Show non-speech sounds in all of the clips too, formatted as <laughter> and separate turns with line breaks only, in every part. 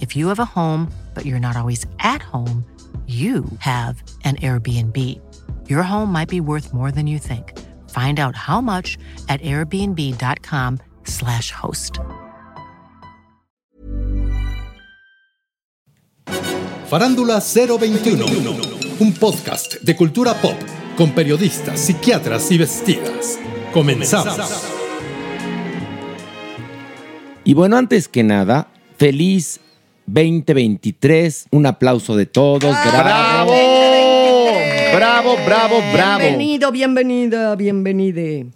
If you have a home, but you're not always at home, you have an Airbnb. Your home might be worth more than you think. Find out how much at airbnb.com/slash host.
Farándula 021, un podcast de cultura pop con periodistas, psiquiatras y vestidas. Comenzamos.
Y bueno, antes que nada, feliz 2023. Un aplauso de todos.
Ah.
¡Bravo!
Bravo, bravo, bravo.
Bienvenido, bienvenida, bienvenide.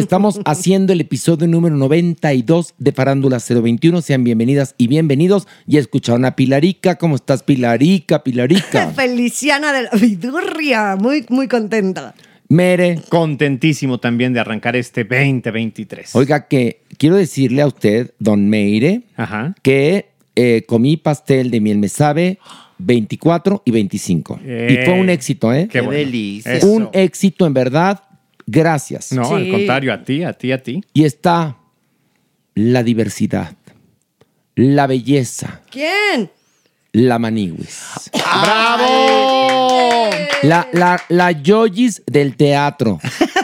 <laughs>
estamos haciendo el episodio número 92 de Farándula 021. Sean bienvenidas y bienvenidos. Y escucharon a Pilarica. ¿Cómo estás, Pilarica?
<laughs>
Pilarica.
Feliciana de la Vidurria, muy, muy contenta.
Mere.
Contentísimo también de arrancar este 2023.
Oiga, que quiero decirle a usted, don Meire,
Ajá.
que eh, comí pastel de miel me sabe 24 y 25.
Eh,
y fue un éxito, ¿eh?
Qué bueno. Eso.
Un éxito, en verdad. Gracias.
No, al
Sí.
contrario, a ti, a ti, a ti.
Y está la diversidad, la belleza,
¿Quién?
la maniwis,
Eh.
¡Bravo!
la, la, la yoyis del teatro.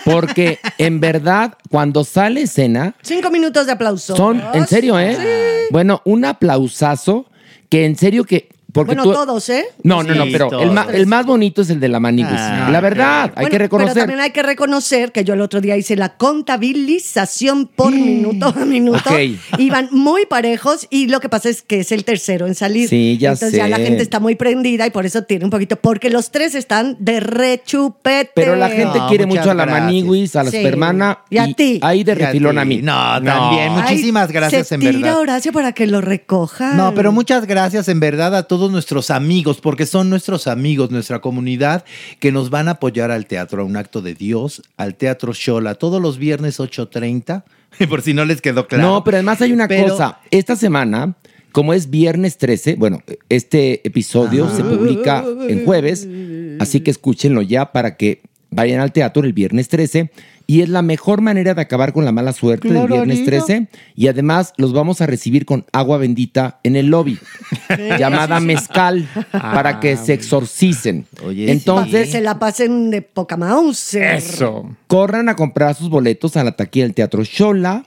Porque en verdad, cuando sale escena,
Cinco minutos de aplauso.
son, en serio, ¿eh? Bueno, un aplausazo que en serio que... Porque
Bueno,
tú-
todos, ¿eh?
No, no, no,
Sí,
pero el, ma-
todos.
el más bonito es el de la maniguis.
Ah,
la verdad, hay
Bueno,
que
Pero
reconocer.
también hay que reconocer que yo el otro día hice la contabilización por minuto a minuto.
Mm. Ok.
Iban muy parejos y lo que pasa es que es el tercero en salir.
Sí, ya
Entonces
sé.
ya la gente está muy prendida y por eso tiene un poquito, porque los tres están de rechupete.
Pero la gente
No,
quiere
muchas
mucho a la
gracias.
maniguis, a la
Sí.
supermana.
Y a ti.
Ahí de refilón
ti.
a mí.
No, también.
No.
Muchísimas
Ay,
gracias,
se
en
tira
verdad.
Horacio para que lo recoja.
No, pero muchas gracias en verdad a todos nuestros amigos, porque son nuestros amigos, nuestra comunidad, que nos van a apoyar al teatro, a un acto de Dios, al Teatro Shola, todos los viernes 8.30, <laughs> por si no les quedó claro.
No, pero además hay una
Pero-
cosa. Esta semana, como es viernes 13, bueno, este episodio se publica en jueves, así que escúchenlo ya para que vayan al teatro el viernes 13. Y es la mejor manera de acabar con la mala suerte del viernes 13. Y además los vamos a recibir con agua bendita en el lobby,
<laughs>
llamada mezcal, para
Ah,
Ah,
que se exorcicen.
Oye,
Para que
Entonces,
se la pasen de poca mouse.
Eso.
corran a comprar sus boletos a la taquilla del Teatro Shola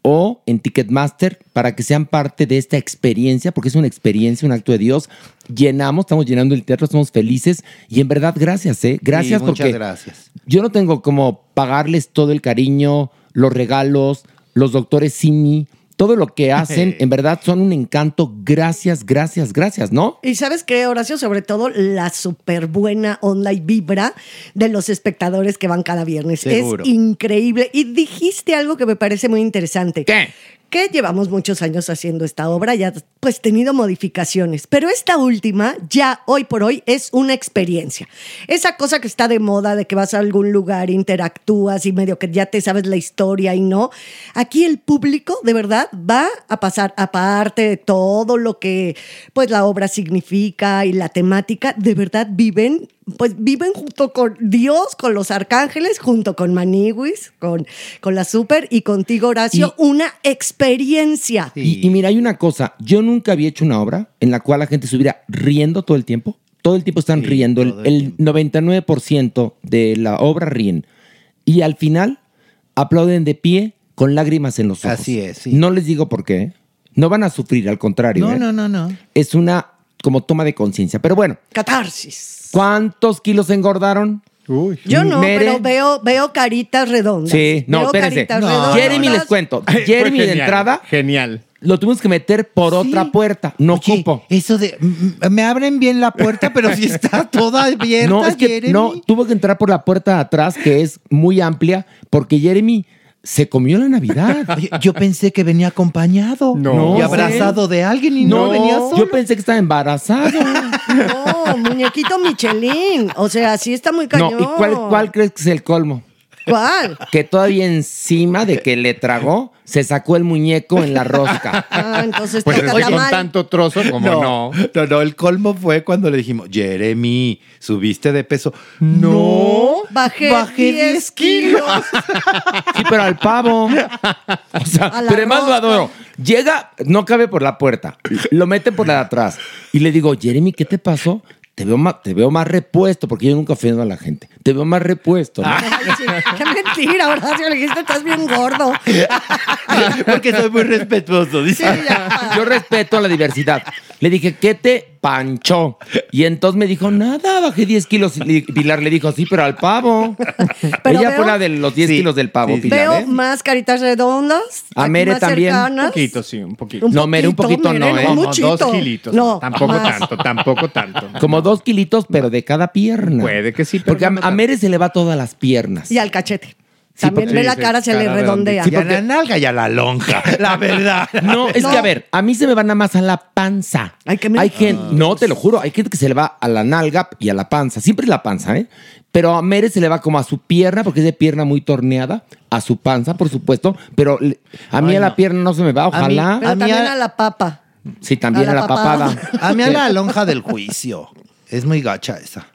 o en Ticketmaster para que sean parte de esta experiencia, porque es una experiencia, un acto de Dios. Llenamos, estamos llenando el teatro, estamos felices y en verdad gracias, ¿eh? Gracias
Sí, muchas
porque
gracias.
yo no tengo como pagarles todo el cariño, los regalos, los doctores Simi, todo lo que
<laughs>
hacen, en verdad son un encanto. Gracias, gracias, gracias, ¿no?
Y sabes qué, Horacio, sobre todo la súper buena onda y vibra de los espectadores que van cada viernes.
Seguro.
Es increíble. Y dijiste algo que me parece muy interesante.
¿Qué?
que llevamos muchos años haciendo esta obra y ha pues tenido modificaciones, pero esta última ya hoy por hoy es una experiencia. Esa cosa que está de moda de que vas a algún lugar, interactúas y medio que ya te sabes la historia y no, aquí el público de verdad va a pasar aparte de todo lo que pues la obra significa y la temática, de verdad viven pues viven junto con Dios, con los arcángeles, junto con Maniwis, con, con la Super y contigo, Horacio,
Y-
una experiencia.
Y, y mira, hay una cosa. Yo nunca había hecho una obra en la cual la gente estuviera riendo todo el tiempo. Todo el tiempo están riendo. El, el 99% de la obra ríen. Y al final aplauden de pie con lágrimas en los ojos.
Así es, sí.
No les digo por qué. No van a sufrir, al contrario.
No,
¿eh?
no, no, no.
Es una como toma de conciencia. Pero bueno,
Catarsis.
¿cuántos kilos engordaron?
Yo no,
Mere.
pero veo, veo caritas redondas.
Sí, no,
Veo
espérense.
caritas
No.
redondas.
Jeremy les cuento.
<laughs>
Jeremy
Fue
de
genial,
entrada
Genial.
lo tuvimos que meter por otra puerta. No
Oye,
cupo.
Eso de. mm, mm, Me abren bien la puerta, pero
<laughs>
si está toda abierta.
No, es que
Jeremy.
no, tuvo que entrar por la puerta de atrás, que es muy amplia, porque Jeremy se comió la Navidad.
<laughs> Oye, yo pensé que venía acompañado.
No.
Y abrazado de alguien y no, venía solo.
¿eh?
Ah,
yo pensé que estaba embarazado.
No, muñequito Michelin. O sea, sí está muy
No,
cañón.
¿y cuál, cuál crees que es el colmo?
¿Cuál?
Que todavía encima de que le tragó, se sacó el muñeco en la rosca.
Ah, entonces
Pues
está
es que
está
con
mal.
tanto trozo como no.
no, no, el colmo fue cuando le dijimos, Jeremy, subiste de peso. No,
Oh, Bajé, 10 kilos.
Sí, pero al pavo. <laughs> O sea,
A la
pero además lo
rosca.
adoro. Llega, no cabe por la puerta, lo meten por la de atrás. Y le digo, Jeremy, ¿qué te pasó? Te veo, más, te veo más repuesto, porque yo nunca ofendo a la gente. Te veo más repuesto. ¿no?
<laughs>
Ah,
Ay, sí, Qué mentira, Horacio. Le dijiste, estás bien gordo.
<laughs> Porque soy muy respetuoso,
Sí,
dice.
ya.
Yo respeto a la diversidad. Le dije, ¿qué te panchó? Y entonces me dijo, nada, bajé 10 kilos. Y le- Pilar le dijo, sí, pero al pavo.
<laughs> Pero
Ella
veo-
fue la de los 10
Sí,
kilos del pavo,
sí, sí.
Pilar.
Veo
¿eh?
más caritas redondas.
A
aquí
Mere
más
también.
cercanas.
Un poquito, sí, un poquito.
No, Mere, un poquito no, ¿eh?
un
Como
muchito.
dos kilitos.
No,
tampoco
más.
tanto, tampoco
<laughs>
tanto.
Como dos kilitos, pero de cada pierna.
Puede que sí, pero
Porque a,
no
a Mere se le va todas las piernas.
Y al cachete. También
porque-
pues,
ve
Sí,
la
sí,
cara, se
cara
le redondea.
redondita.
Y a la nalga y a la lonja, <laughs> la verdad.
No, es
No.
que a ver, a mí se me va nada más a la panza.
Ay, qué me-
Hay gente,
Ah.
no, te lo juro, hay gente que se le va a la nalga y a la panza. Siempre es la panza, ¿eh? Pero a Mere se le va como a su pierna, porque es de pierna muy torneada, a su panza, por supuesto. Pero le- a mí
Ay,
a la
no.
pierna no se me va, ojalá.
mí-
Pero
A mí
también
a-
a la papa.
sí, también
a
a
la
la,
papada.
papada.
A mí
<laughs>
a la lonja del juicio. Es muy gacha esa.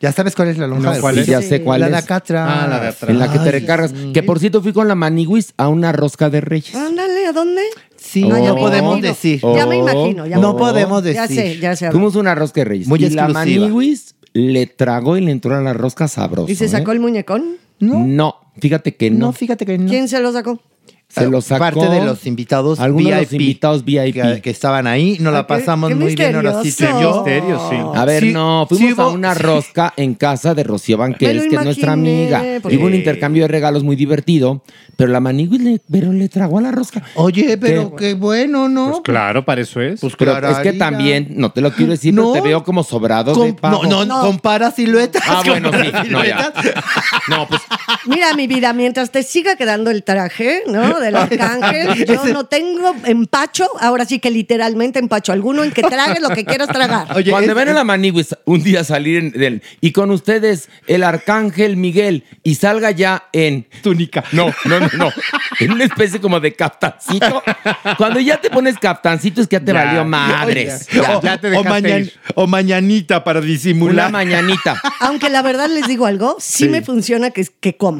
¿Ya sabes cuál es la lonja
No,
del
¿cuál
juicio?
es? Sí, ya sé cuál
la
es.
de acá atrás.
Ah, la de atrás.
En la que te
Ay,
recargas. Que por cierto fui con la maniguis a una rosca de reyes.
Ándale, ¿a dónde?
Sí,
Oh.
Ah, ya
no
me
Oh. podemos
imagino.
decir.
Ya me imagino. Ya me
No
imagino.
podemos
Ya
decir.
sé, ya sé.
Fuimos a una rosca de reyes.
Muy
y la
exclusiva.
maniguis le tragó y le entró a la rosca sabroso.
¿Y se
¿eh?
sacó el muñecón?
No. fíjate que no.
No, fíjate que no.
¿Quién se lo sacó?
Se lo sacó.
Parte de los invitados
Algunos de
VIP.
los invitados VIP.
Que, que estaban ahí. Nos
Ay,
la
Ah, qué-
pasamos
qué
muy bien ahora sí. señor.
misterioso.
Qué misterio, sí.
A ver,
Sí,
no,
sí
fuimos a
hubo-
una
sí.
rosca en casa de Rocío
Me
Banquels,
lo
que es nuestra
imaginé,
amiga.
porque-
Hubo un intercambio de regalos muy divertido, pero la manigui le, pero le tragó a la rosca.
Oye, pero
Qué-
qué, bueno, ¿no?
Pues claro, para eso es.
Pues
Pero
claro.
es que también, no te lo quiero decir,
No.
pero te veo como sobrado de
Com-
pavo.
no, no,
No.
compara siluetas.
Ah, bueno, sí.
compara <laughs>
No, ya.
siluetas.
No, pues
Mira, mi vida, mientras te siga quedando el traje, ¿no? Del arcángel, yo no tengo empacho, ahora sí que literalmente empacho alguno en que trague lo que quieras tragar.
Oye,
Cuando
es-
ven a la maniguis un día salir en- del- y con ustedes el arcángel Miguel y salga ya en túnica. No, no, no, no. En una especie como de captancito. Cuando ya te pones captancito es que ya te
Ya.
valió madres.
Ya,
o,
ya te
o
dejaste
mañan-
ir.
o mañanita para
Una
disimular.
mañanita.
Aunque la verdad les digo algo, sí, me funciona que, que coma.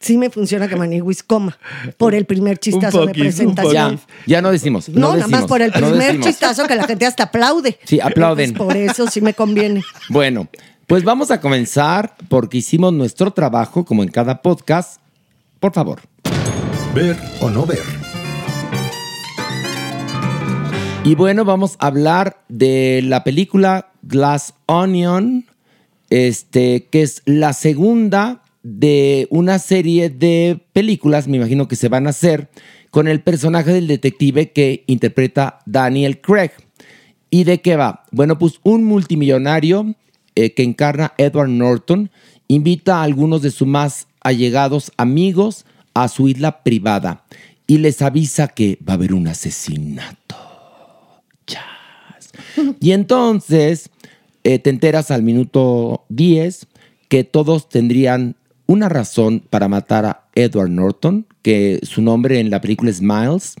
Sí me funciona que Maniguis coma por el primer chistazo
poquis,
de
un
Ya,
presentación.
ya no decimos.
No,
No,
nada más
decimos,
por el
no
primer
decimos.
chistazo que la gente hasta aplaude.
Sí, aplauden.
Entonces, por eso sí me conviene.
Bueno, pues vamos a comenzar porque hicimos nuestro trabajo como en cada podcast. Por favor.
Ver o no ver.
Y bueno, vamos a hablar de la película Glass Onion, este, que es la segunda de una serie de películas, me imagino que se van a hacer, con el personaje del detective que interpreta Daniel Craig. ¿Y de qué va? Bueno, pues un multimillonario eh, que encarna Edward Norton invita a algunos de sus más allegados amigos a su isla privada y les avisa que va a haber un asesinato. Chas. Y entonces eh, te enteras al minuto 10 que todos tendrían una razón para matar a Edward Norton, que su nombre en la película es Miles.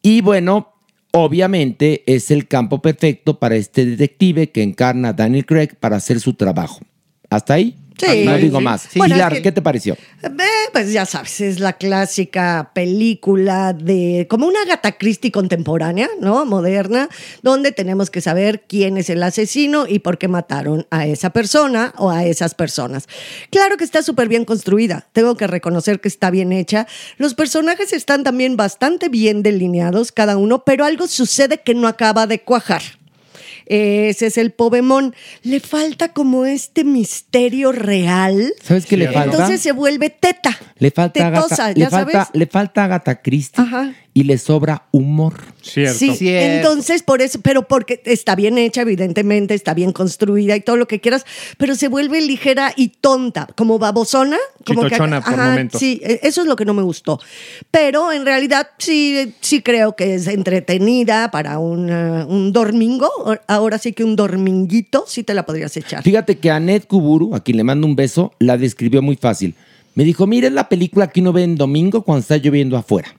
Y bueno, obviamente es el campo perfecto para este detective que encarna a Daniel Craig para hacer su trabajo. ¿Hasta ahí? Ah,
Sí.
No digo
Sí.
más.
Sí. Bueno,
Pilar,
es que-
¿qué te pareció?
Eh, pues ya sabes, es la clásica película de como una Agatha Christie contemporánea, ¿no? Moderna, donde tenemos que saber quién es el asesino y por qué mataron a esa persona o a esas personas. Claro que está súper bien construida, tengo que reconocer que está bien hecha. Los personajes están también bastante bien delineados cada uno, pero algo sucede que no acaba de cuajar. Ese es el Pobemón. Le falta como este misterio real.
¿Sabes qué le
Cierto.
falta?
Entonces se vuelve teta.
le falta
tetosa,
Agatha,
ya
le falta,
sabes.
le falta Agatha Christie
Ajá.
y le sobra humor.
Cierto.
Sí,
Cierto.
entonces por eso, pero porque está bien hecha, evidentemente, está bien construida y todo lo que quieras, pero se vuelve ligera y tonta, como babosona, como
Chitochona por momentos.
Sí, eh, eso es lo que no me gustó. Pero en realidad sí, sí creo que es entretenida para una- un dormingo. Ahora sí que un dorminguito sí te la podrías echar.
Fíjate que Annette Kuburu, a quien le mando un beso, la describió muy fácil. Me dijo, mira, es la película que uno ve en domingo cuando está lloviendo afuera.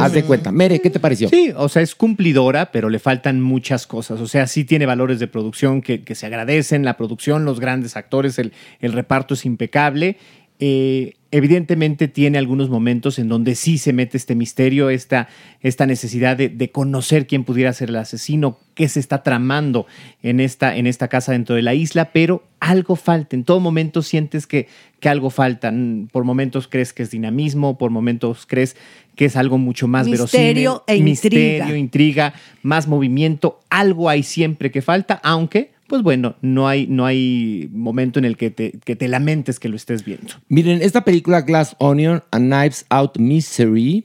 Haz de cuenta. Mere, ¿qué te pareció?
Sí, o sea, es cumplidora, pero le faltan muchas cosas. O sea, sí tiene valores de producción que, que se agradecen, la producción, los grandes actores, el, el reparto es impecable. Eh, evidentemente tiene algunos momentos en donde sí se mete este misterio, esta, esta necesidad de, de conocer quién pudiera ser el asesino, qué se está tramando en esta, en esta casa dentro de la isla, pero algo falta. En todo momento sientes que, que algo falta. Mm, Por momentos crees que es dinamismo, por momentos crees que es algo mucho más
Misterio
verosímil,
e
misterio, intriga, más movimiento, algo hay siempre que falta, aunque, pues bueno, no hay, no hay momento en el que te, que te lamentes que lo estés viendo.
Miren, esta película Glass Onion, A Knives Out Mystery,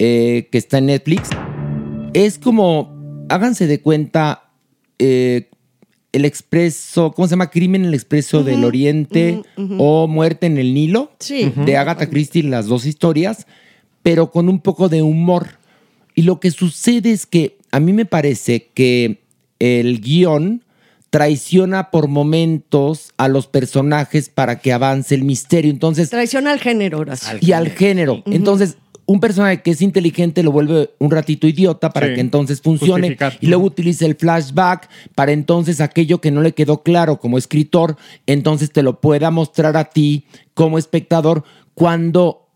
eh, que está en Netflix, es como, háganse de cuenta, eh, el expreso, ¿cómo se llama? Crimen en el expreso del Oriente o Muerte en el Nilo,
Sí.
de Agatha Christie, las dos historias, pero con un poco de humor. Y lo que sucede es que a mí me parece que el guión traiciona por momentos a los personajes para que avance el misterio. Entonces,
Traiciona al género, Horacio.
y al género. Entonces, un personaje que es inteligente lo vuelve un ratito idiota para
Sí.
que entonces funcione.
Justificar.
Y luego utiliza el flashback para entonces aquello que no le quedó claro como escritor, entonces te lo pueda mostrar a ti como espectador cuando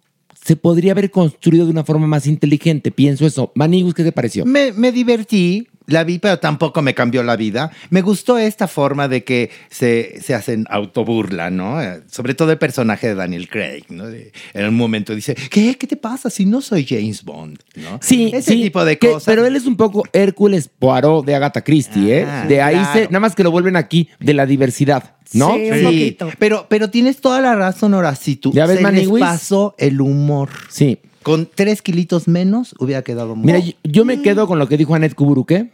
se podría haber construido de una forma más inteligente. Pienso eso. Manigus, ¿qué te pareció?
<laughs> Me, me divertí, la vi, pero tampoco me cambió la vida. Me gustó esta forma de que se, se hacen autoburla, ¿no? Eh, Sobre todo el personaje de Daniel Craig, ¿no? De- en un momento dice, ¿qué? ¿Qué te pasa si no soy James Bond? ¿no?
Sí,
Ese
sí,
tipo de
que-
cosas.
Pero él es un poco Hércules Poirot de Agatha Christie,
Ah,
¿eh? De ahí se,
claro.
nada más que lo vuelven aquí de la diversidad, ¿no?
Sí, un
Sí,
poquito.
Pero, pero tienes toda la razón, Horacito.
¿Ya ves,
se les
Maniwis?
pasó el humor.
Sí.
Con tres kilitos menos hubiera quedado muy
Mira, yo, yo me quedo con lo que dijo Annette Kuburu, ¿qué?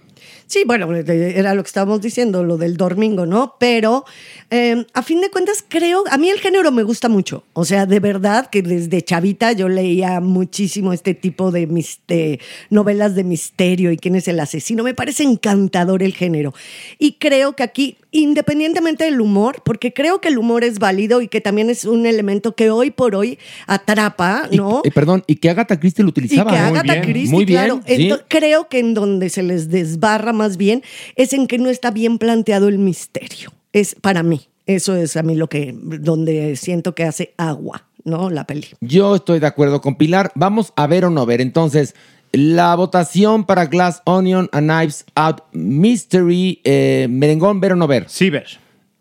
Sí, bueno, era lo que estábamos diciendo, lo del domingo, ¿no? Pero eh, a fin de cuentas creo, a mí el género me gusta mucho. O sea, de verdad que desde chavita yo leía muchísimo este tipo de mis- de novelas de misterio y quién es el asesino. Me parece encantador el género. Y creo que aquí, independientemente del humor, porque creo que el humor es válido y que también es un elemento que hoy por hoy atrapa,
Y-
¿no?
eh, perdón, y que Agatha Christie lo
Y que
utilizaba.
Agatha
bien,
Christie,
muy bien,
claro.
sí.
Ento- Creo que en donde se les desbarra más bien es en que no está bien planteado el misterio. Es para mí. Eso es a mí lo que, donde siento que hace agua, ¿no? La peli.
Yo estoy de acuerdo con Pilar. Vamos a ver o no ver. Entonces, la votación para Glass Onion and Knives Out Mystery, eh, merengón, ver o no ver.
Sí, ver.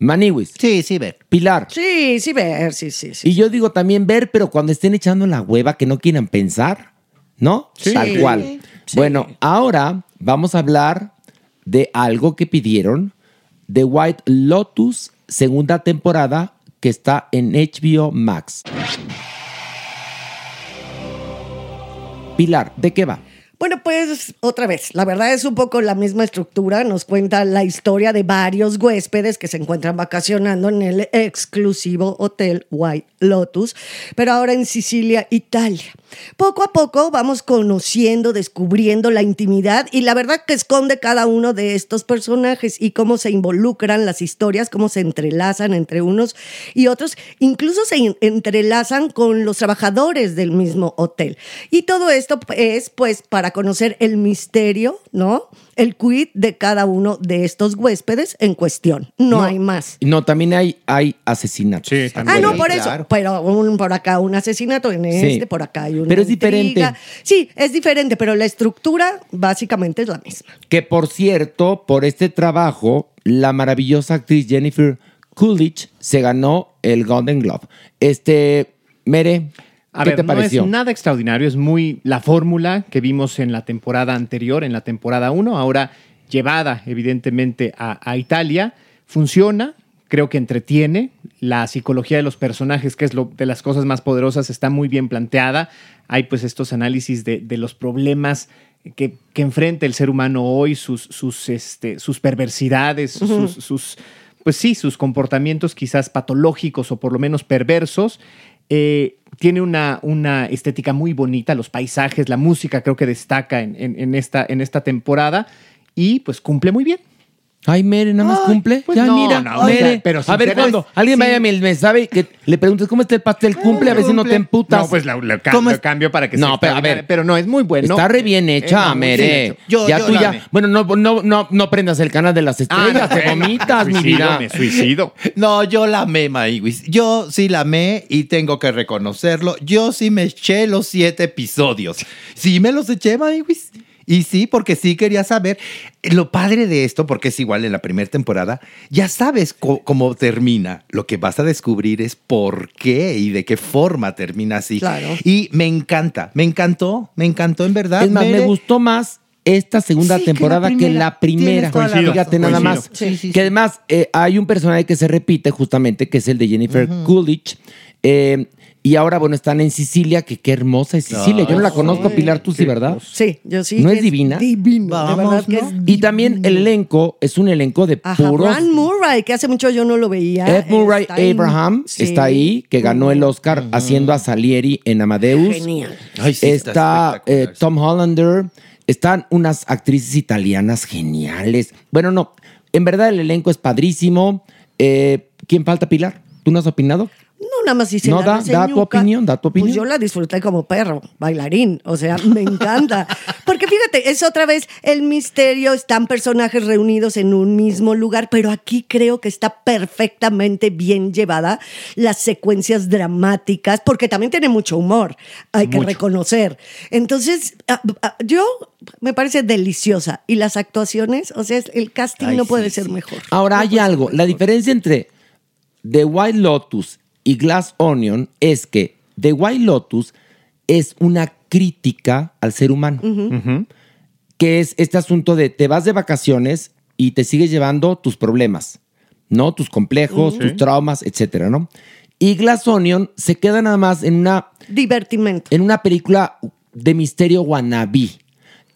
Maniwis,
Sí, sí, ver.
Pilar.
Sí, sí, ver, sí, sí, sí.
Y yo digo también ver, pero cuando estén echando la hueva que no quieran pensar, ¿no? Tal cual. Bueno, ahora vamos a hablar de algo que pidieron de White Lotus, segunda temporada que está en HBO Max. Pilar, ¿de qué va?
Bueno, pues otra vez, la verdad es un poco la misma estructura. Nos cuenta la historia de varios huéspedes que se encuentran vacacionando en el exclusivo hotel White Lotus, pero ahora en Sicilia, Italia. Poco a poco vamos conociendo, descubriendo la intimidad y la verdad que esconde cada uno de estos personajes y cómo se involucran las historias, cómo se entrelazan entre unos y otros, incluso se in- entrelazan con los trabajadores del mismo hotel. Y todo esto es pues para conocer el misterio, ¿no? El quid de cada uno de estos huéspedes en cuestión. No, hay más.
No, también hay, hay asesinatos.
Sí,
Ah,
también.
no,
Sí,
por eso.
claro.
Pero un, por acá un asesinato, en
Sí.
este, por acá hay una.
Pero es
intriga.
diferente.
Sí, es diferente, pero la estructura básicamente es la misma.
Que por cierto, por este trabajo, la maravillosa actriz Jennifer Coolidge se ganó el Golden Globe. Este, Mere,
A
¿qué
ver,
te
no es
pareció?
nada extraordinario, es muy la fórmula que vimos en la temporada anterior, en la temporada 1, ahora llevada evidentemente a, a Italia, funciona, creo que entretiene, la psicología de los personajes, que es lo, de las cosas más poderosas, está muy bien planteada, hay pues estos análisis de, de los problemas que, que enfrenta el ser humano hoy, sus, sus, este, sus perversidades, sus, sus- pues sí, sus comportamientos quizás patológicos o por lo menos perversos. Eh, tiene una, una estética muy bonita, los paisajes, la música creo que destaca en, en- en esta, en esta temporada y pues cumple muy bien.
Ay, Mere, nada más
Ay,
cumple.
pues
ya,
no,
mira,
no,
Mere.
o sea, pero
a ver,
sinceramente,
cuando alguien
sí.
vaya a mi me sabe que le preguntes cómo está el pastel, cumple, a ver si no te emputas.
No, pues la, la cam-
¿Cómo
la
es?
cambio para que
No,
sea
pero a ver.
extraordinaria, pero no, es muy bueno.
Está re bien
Eh,
hecha,
no, sí,
Mere.
hecho.
Yo-
ya
yo
tú
la
ya.
amé.
Bueno, no, no, no, no prendas el canal de las
Ah,
estrellas, te
bueno,
vomitas, mi
suicido,
vida.
Me suicido.
<laughs> No, yo la amé, Maiwis. Yo sí la amé y tengo que reconocerlo. Yo sí me eché los siete episodios. Sí me los eché, Maiwis. Y sí, porque sí quería saber. Lo padre de esto, porque es igual en la primera temporada, ya sabes co- cómo termina. Lo que vas a descubrir es por qué y de qué forma termina así.
Claro.
Y me encanta, me encantó, me encantó en verdad.
Es más, me
Mere.
gustó más esta segunda
Sí, que la
temporada que
primera.
la primera.
Tienes toda la
Coincido,
Fíjate nada
coincido.
más.
Sí, sí,
que
sí.
además eh, hay un personaje que se repite justamente, que es el de Jennifer Coolidge. Eh, y ahora, bueno, están en Sicilia, que qué hermosa es Sicilia. Yo no la conozco, Pilar, tú sí, ¿verdad?
Ah, Sí, yo sí.
¿No
que
es divina?
Divino. de
Vamos,
verdad que
¿no?
es
Y también el elenco es un elenco de
Ajá,
puros
Ron Murray, que hace mucho yo no lo veía.
Ed Murray
Está en-
Abraham
Sí.
está ahí, que ganó el Oscar haciendo a Salieri en Amadeus.
Genial.
Ay, sí,
está eh,
espectacular.
Tom Hollander. Están unas actrices italianas geniales. Bueno, no, en verdad el elenco es padrísimo. Eh, ¿Quién falta, Pilar? ¿Tú no has opinado?
No, nada más hice
No,
la
da- da tu
reseñuca.
opinión, da tu opinión.
Pues yo la disfruté como perro, bailarín, o sea, me
<laughs>
encanta. Porque fíjate, es otra vez el misterio, están personajes reunidos en un mismo lugar, pero aquí creo que está perfectamente bien llevada las secuencias dramáticas, porque también tiene mucho humor, hay que reconocer. Entonces, a- a- yo me parece deliciosa y las actuaciones, o sea, es- el casting
Ay,
no
sí,
puede ser
sí.
mejor.
Ahora hay algo. La diferencia entre The White Lotus y Glass Onion es que The White Lotus es una crítica al ser humano. Que es este asunto de te vas de vacaciones y te sigues llevando tus problemas, ¿no? Tus complejos, tus traumas, etcétera, ¿no? Y Glass Onion se queda nada más en una
Divertimento.
en una película de misterio wannabe.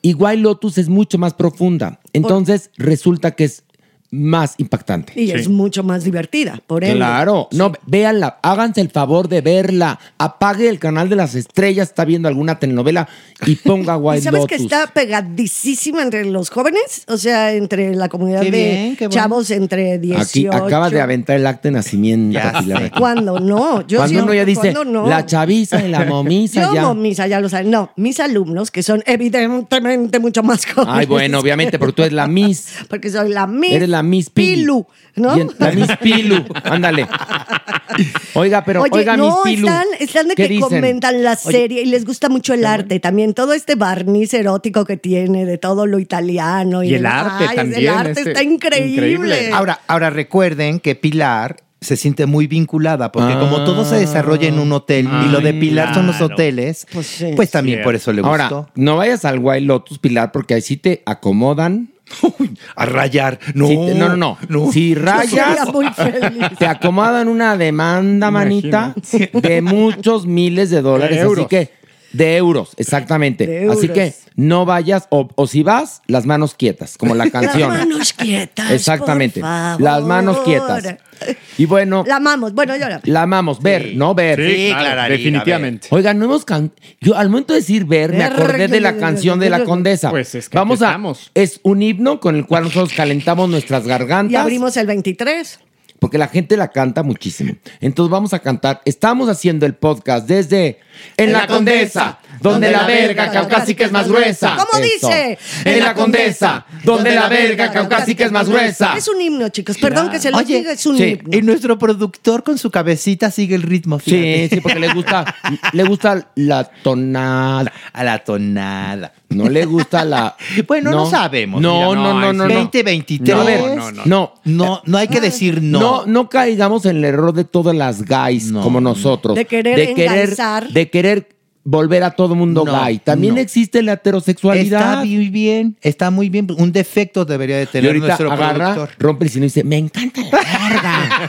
Y White Lotus es mucho más profunda. Entonces resulta que es más impactante.
Y es mucho más divertida, por ende.
Claro, no, véanla, háganse el favor de verla, apague el canal de las estrellas, está viendo alguna telenovela y ponga
<laughs> ¿Y
White
sabes
Lotus.
que está pegadísima entre los jóvenes? O sea, entre la comunidad
Qué
de
bien, qué bueno.
chavos entre 18.
Aquí acabas de aventar el acta de nacimiento.
Ya
Pilar.
sé.
¿Cuándo no? Yo
Cuando
sí-
uno ya dice
¿cuándo no?
la chaviza y la momiza
Yo,
ya.
momisa, ya lo saben. No, mis alumnos, que son evidentemente mucho más jóvenes.
Ay, bueno,
<laughs>
obviamente, porque tú eres la Miss.
Porque soy <laughs> la Miss.
Eres la Miss Pili.
Pilu, ¿no?
Y en- la Miss Pilu,
<laughs>
ándale. Oiga, pero
Oye,
oiga, Miss
no,
Pilu.
están, están de
¿qué
que
dicen?
comentan la
Oye,
serie y les gusta mucho el arte también, todo este barniz erótico que tiene de todo lo italiano. Y,
Y el
de-
arte
Ay, El
también,
arte
este-
está increíble.
increíble.
Ahora, ahora recuerden que Pilar se siente muy vinculada, porque
Ah.
como todo se desarrolla en un hotel y lo de
Ay,
Pilar son los
claro.
hoteles,
Pues
pues,
sí.
también
Cierto.
por eso le
Ahora,
gustó.
no vayas al White Lotus, Pilar, porque ahí sí te
<laughs>
acomodan.
A rayar. No,
Si te- no, no, no. Si rayas,
Sería
<laughs>
muy feliz.
te
<laughs>
acomodan una demanda, manita, de muchos miles de dólares.
Euros.
Así que De euros, exactamente.
De
Así que
euros.
no vayas, o, o si vas, las manos quietas, como la canción.
Las manos quietas.
Exactamente.
por favor.
Las manos quietas. Y bueno,
La amamos. Bueno, yo la.
la amamos, ver, no ver.
Sí, claro, definitivamente.
Oigan, no hemos can- yo al momento de decir ver, me
Ver,
acordé de la
que-
canción de la condesa.
Pues es que
Vamos
aquí
a
estamos.
es un himno con el cual nosotros calentamos nuestras gargantas
Y abrimos el 23.
porque la gente la canta muchísimo. Entonces vamos a cantar. Estamos haciendo el podcast desde en la condesa, donde la verga caucásica es más gruesa.
¿Cómo
Eso.
dice?
En la condesa, donde la verga caucásica es más gruesa.
Es un himno, chicos. Pues Perdón que se los
Oye,
diga, es un
sí.
himno.
Y nuestro productor con su cabecita sigue el ritmo.
Sí,
fíjate.
sí, porque le gusta le gusta la tonada.
A la tonada.
No le gusta la.
<laughs> Bueno, no sabemos,
No,
mira,
no,
no,
no, no,
ahí
no.
sí.
2023.
No, a ver,
no, no.
no.
No, no hay que decir no.
No, no caigamos en el error de todas las guys
No.
como nosotros.
De querer engansar.
De querer volver a todo mundo
No,
gay. También
no.
existe la
Está
heterosexualidad.
muy bien, está muy bien. Un defecto debería de
y
tener
ahorita
nuestro
agarra,
productor.
rompe el sino y dice, me encanta la verga.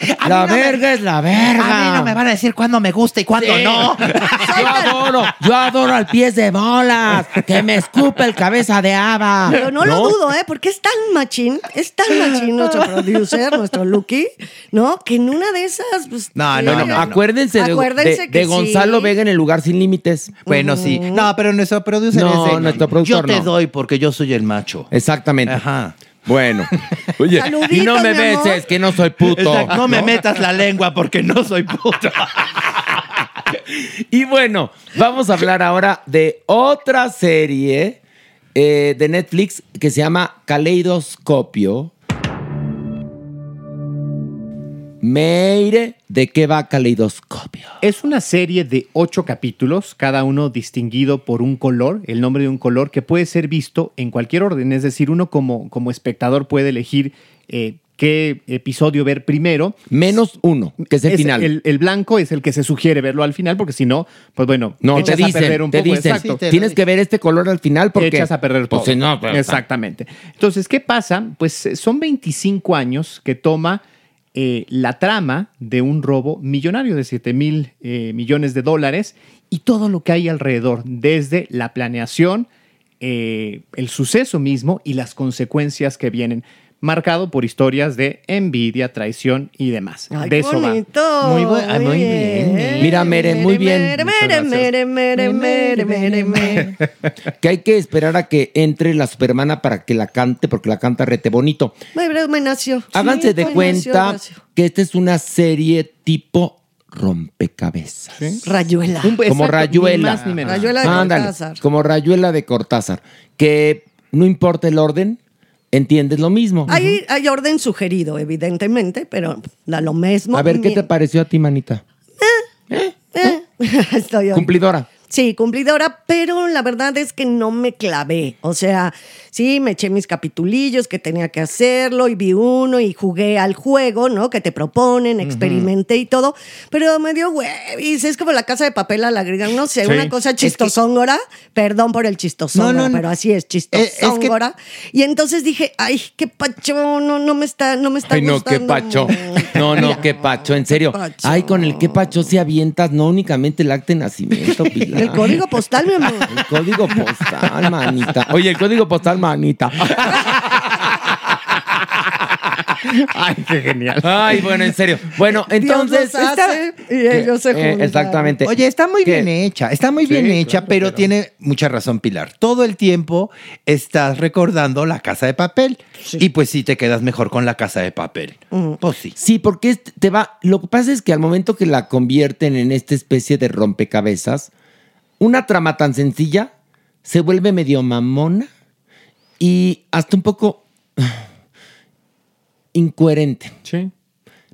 Eh, A mí
la
no me-
verga es la verga.
A mí no me van a decir cuándo me gusta y cuándo
Sí.
no.
Yo adoro, <laughs> yo adoro al pies de bolas, que me escupe el cabeza de haba.
Pero no, lo dudo, ¿eh? Porque es tan machín, es tan machín nuestro producer, nuestro Lucky, ¿no? Que en una de esas, pues.
No,
sí,
no,
Bueno,
no, no.
acuérdense, de-
Acuérdense
de,
que
de Gonzalo
sí.
Vega en el lugar sin límites.
Bueno, sí. No, pero nuestro productor
No,
es el-
nuestro
Yo
productor
te
no.
doy porque yo soy el macho.
Exactamente.
Ajá.
Bueno. Oye,
Saluditos,
y no me
mi amor.
beses, que no soy puto.
Exacto, No me metas la lengua porque no soy puto.
<laughs> Y bueno, vamos a hablar ahora de otra serie eh, de Netflix que se llama Caleidoscopio. Meire, ¿de qué va Caleidoscopio?
Es una serie de ocho capítulos, cada uno distinguido por un color, el nombre de un color que puede ser visto en cualquier orden. Es decir, uno como, como espectador puede elegir eh, qué episodio ver primero.
Menos uno, que es el final.
El, el blanco es el que se sugiere verlo al final, porque si no, pues bueno,
No, te
echas a perder
dicen,
un
te
poco.
dicen,
Exacto.
Sí, te-
tienes que ver este color al final porque...
echas a perder todo.
Pues, sí, no, pero-
Exactamente. Entonces, ¿qué pasa? Pues eh, son 25 años que toma eh, la trama de un robo millonario de 7 mil eh, millones de dólares y todo lo que hay alrededor, desde la planeación, eh, el suceso mismo y las consecuencias que vienen, marcado por historias de envidia, traición y demás.
Ay,
de
qué
eso va.
bonito.
Muy bu- ah, muy bien.
Mira, Mere, muy bien.
Mere,
Muchas
mere, mere, mere, mere, mere, mere.
Que hay que esperar a que entre la supermana para que la cante, porque la canta rete bonito.
Muy breve, me nació.
<laughs> Háganse
Sí,
de
me
cuenta
nació, nació.
que esta es una serie tipo rompecabezas.
Rayuela.
Un-
Como
exacto, Ni
Rayuela.
más ni menos.
Rayuela de
Ándale,
Cortázar.
Como Rayuela de Cortázar. Que no importa el orden, entiendes lo mismo.
Hay, hay orden sugerido, evidentemente, pero da lo mismo.
a ver, ¿qué te
pasa?
pareció a ti, manita?
Eh, <laughs> Estoy
Cumplidora.
Sí, cumplidora, pero la verdad es que no me clavé. O sea, sí, me eché mis capitulillos que tenía que hacerlo y vi uno y jugué al juego, ¿no? Que te proponen, experimenté y todo, pero me dio huevis. Es como la casa de papel a la griega, no sé, una cosa chistosóngora. Perdón por el chistosóngora,
No, no, no.
pero
Eh,
así es, chistosóngora. Y entonces dije, ay, qué pacho, no, no me está, no me está
Ay, no, qué
gustando
pacho.
mucho".
No, no, qué pacho, en serio.
Qué pacho.
Ay, con el qué pacho se avientas, no únicamente el acta de
<laughs>
nacimiento, Pilar.
El código postal, mi amor.
El código postal, manita. Oye, el código postal, manita.
Ay, qué genial.
Ay, bueno, en serio. Bueno, entonces.
Dios los hace
esta-
<laughs> y ellos se
Eh,
juntan.
exactamente.
Oye, está muy
¿Qué?
bien hecha, está muy bien hecha, pero, tiene mucha razón Pilar. Todo el tiempo estás recordando la casa de papel y pues sí te quedas mejor con la casa de papel.
Mm,
Pues sí.
Sí, porque es- te va. Lo que pasa es que al momento que la convierten en esta especie de rompecabezas, una trama tan sencilla se vuelve medio mamona y hasta un poco <sighs> ah, incoherente.
Sí.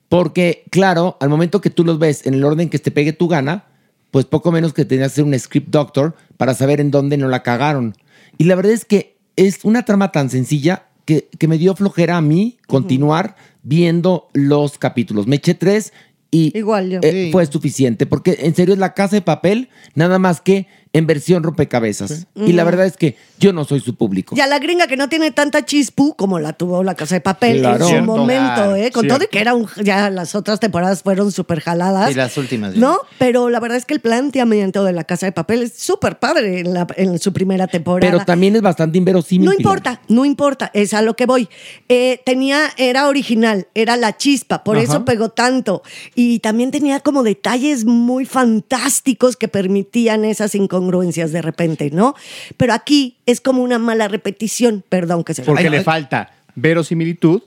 Porque, claro, al momento que tú los ves en el orden que te pegue tu gana, pues poco menos que tenías que hacer un script doctor para saber en dónde no la cagaron. Y la verdad es que es una trama tan sencilla que, que me dio flojera a mí continuar viendo los capítulos. Me eché tres y
Igual yo.
eh, fue suficiente. Porque en serio es la casa de papel, nada más que en versión rompecabezas. Y la verdad es que yo no soy su público.
Y a la gringa que no tiene tanta chispu como la tuvo la Casa de Papel
Claro.
en su
Cierto.
momento, ¿eh? Con
Cierto.
todo y que era un- ya las otras temporadas fueron súper jaladas.
Y las últimas, ya.
¿Ah? No, pero la verdad es que el planteamiento de la Casa de Papel es súper padre en, la- en su primera temporada.
Pero también es bastante inverosímil.
No
Pilar.
importa, no importa, es a lo que voy. Eh, tenía, era original, era la chispa, por eso pegó tanto. Y también tenía como detalles muy fantásticos que permitían esas incongruencias de repente, ¿no? Pero aquí es como una mala repetición, perdón que se lo
Porque
Ay,
le
ay.
falta verosimilitud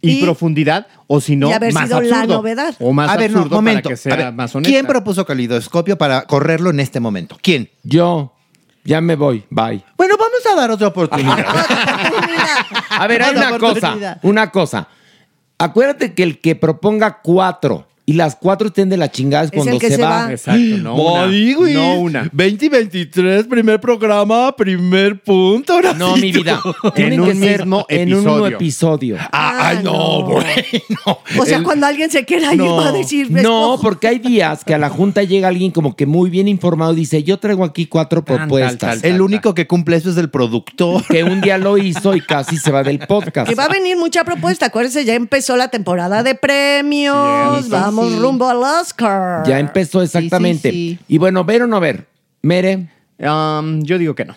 y,
Y-
profundidad, o si no,
y haber
más
sido la
absurdo.
novedad.
O más
a ver, no,
absurdo
momento.
para que
A
sea
ver,
más
¿Quién
honesta.
propuso calidoscopio para correrlo en este momento? ¿Quién?
Yo ya me voy. Bye.
Bueno, vamos a dar otra
<laughs>
oportunidad.
A ver, hay
Otra
una
oportunidad.
cosa. Una cosa. Acuérdate que el que proponga cuatro y las cuatro estén de la chingada es
el
cuando
que
se,
se
va. <gasps>
va.
Exacto, no una.
Ay, güey.
No una.
2023, primer programa, primer punto. ahora
No,
sí
mi
tú. <laughs>
vida.
Ah,
Tienen
En
que
un
ser
mismo
en un mismo episodio.
Ah,
ay, no,
no.
bueno.
O sea,
El-
cuando alguien se quiera ir,
No.
va a decir.
No,
"Escojo".
porque hay días que a la junta llega alguien como que muy bien informado y dice, yo traigo aquí cuatro
Tan, tal,
propuestas.
tal, tal.
El único que cumple eso es el productor.
Que un día lo hizo y casi se va del podcast.
Que va a venir mucha propuesta. Acuérdense, ya empezó la temporada de premios.
Cierto,
Vamos
sí.
rumbo al Oscar.
Ya empezó exactamente.
Sí, sí, sí.
Y bueno, ver o no ver. Mere,
Um, yo digo que no.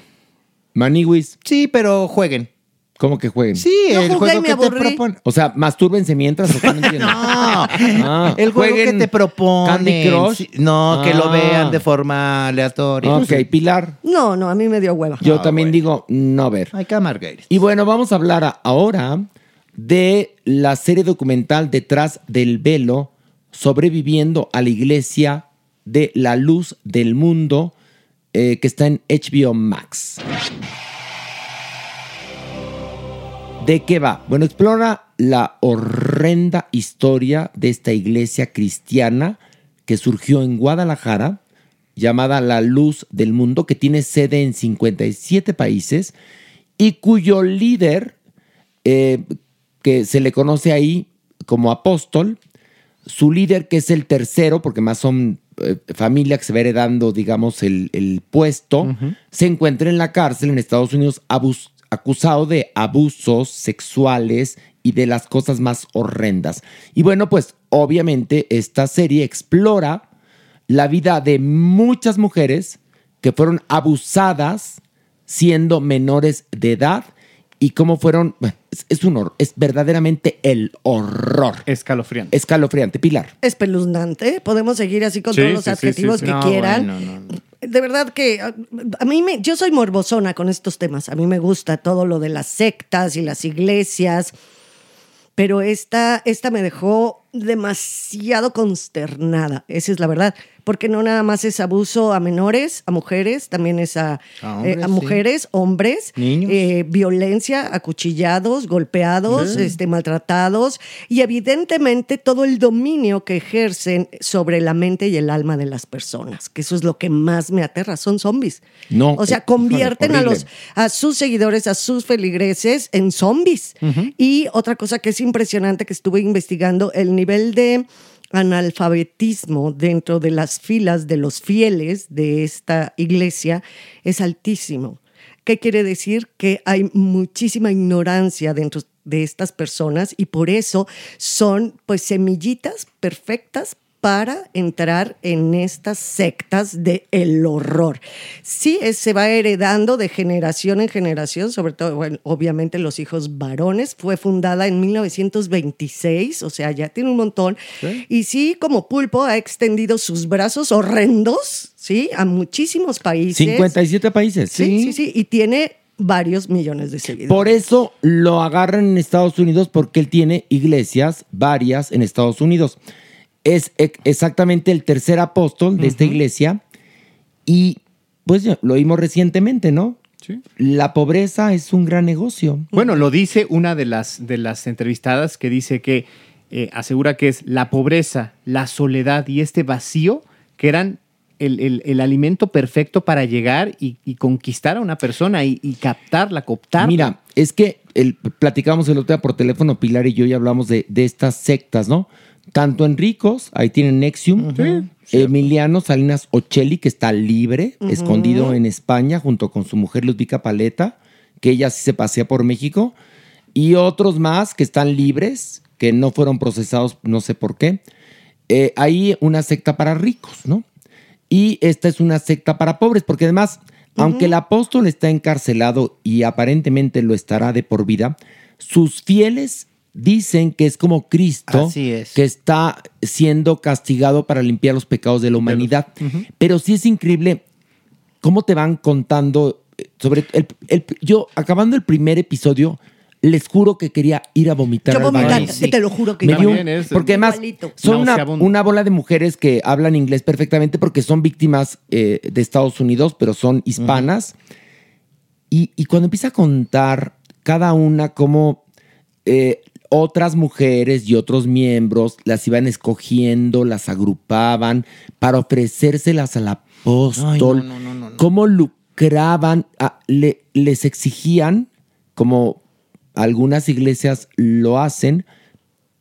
Maniwis,
Sí, pero jueguen.
¿cómo que jueguen?
Sí,
No
el
jugué
juego
y me
que te
aburrí.
propone.
O sea, mastúrbense mientras. ¿o qué? No, entiendo. Ah,
<laughs> el juego
jueguen
que te proponen.
Candy Crush.
Sí, No, que lo
Ah.
vean de forma aleatoria.
Ok, Pilar.
No, no, a mí me dio hueva.
Yo también digo no ver.
Hay que amargar.
Y bueno, vamos a hablar a- ahora de la serie documental Detrás del Velo, sobreviviendo a la iglesia de la luz del mundo, eh, que está en HBO Max. ¿De qué va? Bueno, explora la horrenda historia de esta iglesia cristiana que surgió en Guadalajara, llamada La Luz del Mundo, que tiene sede en 57 países y cuyo líder, eh, que se le conoce ahí como apóstol, su líder, que es el tercero, porque más son eh, familia que se va heredando, digamos, el, el puesto, se encuentra en la cárcel en Estados Unidos abus- acusado de abusos sexuales y de las cosas más horrendas. Y bueno, pues obviamente esta serie explora la vida de muchas mujeres que fueron abusadas siendo menores de edad y cómo fueron, bueno, es, es un horror, es verdaderamente el horror
Escalofriante.
escalofriante. Pilar.
espeluznante. Podemos seguir así con
Sí,
todos los
sí, sí,
adjetivos
sí, sí.
que
No,
quieran.
bueno, no,
De verdad que a, a mí me, yo soy morbosona con estos temas. A mí me gusta todo lo de las sectas y las iglesias, pero esta, esta me dejó demasiado consternada. Esa es la verdad, porque no nada más es abuso a menores, a mujeres, también es a,
A hombres,
eh, a
sí.
mujeres, hombres,
Niños.
eh, violencia, acuchillados, golpeados, este, maltratados y evidentemente todo el dominio que ejercen sobre la mente y el alma de las personas, que eso es lo que más me aterra, son zombies.
No,
o
eh,
sea, convierten a
híjole,
los a sus seguidores, a sus feligreses en zombies. Y otra cosa que es impresionante que estuve investigando, el nivel de analfabetismo dentro de las filas de los fieles de esta iglesia es altísimo. ¿Qué quiere decir? Que hay muchísima ignorancia dentro de estas personas y por eso son pues semillitas perfectas para entrar en estas sectas de el horror. Sí, es- se va heredando de generación en generación, sobre todo, bueno, obviamente los hijos varones. Fue fundada en 1926, o sea, ya tiene un montón. Y sí, como pulpo ha extendido sus brazos horrendos, ¿sí? A muchísimos países.
57 países.
Sí, sí, sí. Y tiene varios millones de seguidores.
Por eso lo agarran en Estados Unidos porque él tiene iglesias varias en Estados Unidos. Es ex- exactamente el tercer apóstol de esta iglesia y pues ya lo vimos recientemente, ¿no?
Sí.
La pobreza es un gran negocio.
Bueno, lo dice una de las, de las entrevistadas que dice que eh, asegura que es la pobreza, la soledad y este vacío que eran el, el- el alimento perfecto para llegar y, y conquistar a una persona y, y captarla, cooptarla.
Mira, es que el, platicamos el otro día por teléfono, Pilar y yo, y hablamos de, de estas sectas, ¿no? Tanto en ricos, ahí tienen Nexium, Emiliano Salinas Ocelli, que está libre,
Ujú.
escondido en España, junto con su mujer Ludvica Paleta, que ella sí se pasea por México, y otros más que están libres, que no fueron procesados, no sé por qué. Eh, hay una secta para ricos, ¿no? Y esta es una secta para pobres, porque además, aunque el apóstol está encarcelado y aparentemente lo estará de por vida, sus fieles dicen que es como Cristo
Así es.
que está siendo castigado para limpiar los pecados de la humanidad. Pero sí es increíble cómo te van contando eh, sobre el, el- yo acabando el primer episodio les juro que quería ir a vomitar
Yo
al baño.
vomitar, te lo juro que
Me
yo.
dio un-
También es
porque además
igualito.
son una,
Nauseabundo.
una bola de mujeres que hablan inglés perfectamente porque son víctimas eh, de Estados Unidos, pero son hispanas. y, y cuando empieza a contar cada una cómo eh, otras mujeres y otros miembros las iban escogiendo, las agrupaban para ofrecérselas al apóstol, cómo lucraban, ah, le- les exigían, como algunas iglesias lo hacen,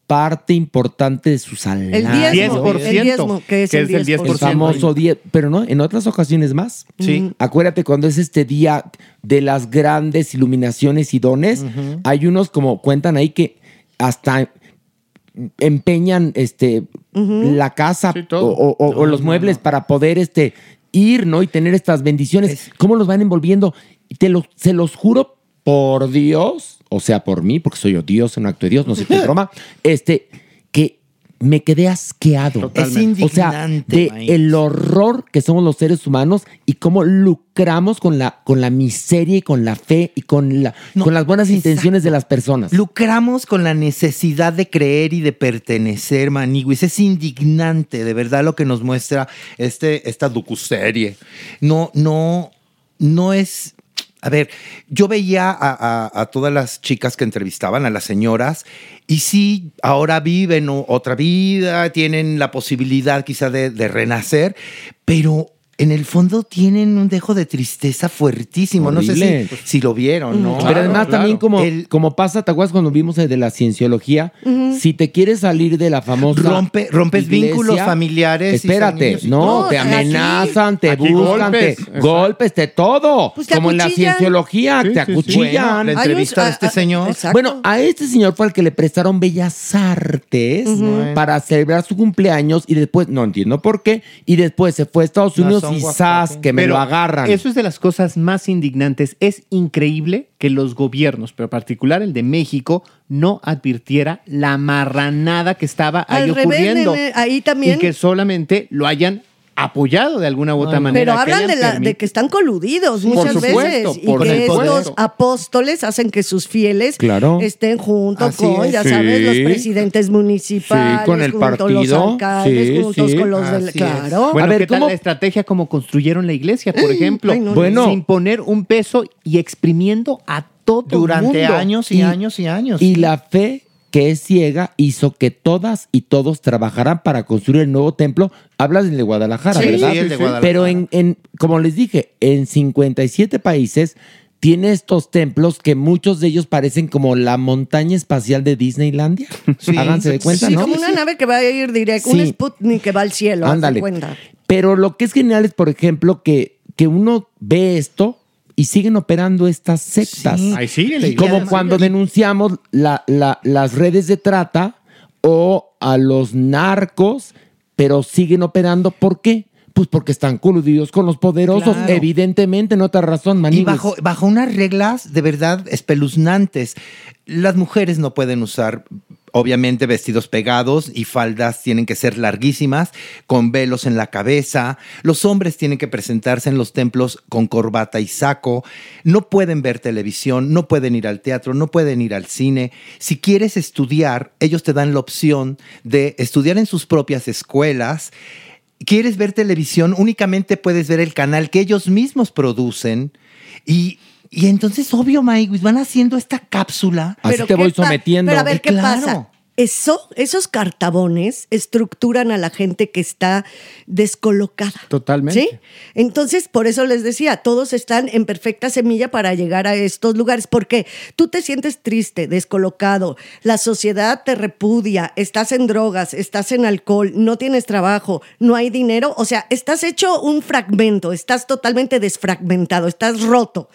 parte importante de su salario.
El diezmo, el diezmo, que es, el 10%.
El famoso 10, pero no, en otras ocasiones más.
Sí. Ujú.
Acuérdate cuando es este día de las grandes iluminaciones y dones,
Ujú.
hay unos como cuentan ahí que hasta empeñan este la casa o, o- o- o los muebles para poder este ir, ¿no? Y tener estas bendiciones. ¿Cómo los van envolviendo? Y Te lo, se los juro por Dios, o sea, por mí, porque soy odioso, un acto de Dios, no sé
<laughs>
qué broma, este, que me quedé asqueado.
Totalmente.
O sea,
indignante,
de
Maíz.
el horror que somos los seres humanos y cómo lucramos con la, con la miseria y con la fe y con, la, con las buenas intenciones de las personas.
Lucramos con la necesidad de creer y de pertenecer, Maniguis. Es indignante, de verdad, lo que nos muestra este, esta docuserie. No, no, no es. A ver, yo veía a, a- a todas las chicas que entrevistaban, a las señoras, y sí, ahora viven o- otra vida, tienen la posibilidad quizá de, de renacer, pero en el fondo tienen un dejo de tristeza fuertísimo. No
Horrible.
sé si, si lo vieron, ¿no?
Pero además también como, como pasa, ¿te acuerdas cuando vimos el de la cienciología?
Ujú.
Si te quieres salir de la famosa
Rompe- rompes vínculos familiares y
Espérate,
sanguíneos y
no,
todo.
te
Aquí-
amenazan, te
aquí
buscan,
golpes,
te-
exacto.
golpes, de todo.
Pues te
como en la
acuchillan.
cienciología,
Sí,
te
sí, sí.
acuchillan.
Bueno, la Hay entrevista un- de este a- a- señor. exacto.
Bueno, a este señor fue al que le prestaron bellas artes
Ujú.
para celebrar su cumpleaños y después, no entiendo por qué, y después se fue a Estados Unidos y
¿eh?
zas, que me
Pero
lo agarran.
Eso es de las cosas más indignantes. Es increíble que los gobiernos, pero en particular el de México, no advirtiera la marranada que estaba ahí
Al revés,
ocurriendo.
nene, ahí también.
Y que solamente lo hayan apoyado de alguna u otra manera.
Pero
que hayan
hablan de, la- de
permitido-
que están coludidos
Por
muchas
supuesto,
veces y
por
que
supuesto.
estos apóstoles hacen que sus fieles
Claro.
estén junto
Así
con,
es.
ya
Sí.
sabes, los presidentes municipales,
Sí, con el
junto a los
partido.
alcaldes,
Sí,
juntos
sí,
con los del...
así
Claro.
Bueno,
A ver,
¿qué tal
¿cómo-
la estrategia como construyeron la iglesia, por ejemplo?
no, no. Bueno.
sin poner un peso y exprimiendo a todo
Durante
mundo.
años y, años y años.
Y la fe que es ciega hizo que todas y todos trabajaran para construir el nuevo templo. Hablas del de Guadalajara,
Sí,
¿verdad?
sí, el de Guadalajara.
Pero en, en- como les dije, en 57 países tiene estos templos que muchos de ellos parecen como la montaña espacial de Disneylandia. Háganse de Ah, cuenta,
Sí,
¿no?
como una nave que va a ir directo, un
Sí.
Sputnik que va al cielo, haz de
Ándale.
cuenta.
Pero lo que es genial es, por ejemplo, que, que uno ve esto y siguen operando estas sectas.
Ahí sigue la iglesia.
Como cuando denunciamos la- la- las redes de trata o a los narcos, pero siguen operando. ¿Por qué? Pues porque están coludidos con los poderosos,
Claro.
evidentemente, no otra razón,
Y
Maniguis.
bajo, bajo unas reglas de verdad espeluznantes. Las mujeres no pueden usar, obviamente, vestidos pegados y faldas tienen que ser larguísimas, con velos en la cabeza. Los hombres tienen que presentarse en los templos con corbata y saco. No pueden ver televisión, no pueden ir al teatro, no pueden ir al cine. Si quieres estudiar, ellos te dan la opción de estudiar en sus propias escuelas. quieres ver televisión, únicamente puedes ver el canal que ellos mismos producen. Y, y entonces, obvio, Maywis, van pues, haciendo esta cápsula.
Así te voy sometiendo.
Pero a ver, ¿qué
Claro.
pasa? Eso, esos cartabones estructuran a la gente que está descolocada.
Totalmente.
¿Sí? Entonces, por eso les decía, todos están en perfecta semilla para llegar a estos lugares, porque tú te sientes triste, descolocado, la sociedad te repudia, estás en drogas, estás en alcohol, no tienes trabajo, no hay dinero, o sea, estás hecho un fragmento, estás totalmente desfragmentado, estás roto.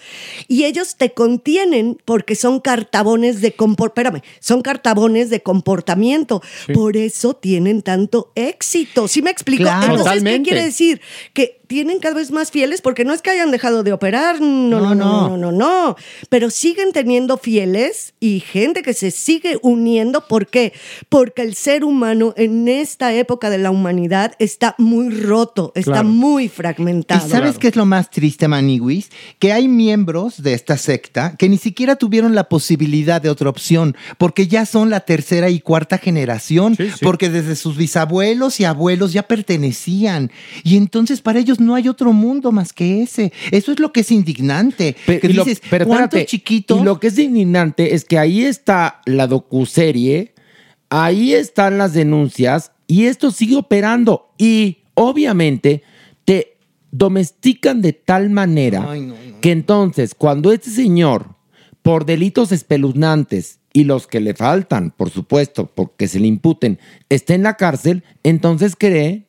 Y ellos te contienen porque son cartabones de comportamiento, son cartabones de comportamiento, por eso tienen tanto éxito. ¿Sí me explico?
Claro.
Entonces, ¿qué
Totalmente.
quiere decir? decir que tienen cada vez más fieles porque no es que hayan dejado de operar, no,
No,
no, no,
no.
no, no, no, pero siguen teniendo fieles y gente que se sigue uniendo. ¿Por qué? Porque el ser humano en esta época de la humanidad está muy roto, está
Claro.
muy fragmentado.
¿Y sabes qué es lo más triste, Maniwis? Que hay miembros de esta secta que ni siquiera tuvieron la posibilidad de otra opción, porque ya son la tercera y cuarta generación,
Sí, sí.
porque desde sus bisabuelos y abuelos ya pertenecían. Y entonces para ellos no hay otro mundo más que ese. Eso es lo que es indignante.
Pe-
que
y lo-
dices,
pero
¿cuántos
espérate,
chiquitos?
Y lo que es indignante es que ahí está la docuserie, ahí están las denuncias y esto sigue operando. Y obviamente te domestican de tal manera
Ay, no, no.
que entonces cuando este señor, por delitos espeluznantes y los que le faltan, por supuesto, porque se le imputen, está en la cárcel, entonces cree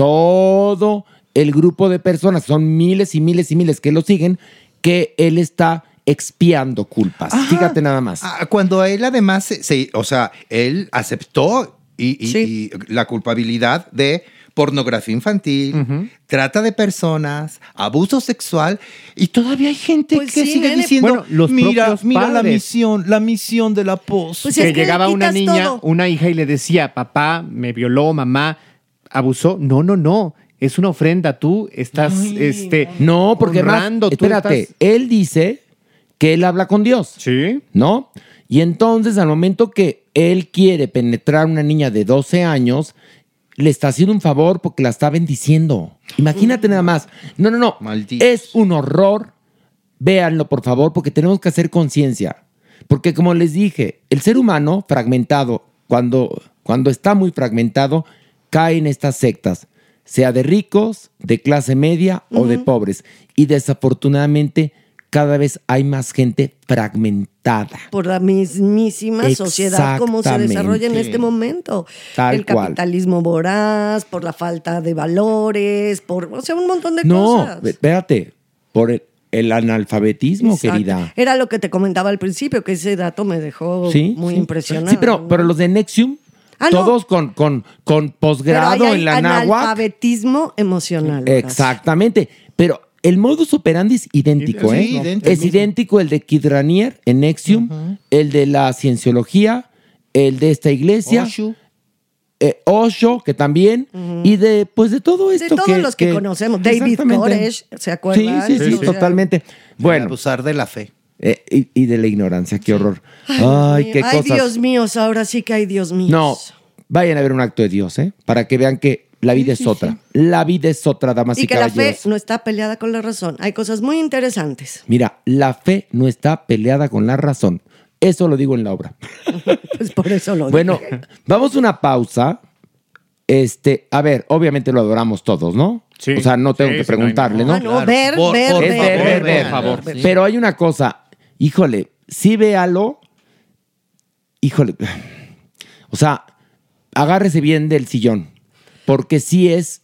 todo el grupo de personas, son miles y miles y miles que lo siguen, que él está expiando culpas.
Ajá.
Fíjate nada más.
Ah, cuando él además, se, se- o sea, él aceptó y, y-
Sí.
y la culpabilidad de pornografía infantil, trata de personas, abuso sexual, y todavía hay gente
Pues
que
sí,
sigue
nene.
diciendo,
Bueno, los
mira,
propios
mira la
padres.
misión, la misión del apóstol.
Pues es
que
que
llegaba
le
una
quitas
niña,
todo.
una hija y le decía, papá, me violó, mamá, abusó. No, no, no. Es una ofrenda. Tú estás, este,
No, porque además,
honrando, tú
espérate,
estás-
él dice que él habla con Dios,
Sí.
¿no? Y entonces al momento que él quiere penetrar a una niña de 12 años, le está haciendo un favor porque la está bendiciendo. Imagínate nada más. No, no, no.
Malditos.
Es un horror. Véanlo, por favor, porque tenemos que hacer conciencia. Porque como les dije, el ser humano fragmentado, cuando, cuando está muy fragmentado, cae en estas sectas, sea de ricos, de clase media o de pobres. Y desafortunadamente cada vez hay más gente fragmentada.
por la mismísima sociedad como se desarrolla en
Exactamente.
este momento.
Tal
el
cual.
capitalismo voraz, por la falta de valores, por o sea, un montón de
No,
cosas.
espérate, por el, el analfabetismo,
Exacto.
querida.
Era lo que te comentaba al principio, que ese dato me dejó
Sí,
muy
sí.
impresionado.
Sí, pero, pero los de Nexium,
Ah, no.
todos con, con, con
Pero ahí
posgrado
hay
en la náhuatl.
analfabetismo emocional. Horacio.
Exactamente. Pero el modus operandi es idéntico,
Sí,
¿eh?
idéntico.
Es idéntico el de Kidranier en Nexium, el de la cienciología, el de esta iglesia, eh, Osho,
Oshu.
que también, y de pues de todo
De
esto
todos
que-
los que, conocemos. David
Exactamente.
Koresh, ¿se
Sí,
acuerdan?
sí, sí,
O sea,
totalmente. Bueno,
abusar de la fe.
eh, y, y de la ignorancia, qué horror. Ay, qué
Ay,
cosas.
Dios míos, ahora sí que hay Dios míos.
No, vayan a ver un acto de Dios, ¿eh? Para que vean que la vida es otra. La vida es otra, damas y,
y que la fe
caballeros.
no está peleada con la razón. Hay cosas muy interesantes.
Mira, la fe no está peleada con la razón. Eso lo digo en la obra.
<laughs> Pues por eso lo
Bueno,
dije.
vamos a una pausa. Este, a ver, obviamente lo adoramos todos, ¿no?
Sí.
O sea, no tengo
Sí,
que
sí, no hay
preguntarle,
Ah,
¿no?
no, ver,
Por-
ver,
por
ver,
Es ver, ver,
favor,
ver.
por favor.
Sí. Pero hay una cosa, híjole, sí véalo, híjole, o sea, agárrese bien del sillón, porque sí es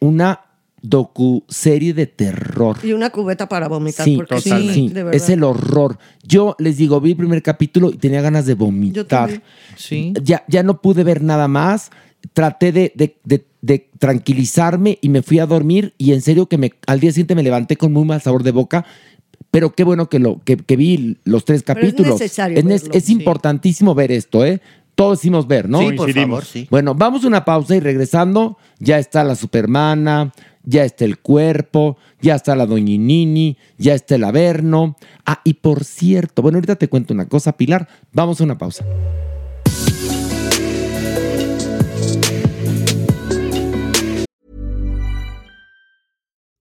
una docuserie de terror.
Y una cubeta para vomitar.
Sí,
porque
sí,
sí, de verdad.
es el horror. Yo les digo, vi el primer capítulo y tenía ganas de
Yo
vomitar.
también.
Sí.
Ya, ya no pude ver nada más. Traté de, de- de- de tranquilizarme y me fui a dormir. Y en serio que me, al día siguiente me levanté con muy mal sabor de boca. Pero qué bueno que, lo, que, que vi los tres
Pero es
capítulos.
necesario
Es ne-
verlo,
es
sí.
importantísimo ver esto, ¿eh? Todos hicimos ver, ¿no?
Sí, por
Coincidimos.
favor, sí.
Bueno, vamos a una pausa y regresando, ya está la supermana, ya está el cuerpo, ya está la doñinini, ya está el averno. Ah, y por cierto, bueno, ahorita te cuento una cosa, Pilar, vamos a una pausa.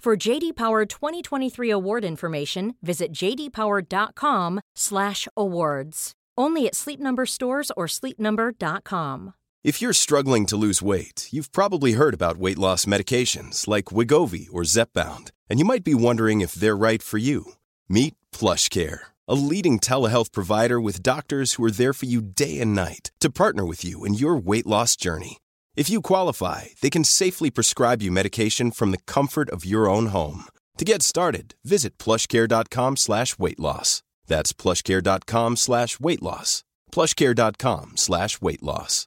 For JD Power 2023 award information, visit jdpower.com/awards. Only at Sleep Number stores or sleepnumber.com.
If you're struggling to lose weight, you've probably heard about weight loss medications like Wigovi or Zepbound, and you might be wondering if they're right for you. Meet PlushCare, a leading telehealth provider with doctors who are there for you day and night to partner with you in your weight loss journey. If you qualify, they can safely prescribe you medication from the comfort of your own home. To get started, visit plushcare.com slash weight loss. That's plushcare.com slash weight loss. Plushcare.com slash weight loss.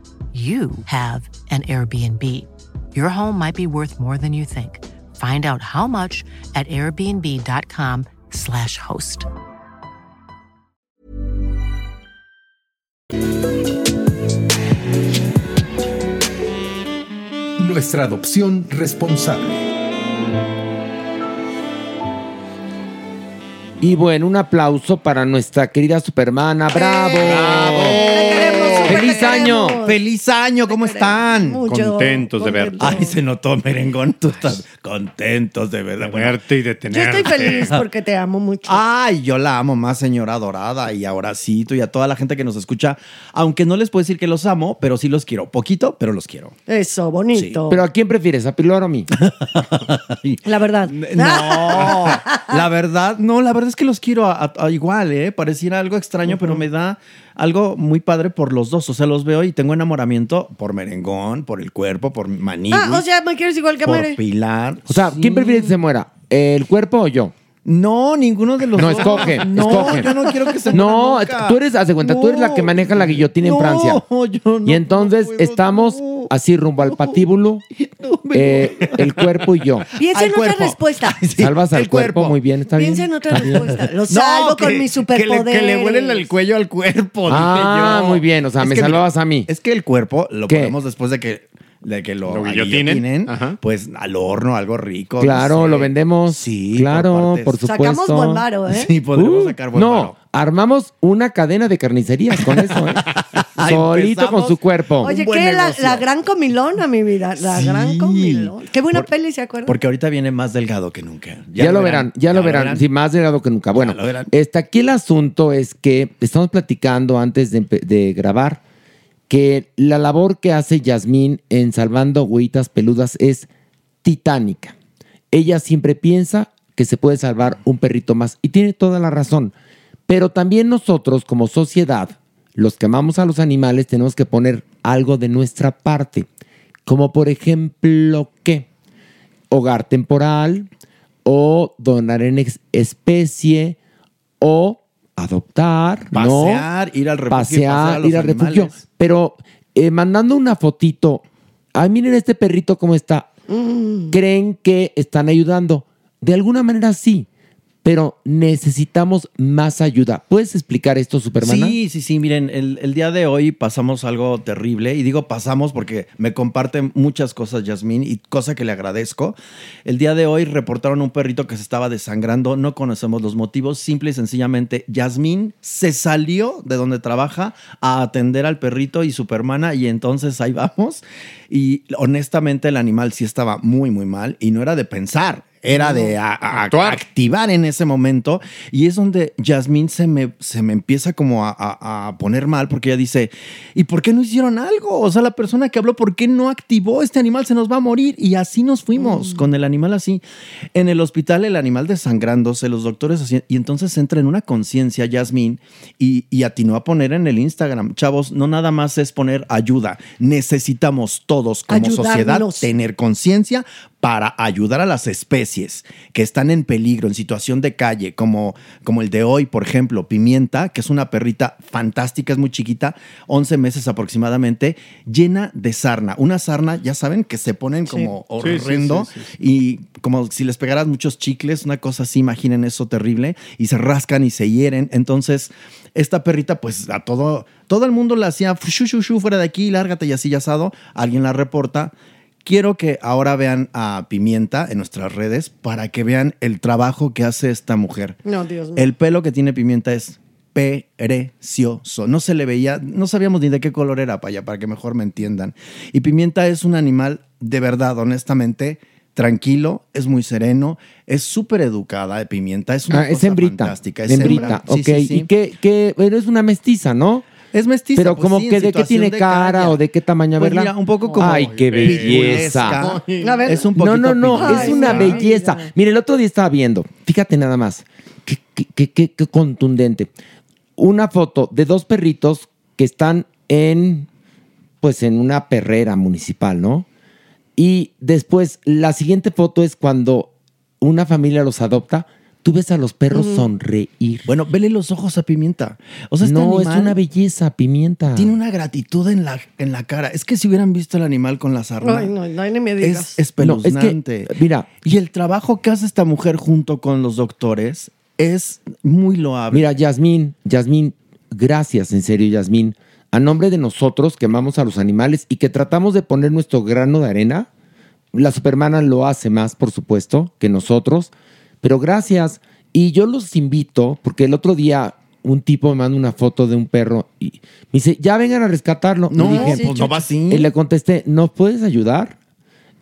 you have an Airbnb. Your home might be worth more than you think. Find out how much at airbnb.com/slash host.
Nuestra adopción responsable.
Y bueno, un aplauso para nuestra querida Supermana.
Eh,
¡Bravo!
queremos,
¡Feliz
te
año!
queremos.
¡Feliz año! ¿Cómo están?
Mucho
Contentos de verte.
contento.
Ay, se notó, merengón. Tú estás contentos de verdad. Bueno,
Verte y
Yo
detenerte.
estoy feliz porque te amo mucho.
Ay, yo la amo más, señora dorada. Y ahora sí, tú y a toda la gente que nos escucha. Aunque no les puedo decir que los amo, pero sí los quiero. Poquito, pero los quiero.
Eso, bonito.
¿Pero a quién prefieres? ¿A Pilar o a mí?
la verdad.
No,
<laughs>
la verdad, no, la verdad es que los quiero a- a- igual, ¿eh? Pareciera algo extraño, pero me da algo muy padre por los dos. O sea, los veo y tengo enamoramiento por merengón, por el cuerpo, por maní,
Ah, o sea, me quieres igual que
por
Mere.
pilar.
O sea, ¿quién prefieres que se muera? ¿El cuerpo o yo?
No, ninguno de los
No,
dos.
escoge,
No,
escoge.
yo no quiero que se
No,
muera nunca.
tú eres, haz de cuenta, tú eres la que maneja la guillotina en
No,
Francia.
yo no
y entonces
puedo,
estamos
no.
así rumbo al
<laughs>
patíbulo, eh, el cuerpo y yo.
Piensa
Al
en
cuerpo.
otra respuesta.
Sí,
Salvas al
el
cuerpo,
cuerpo.
muy bien, está
Piensa en
bien.
otra respuesta. Lo
No,
salvo
que-
con mis
que le-
superpoderes.
Que le, huelen el cuello al cuerpo. <laughs> dije
Ah,
yo.
muy bien, o sea, me
que mira,
salvabas a mí.
Es que el cuerpo lo
¿Qué?
ponemos después de que, de que lo,
Lo guillotinen.
guillotinen,
Ajá.
pues al horno, algo rico. no
Claro,
sé.
lo vendemos.
Sí,
claro,
partes.
por supuesto.
Sacamos buen varo, ¿eh?
Sí, podemos
Uh,
sacar buen
No,
varo.
armamos una cadena de carnicerías con eso,
<laughs>
¿eh? Solito con
Empezamos.
su cuerpo.
Oye,
Un buen
¿qué? La,
negocio.
la gran comilona, mi vida. La
Sí.
gran comilona. Qué buena
Por-
peli, ¿se acuerdan?
Porque ahorita viene más delgado que nunca.
Ya, lo verán, ya, lo verán, sí, más delgado que nunca. Bueno,
lo verán.
está aquí el asunto es que estamos platicando antes de, empe- de grabar que la labor que hace Yasmín en salvando huellitas peludas es titánica. Ella siempre piensa que se puede salvar un perrito más y tiene toda la razón. Pero también nosotros como sociedad, los que amamos a los animales, tenemos que poner algo de nuestra parte. Como por ejemplo, ¿qué? hogar temporal o donar en ex- especie o adoptar, ¿no?
Pasear, ir al refugio. y pasear a
pasear,
los
ir al refugio.
animales.
Pero eh, mandando una fotito, ay, miren este perrito cómo está.
Mm.
Creen que están ayudando. De alguna manera sí, pero necesitamos más ayuda. ¿Puedes explicar esto, Supermana?
Sí, sí, sí. Miren, el, el día de hoy pasamos algo terrible. Y digo pasamos porque me comparten muchas cosas, Yasmín, y cosa que le agradezco. El día de hoy reportaron un perrito que se estaba desangrando. No conocemos los motivos. Simple y sencillamente, Yasmín se salió de donde trabaja a atender al perrito y supermana. Y entonces ahí vamos. Y honestamente, el animal sí estaba muy, muy mal. Y no era de pensar. era de a- a- activar en ese momento. Y es donde Jasmine se me, se me empieza como a, a- a poner mal porque ella dice, ¿y por qué no hicieron algo? O sea, la persona que habló, ¿por qué no activó este animal? Se nos va a morir. Y así nos fuimos con el animal así. En el hospital el animal desangrándose, los doctores así. Y entonces entra en una conciencia Jasmine y, y atinó a poner en el Instagram, chavos, no nada más es poner ayuda. Necesitamos todos como sociedad
Ayudarnos.
tener conciencia para ayudar a las especies que están en peligro, en situación de calle, como, como el de hoy, por ejemplo, Pimienta, que es una perrita fantástica, es muy chiquita, 11 meses aproximadamente, llena de sarna. Una sarna, ya saben, que se ponen como
Sí, sí, sí,
horrendo
sí, sí.
y como si les pegaras muchos chicles, una cosa así, imaginen eso terrible, y se rascan y se hieren. Entonces, esta perrita, pues a todo, todo el mundo la hacía, "Shu, shu, shu, fuera de aquí, lárgate y así y asado. Alguien la reporta. Quiero que ahora vean a Pimienta en nuestras redes para que vean el trabajo que hace esta mujer.
No, Dios mío.
El pelo que tiene Pimienta es precioso. No se le veía, no sabíamos ni de qué color era para allá, para que mejor me entiendan. Y Pimienta es un animal de verdad, honestamente, tranquilo, es muy sereno, es súper educada de Pimienta. Es una
Ah, es
cosa
hembrita.
fantástica. Es
hembrita,
hembra. Sí,
ok.
sí, sí.
Y que, que bueno, es una mestiza, ¿no?
Es mestiza.
Pero
pues
como
sí, en
que de qué
situación
tiene
de
cara
calle.
o de qué tamaño
Pues
verla.
mira, un poco como...
Ay, qué belleza.
pituesca.
A ver.
Es un
No,
poquito
no, no,
pituesca.
es una belleza. Mire, el otro día estaba viendo, fíjate nada más, qué, qué- qué- qué- qué contundente. Una foto de dos perritos que están en, pues, en una perrera municipal, ¿no? Y después, la siguiente foto es cuando una familia los adopta, tú ves a los perros sonreír.
Bueno, vele los ojos a Pimienta. O sea, este
no, es
animal
una belleza, pimienta.
Tiene una gratitud en la, en la cara. Es que si hubieran visto el animal con la sarna.
Ay, no, no, ni me digas.
es espeluznante.
No, es que, mira.
Y el trabajo que hace esta mujer junto con los doctores es muy loable.
Mira, Yasmín, Yasmín, gracias, en serio, Yasmín. A nombre de nosotros que amamos a los animales y que tratamos de poner nuestro grano de arena, la supermana lo hace más, por supuesto, que nosotros. Pero gracias. Y yo los invito, porque el otro día un tipo me manda una foto de un perro y me dice, ya vengan a rescatarlo.
no,
Y dije,
pues no va así.
y le contesté, ¿nos puedes ayudar?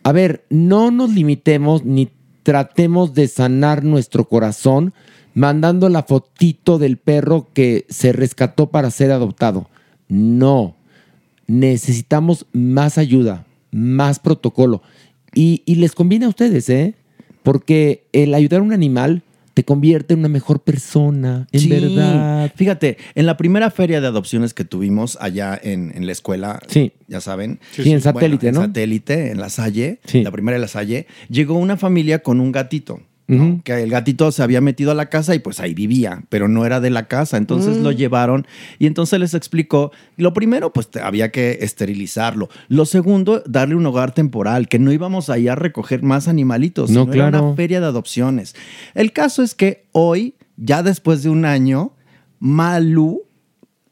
A ver, no nos limitemos ni tratemos de sanar nuestro corazón mandando la fotito del perro que se rescató para ser adoptado. No, necesitamos más ayuda, más protocolo. Y, y les conviene a ustedes, ¿eh? Porque el ayudar a un animal te convierte en una mejor persona, en
Sí.
verdad.
Fíjate, en la primera feria de adopciones que tuvimos allá en, en la escuela,
Sí.
ya saben.
Sí, sí. en satélite,
en
¿no?
satélite, en la Salle,
Sí.
la primera de la Salle, llegó una familia con un gatito.
Ujú.
que el gatito se había metido a la casa y pues ahí vivía, pero no era de la casa, entonces
Mm.
lo llevaron y entonces les explicó, lo primero pues te- había que esterilizarlo, lo segundo darle un hogar temporal, que no íbamos ahí a recoger más animalitos,
No,
sino era
claro.
una feria de adopciones. El caso es que hoy, ya después de un año, Malu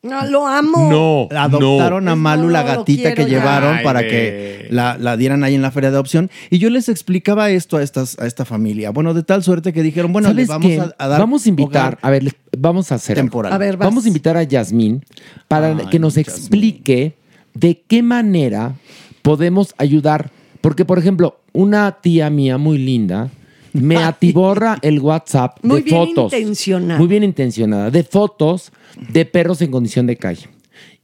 No, lo amo.
Adoptaron a
Pues
Malu,
no,
la
no lo
gatita que
quiero ya.
llevaron
Ay,
para
ve.
que la, la dieran ahí en la feria de adopción. Y yo les explicaba esto a, estas, a esta familia. Bueno, de tal suerte que dijeron, bueno, le
¿Sabes
vamos
qué?
a, a dar
Vamos a invitar,
hogar
a ver, les- vamos a hacer algo.
temporal.
A ver, vas.
Vamos a invitar a Yasmín para
Ay,
que nos
Yasmín.
explique de qué manera podemos ayudar. Porque, por ejemplo, una tía mía muy linda me atiborra el WhatsApp
Muy
de
bien
fotos.
intencionada.
Muy bien intencionada. De fotos de perros en condición de calle.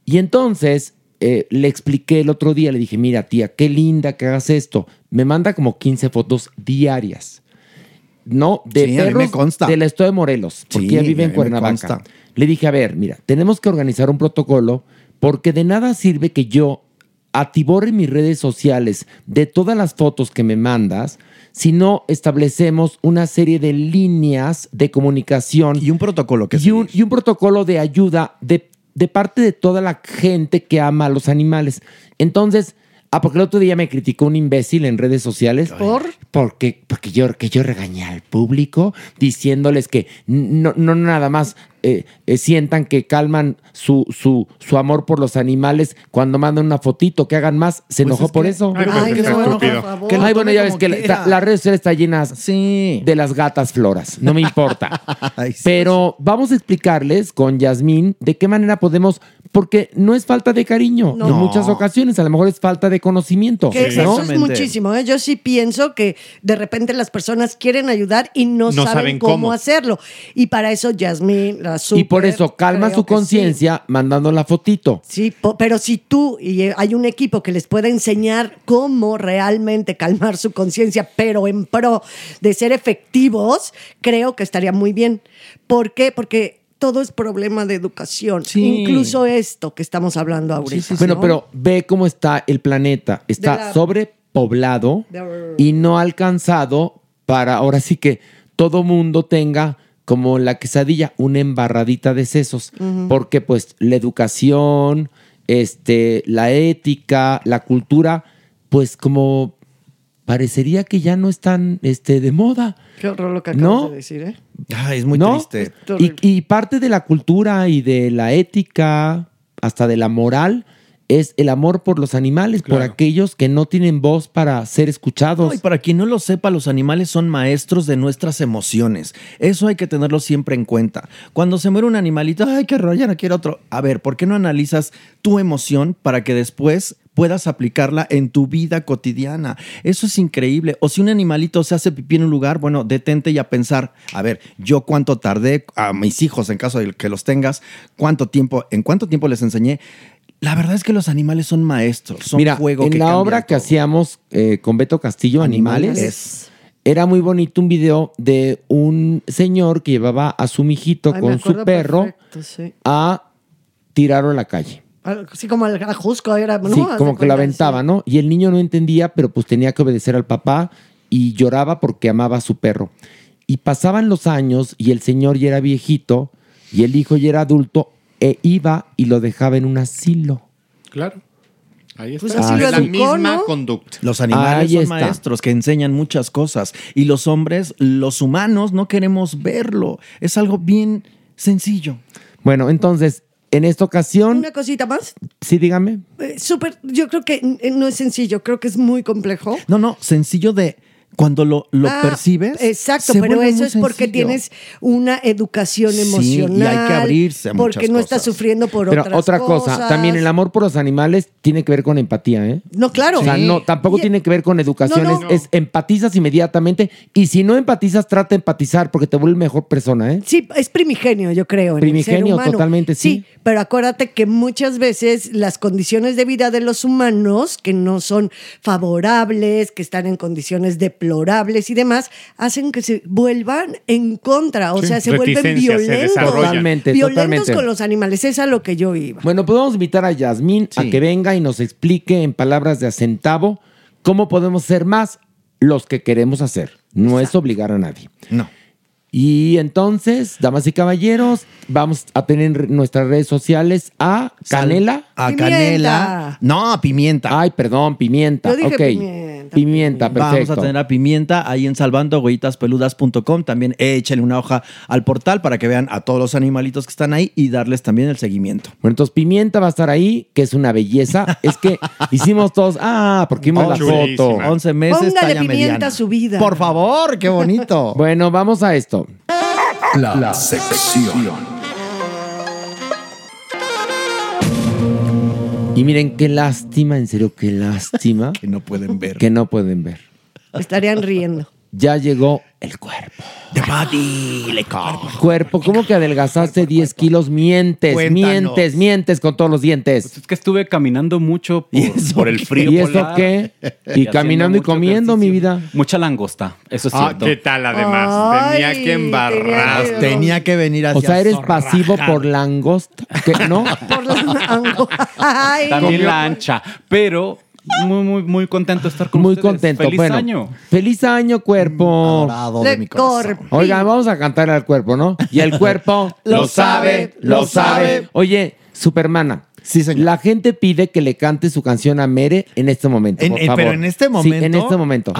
Y entonces eh, le expliqué el otro día, le dije, mira tía, qué linda que hagas esto. Me manda como 15 fotos diarias. No, de
Sí, a mí me
perros
consta.
del estado de Morelos, porque
Sí,
ella vive
a
en
mí me
Cuernavaca.
consta.
Le dije, a ver, mira, tenemos que organizar un protocolo porque de nada sirve que yo atiborre mis redes sociales de todas las fotos que me mandas si no establecemos una serie de líneas de comunicación
Y un protocolo que
y un,
seguir.
y un protocolo de ayuda de, de parte de toda la gente que ama a los animales. Entonces, ah, porque el otro día me criticó un imbécil en redes sociales.
¿Por?
Porque, porque yo, que yo regañé al público diciéndoles que no, no nada más eh, eh, sientan que calman su, su, su amor por los animales cuando mandan una fotito, que hagan más. ¿Se enojó por eso?
Ay, pues, está estúpido.
Ay, bueno, ya ves que la,
quiera.
está- las redes sociales están llenas de las gatas floras. No me
<laughs>
importa. Pero vamos a explicarles con Yasmín de qué manera podemos, porque no es falta de cariño
No.
en muchas ocasiones, a lo mejor es falta de conocimiento.
Que
¿no?
Eso es muchísimo. ¿eh? Yo sí pienso que de repente las personas quieren ayudar y
No
no, saben,
saben
cómo.
cómo.
hacerlo. Y para eso Yasmín, la
Y
súper,
por eso calma
creo
su
que sí.
conciencia mandando la fotito.
Sí, po- pero si tú y eh, hay un equipo que les puede enseñar cómo realmente calmar su conciencia, pero en pro de ser efectivos, creo que estaría muy bien. ¿Por qué? Porque todo es problema de educación, incluso esto que estamos hablando ahorita.
bueno,
¿no?
pero ve cómo está el planeta. Está
De la-
sobrepoblado
De-
y no ha alcanzado para ahora sí que todo mundo tenga como la quesadilla, una embarradita de sesos.
Ujú.
Porque pues la educación, este, la ética, la cultura, pues como parecería que ya no están este, de moda.
Qué horror lo que acabas
¿No?
de decir, ¿eh?
es muy
triste. Es
Y,
terrible.
y parte de la cultura y de la ética, hasta de la moral, es el amor por los animales, por aquellos que no tienen voz para ser escuchados.
No, y para quien no lo sepa, los animales son maestros de nuestras emociones. Eso hay que tenerlo siempre en cuenta. Cuando se muere un animalito, ay, qué rollo, ya no quiero otro. A ver, ¿por qué no analizas tu emoción para que después puedas aplicarla en tu vida cotidiana? Eso es increíble. O si un animalito se hace pipí en un lugar, bueno, detente y a pensar, a ver, yo cuánto tardé a mis hijos en caso de que los tengas, cuánto tiempo, en cuánto tiempo les enseñé. La verdad es que los animales son maestros, son
Mira,
fuego
en
que
la
cambia
obra que hacíamos eh, con Beto Castillo, Animales,
Animales.
era muy bonito un video de un señor que llevaba a su mijito
Ay, me
con su
acuerdo
perro
perfecto, sí.
a tirarlo a la calle.
Al- Así como el Jusco era, ¿no?
Sí,
Haz
como
de
que lo
cuenta,
aventaba, ¿no? Y el niño no entendía, pero pues tenía que obedecer al papá y lloraba porque amaba a su perro. Y pasaban los años y el señor ya era viejito y el hijo ya era adulto e iba y lo dejaba en un asilo.
Claro. Ahí está.
Pues así lo
Ah,
Es la
educó,
misma
¿no?
conducta.
Los animales
Ahí
son
está.
maestros que enseñan muchas cosas y los hombres, los humanos, no queremos verlo. Es algo bien sencillo.
Bueno, entonces, en esta ocasión...
Una cosita más.
Sí, dígame.
Eh, Súper, yo creo que eh, no es sencillo, creo que es muy complejo.
No, no, sencillo de cuando lo, lo
Ah,
percibes.
Exacto,
se
pero
vuelve
eso
muy
es porque
sencillo.
tienes una educación
Sí, y hay que
emocional.
abrirse a muchas
Porque no estás
cosas.
sufriendo por
Pero
otras
otra cosa,
cosas.
también el amor por los animales tiene que ver con empatía, ¿eh?
No, claro.
O sea,
Sí.
no, tampoco
Y-
tiene que ver con educación,
No,
es-
no.
Es, empatizas inmediatamente y si no empatizas, trata de empatizar porque te vuelve mejor persona, ¿eh?
Sí, es primigenio, yo creo. en el ser
Primigenio,
humano.
totalmente, sí.
Pero acuérdate que muchas veces las condiciones de vida de los humanos, que no son favorables, que están en condiciones deplorables y demás, hacen que se vuelvan en contra. O
Sí.
sea, se vuelven
Reticencias, se
violentos.
desarrollan. Totalmente,
violentos
totalmente.
con los animales. Es a lo que yo iba.
Bueno, podemos invitar a Yasmín a que venga y nos explique en palabras de acentavo cómo podemos ser más los que queremos hacer. No es obligar a nadie.
No.
Y entonces, damas y caballeros, vamos a tener en nuestras redes sociales a Canela.
a Pimienta. Canela. No, a Pimienta.
Ay, perdón, Pimienta.
Yo dije
ok.
pimienta.
Pimienta,
Vamos
perfecto.
a tener a Pimienta ahí en salvandohuellitaspeludas.com. También échale una hoja al portal para que vean a todos los animalitos que están ahí y darles también el seguimiento.
Bueno, entonces Pimienta va a estar ahí, que es una belleza. Es
<laughs>
que hicimos todos, ah, porque vimos la
Oh, Chulísima.
foto.
11 meses,
Póngale pimienta a su vida.
Por favor, qué bonito.
<laughs> bueno, vamos a esto.
La, sección.
Y miren, qué lástima, en serio, qué
<laughs>
lástima. que
no pueden ver.
Que no pueden ver.
Estarían riendo.
Ya llegó el
The body, le
cuerpo. ¿Cómo que adelgazaste 10 kilos? Mientes,
Cuéntanos.
mientes, mientes con todos los dientes.
Es que estuve caminando mucho por, por el frío.
¿Y eso
polar.
qué? Y
haciendo
caminando y
mucho
comiendo, mi vida.
Mucha langosta, eso es
Ah,
cierto.
¿qué tal,
además? Tenía Ay, que embarrar. tenía que- Tenía
que venir
O sea, eres
zorraja.
pasivo por langosta. ¿Qué? ¿No?
Ay.
También la ancha, pero muy, muy, muy contento de estar con
Muy
ustedes.
contento.
Feliz
bueno,
año.
Feliz año, cuerpo.
de Le mi corazón. corpí.
Oigan, vamos a cantar al cuerpo, ¿no? Y el cuerpo
<laughs> Lo sabe, lo sabe.
Oye, Supermana. Sí, señor. La gente pide que le cante su canción a Mere en este momento.
En-
por
en-
favor.
pero en este
Sí, en
momento-
este momento.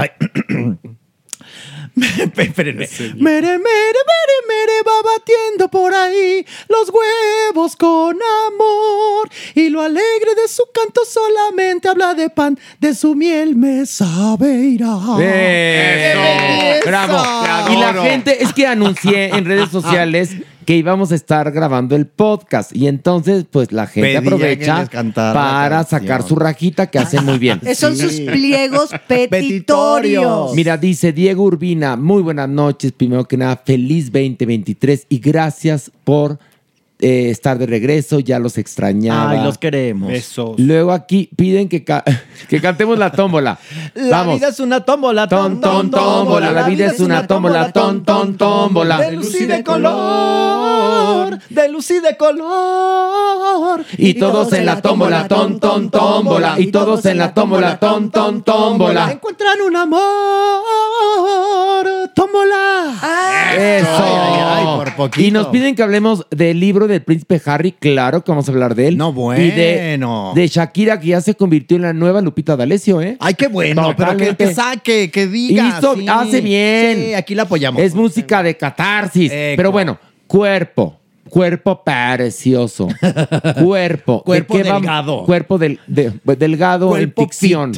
Espérenme.
Mere, mere, mere, mere va batiendo por ahí los huevos con amor. Y lo alegre de su canto solamente habla de pan, de su miel me sabe irá.
¡Eso! ¡Bravo!
Te
Y la
adoro.
gente, es que anuncié en redes sociales que íbamos a estar grabando el podcast. Y entonces, pues la gente
Pedían que
aprovecha
les cantara
para
canción.
sacar su rajita que hace muy
<laughs>
bien.
Son sus pliegos petitorios.
Mira, dice Diego Urbina, muy buenas noches, primero que nada, feliz 2023 y gracias por eh, estar de regreso, ya los extrañaba.
Ay, los queremos.
Besos. Luego aquí piden que, ca- <laughs> que cantemos la tómbola.
La
Vamos.
vida es una tómbola,
Ton, ton, tómbola, la vida es una tómbola, ton, ton, tómbola.
De luz y de color, de luz y de color.
Y todos en la tómbola, ton, ton, tómbola. Y todos en la tómbola, ton, ton, tómbola.
Encuentran un amor, tómbola.
Eso. Y nos piden que hablemos del libro del príncipe Harry, claro que vamos a hablar de él. No, bueno. Y de, de Shakira, que ya se convirtió en la nueva Lupita D'Alessio, ¿eh? Ay, qué
bueno, pero que, que saque, Eh, que diga.
Hizo-
sí.
hace bien.
Sí, aquí la apoyamos.
Es música de catarsis.
Eco.
Pero bueno, cuerpo. Cuerpo
<laughs>
precioso. Cuerpo. ¿De
Cuerpo
qué va-
delgado.
Cuerpo del- de- pues, delgado
Cuerpo
en ficción.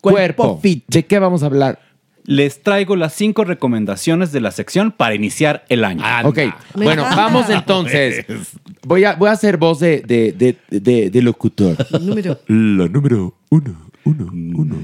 Cuerpo
Cuerpo. ¿De qué vamos a hablar?
Les traigo las cinco recomendaciones de la sección para iniciar el año.
Ah, Ok, bueno, vamos entonces.
Pues.
Voy a, voy a hacer voz de, de, de, de- de locutor.
Número.
La número uno, uno, uno.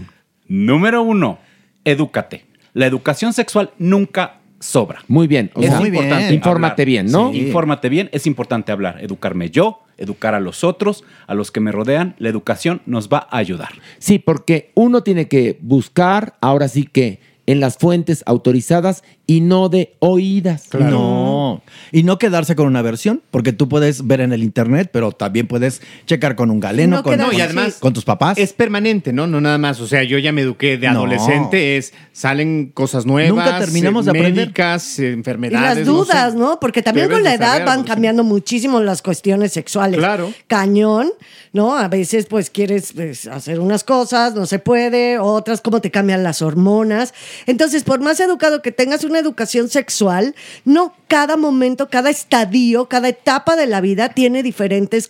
Número uno, edúcate. La educación sexual nunca sobra.
Muy bien. o
es
sea,
importante. hablar.
Infórmate bien, ¿no?
Sí, Infórmate bien, es importante hablar. Educarme yo, educar a los otros, a los que me rodean. La educación nos va a ayudar.
Sí, porque uno tiene que buscar, ahora sí que, en las fuentes autorizadas y no de oídas.
No. Y no quedarse con una versión, porque tú puedes ver en el internet, pero también puedes checar con un galeno,
No
con,
quedarse-
con-
No, y además-
con tus papás.
Es permanente, ¿no? No nada más. O sea, yo ya me eduqué de
No.
adolescente, es salen cosas nuevas.
Nunca terminamos de aprender.
médicas, eh,
Y
enfermedades.
las dudas, ¿no? Porque también
Debes
con la
de
edad
saber,
van
pues,
cambiando muchísimo las cuestiones sexuales. Claro. Cañón, ¿no? A veces, pues, quieres pues, hacer unas cosas, no se puede, otras, cómo te cambian las hormonas. Entonces, por más educado que tengas una educación sexual, no, cada momento, cada estadio, cada etapa de la vida tiene diferentes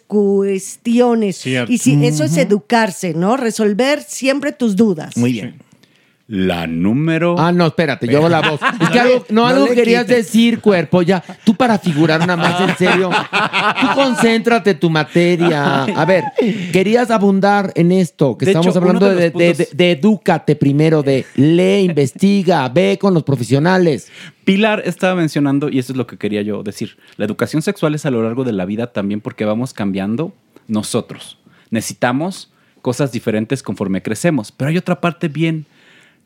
cuestiones.
Cierto.
Y si eso es
Ujú.
educarse, ¿no? Resolver siempre tus dudas.
Muy bien. La número.
Ah, no, espérate, yo hago la
<laughs>
voz. Es que algo, no,
no
algo
le
querías
quites.
decir, cuerpo, ya. Tú para figurar nada más, en serio. Tú concéntrate tu materia. A ver, querías abundar en esto, que
De
estamos
hecho,
hablando
uno de
de,
los
de-
puntos-
de- de edúcate primero, de lee, investiga, ve con los profesionales.
Pilar estaba mencionando, y eso es lo que quería yo decir, la educación sexual es a lo largo de la vida también porque vamos cambiando nosotros. Necesitamos cosas diferentes conforme crecemos, pero hay otra parte bien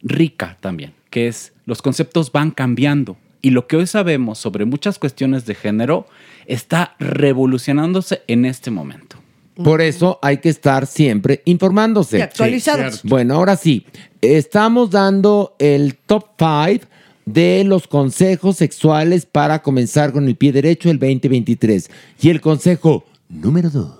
rica también, que es los conceptos van cambiando y lo que hoy sabemos sobre muchas cuestiones de género está revolucionándose en este momento.
Por eso hay que estar siempre informándose.
Y actualizados. Sí, cierto.
bueno, ahora sí, estamos dando el top 5 de los consejos sexuales para comenzar con el pie derecho el 2023. Y el consejo número 2.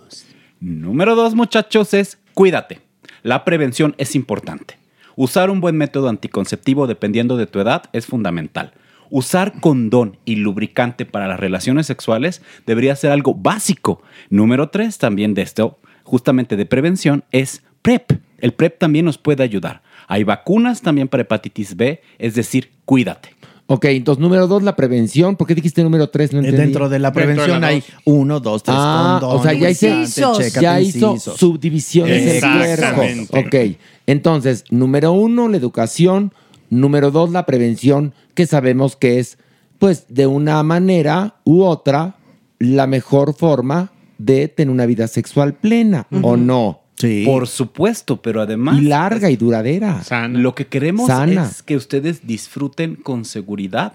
Número dos, muchachos, es cuídate. La prevención es importante. Usar un buen método anticonceptivo dependiendo de tu edad es fundamental. Usar condón y lubricante para las relaciones sexuales debería ser algo básico. Número tres, también de esto, justamente de prevención, es PrEP. El PrEP también nos puede ayudar. Hay vacunas también para hepatitis B, es decir, cuídate.
Ok, entonces número 2, la prevención. ¿Por qué dijiste número 3? No entendí.
Eh, Dentro de la prevención hay uno, dos, tres
Ah,
condones,
o sea, ya, hice-
lubricante, chécate
ya hizo
incisos.
subdivisiones del cuerpo.
Exactamente.
Ok, entonces, número uno, la educación. Número dos, la prevención, que sabemos que es, pues, de una manera u otra, la mejor forma de tener una vida sexual plena, ¿o no?
Sí.
Por supuesto, pero además.
Y larga y duradera.
Lo que queremos
Sana.
es que ustedes disfruten con seguridad,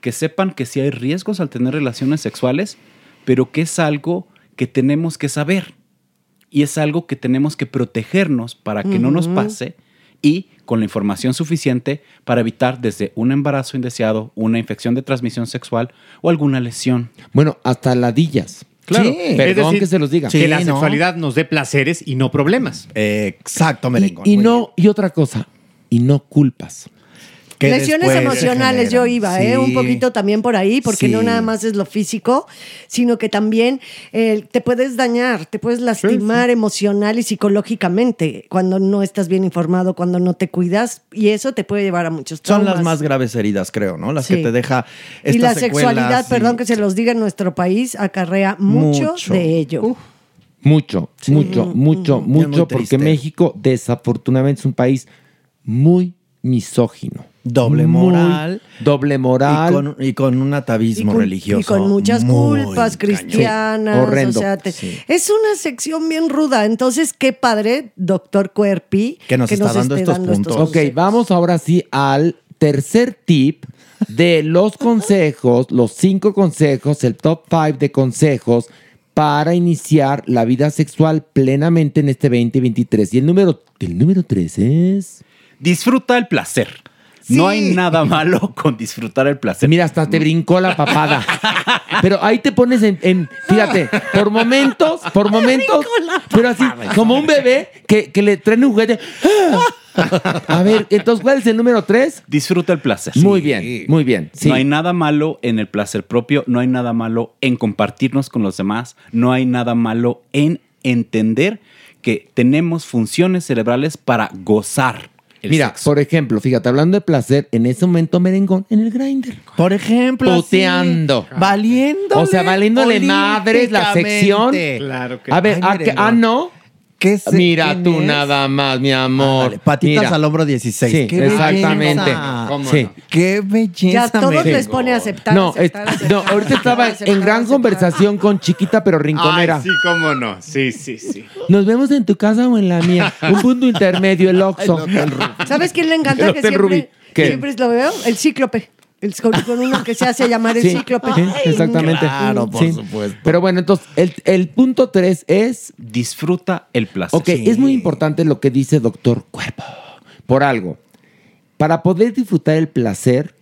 que sepan que sí hay riesgos al tener relaciones sexuales, pero que es algo que tenemos que saber y es algo que tenemos que protegernos para que no nos
Ujú.
pase y con la información suficiente para evitar desde un embarazo indeseado, una infección de transmisión sexual o alguna lesión.
Bueno, hasta ladillas.
Claro, Es
Perdón
decir,
que se los diga.
Que la sexualidad nos dé placeres y no problemas.
Exacto,
Y, y no, y otra cosa, y no culpas.
Que
Lesiones
después se
emocionales yo
generan.
iba,
Sí.
¿eh? Un poquito también por ahí, porque
Sí.
no nada más es lo físico, sino que también eh, te puedes dañar, te puedes lastimar emocional y psicológicamente cuando no estás bien informado, cuando no te cuidas, y eso te puede llevar a muchos
Son
traumas.
las más graves heridas, creo, ¿no? Las
Sí.
que te deja estas
Y la
secuelas
sexualidad,
y-
perdón que se los diga en nuestro país, acarrea mucho,
Mucho.
de ello.
Mucho, mucho,
Mm,
mucho,
muy
mucho,
triste.
porque México desafortunadamente es un país muy misógino.
Doble
Muy
moral.
Doble moral.
Y con, y con un atavismo
Y con-
religioso.
Y con muchas
muy
culpas cristianas.
Sí, horrendo.
o sea, te-
Sí.
es una sección bien ruda. Entonces, qué padre, doctor Cuerpi, esté dando estos
Ok, vamos ahora sí al tercer tip de
<laughs>
los consejos, los cinco consejos, el top five de consejos para iniciar la vida sexual plenamente en este 2023. Y el número, el número tres es...
Disfruta el placer. No hay nada malo con disfrutar el placer. Mm.
Mira, hasta te brincó la
<laughs>
papada. Pero ahí te pones en, en- fíjate, por momentos,
<laughs>
por momentos, pero así, como un bebé que, que le traen un
<laughs>
juguete. A ver, entonces, ¿cuál es el número tres?
Disfruta el placer.
Muy bien, muy bien. sí.
No hay nada malo en el placer propio, no hay nada malo en compartirnos con los demás, no hay nada malo en entender que tenemos funciones cerebrales para gozar. el
Mira,
sexo.
por ejemplo, fíjate, hablando de placer, en ese momento merengón, en el grinder.
Por ejemplo, así,
Puteando.
valiéndole.
O sea, valiéndole madres la sección.
olímpicamente. Claro que
A ver,
Ay,
ah,
miren,
que- ah, no.
¿Qué se-
Mira
quién
tú
es?
nada más, mi amor.
Patitas
Mira.
al hombro 16.
Sí,
Qué
exactamente.
belleza.
¿Cómo Sí. no?
Qué belleza.
Ya todos
Merengue.
les pone aceptar.
No,
aceptar,
es-
aceptar,
no, ahorita
aceptar,
estaba
aceptar,
en gran
aceptar.
conversación con chiquita pero rinconera.
Ay, sí, cómo no. Sí, sí, sí.
Nos vemos en tu casa o en la mía. Un punto intermedio, el Oxxo.
¿Sabes quién le encanta
El
que
Hotel Rubí.
siempre,
¿Qué?
siempre lo veo? El cíclope. El, con, con uno que se hace llamar el
Sí,
cíclope.
sí, exactamente. Sí. Pero bueno, entonces, el, el punto tres es...
Disfruta el placer.
Ok, es muy importante lo que dice doctor Cuerpo. Por algo. Para poder disfrutar el placer,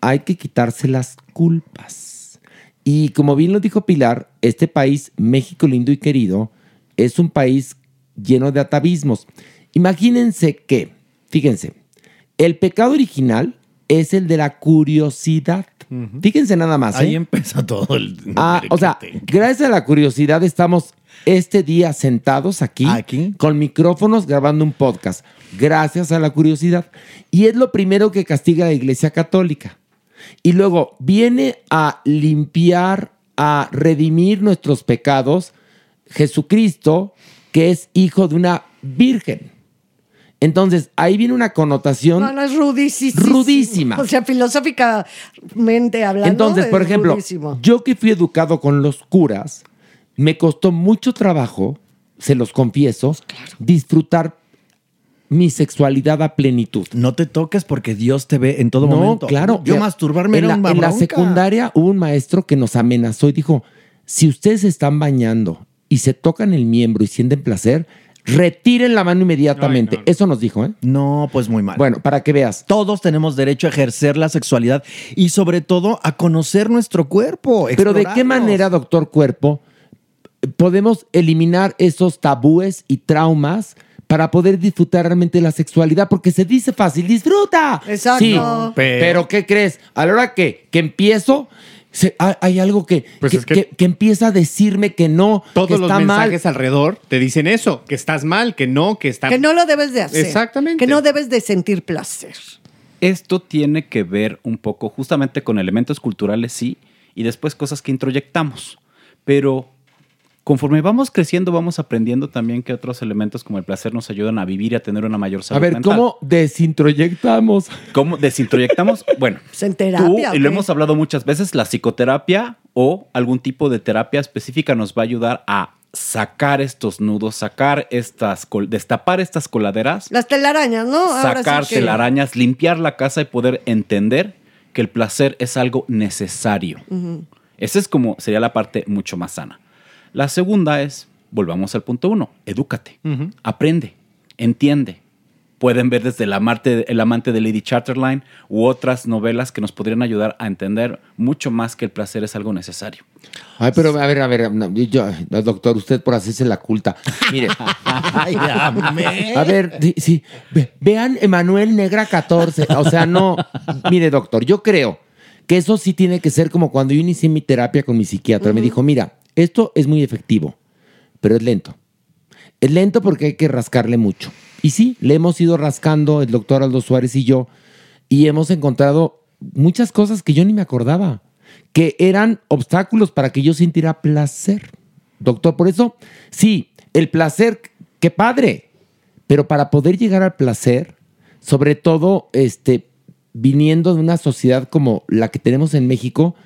hay que quitarse las culpas. Y como bien lo dijo Pilar, este país, México lindo y querido, es un país lleno de atavismos. Imagínense que, fíjense, el pecado original es el de la curiosidad. Fíjense nada más.
Ahí
¿eh?
empieza todo el.
Ah, o sea, gracias a la curiosidad estamos este día sentados aquí, con micrófonos grabando un podcast. Gracias a la curiosidad. Y es lo primero que castiga la Iglesia Católica. Y luego viene a limpiar, a redimir nuestros pecados Jesucristo, que es hijo de una virgen. Entonces, ahí viene una connotación
No, no, es rudísima.
Rudísima.
O sea, filosóficamente hablando.
entonces, por
es
ejemplo,
rudísimo.
yo que fui educado con los curas, me costó mucho trabajo, se los confieso, disfrutar mi sexualidad a plenitud.
No te toques porque Dios te ve en todo
no,
momento.
claro.
Yo
Ya,
masturbarme
en
era
la,
una
En la
bronca.
secundaria hubo un maestro que nos amenazó y dijo, si ustedes se están bañando y se tocan el miembro y sienten placer, retiren la mano inmediatamente. Eso nos dijo, ¿eh?
No, pues muy mal.
Bueno, para que veas.
Todos tenemos derecho a ejercer la sexualidad y sobre todo a conocer nuestro cuerpo.
Pero ¿de qué
explorarnos.
manera, doctor Cuerpo, podemos eliminar esos tabúes y traumas para poder disfrutar realmente la sexualidad? Porque se dice fácil, disfruta.
Exacto.
Sí,
No,
pero,
pero-
¿qué crees? A la hora que, que empiezo... se- hay, hay algo que,
Pues
que, que- que empieza a decirme que no,
Todos
que
los
está mal.
mensajes alrededor te dicen eso, que estás mal, que no, que está
Que no lo debes de hacer.
Exactamente.
Que no debes de sentir placer.
Esto tiene que ver un poco justamente con elementos culturales, sí, y después cosas que introyectamos. Pero conforme vamos creciendo, vamos aprendiendo también que otros elementos como el placer nos ayudan a vivir y a tener una mayor
A
salud
ver,
mental.
¿cómo desintroyectamos?
¿Cómo
<laughs>
desintroyectamos? bueno,
Pues en terapia.
Tú, y
¿o
lo
qué?
hemos hablado muchas veces, la psicoterapia o algún tipo de terapia específica nos va a ayudar a sacar estos nudos, sacar estas, col- destapar estas coladeras,
Las telarañas, ¿no? Ahora sí
sacar
que-
telarañas, limpiar la casa y poder entender que el placer es algo necesario.
Ujú.
Esa es como sería la parte mucho más sana. La segunda es, volvamos al punto uno, edúcate, aprende, entiende, pueden ver desde el amante, el amante de Lady Chatterline u otras novelas que nos podrían ayudar a entender mucho más que el placer es algo necesario.
Ay, pero a ver, a ver, no, yo- no, doctor, usted por hacerse la culta. Mire.
Ay, amén.
a ver, sí, sí. Ve- vean Emanuel Negra 14. O sea, no. Mire, doctor, yo creo que eso sí tiene que ser como cuando yo inicié mi terapia con mi psiquiatra. Me dijo, mira, esto es muy efectivo, pero es lento. Es lento porque hay que rascarle mucho. Y sí, le hemos ido rascando el doctor Aldo Suárez y yo, y hemos encontrado muchas cosas que yo ni me acordaba, que eran obstáculos para que yo sintiera placer. Doctor, por eso, sí, el placer, qué padre, pero para poder llegar al placer, sobre todo este, viniendo de una sociedad como la que tenemos en México,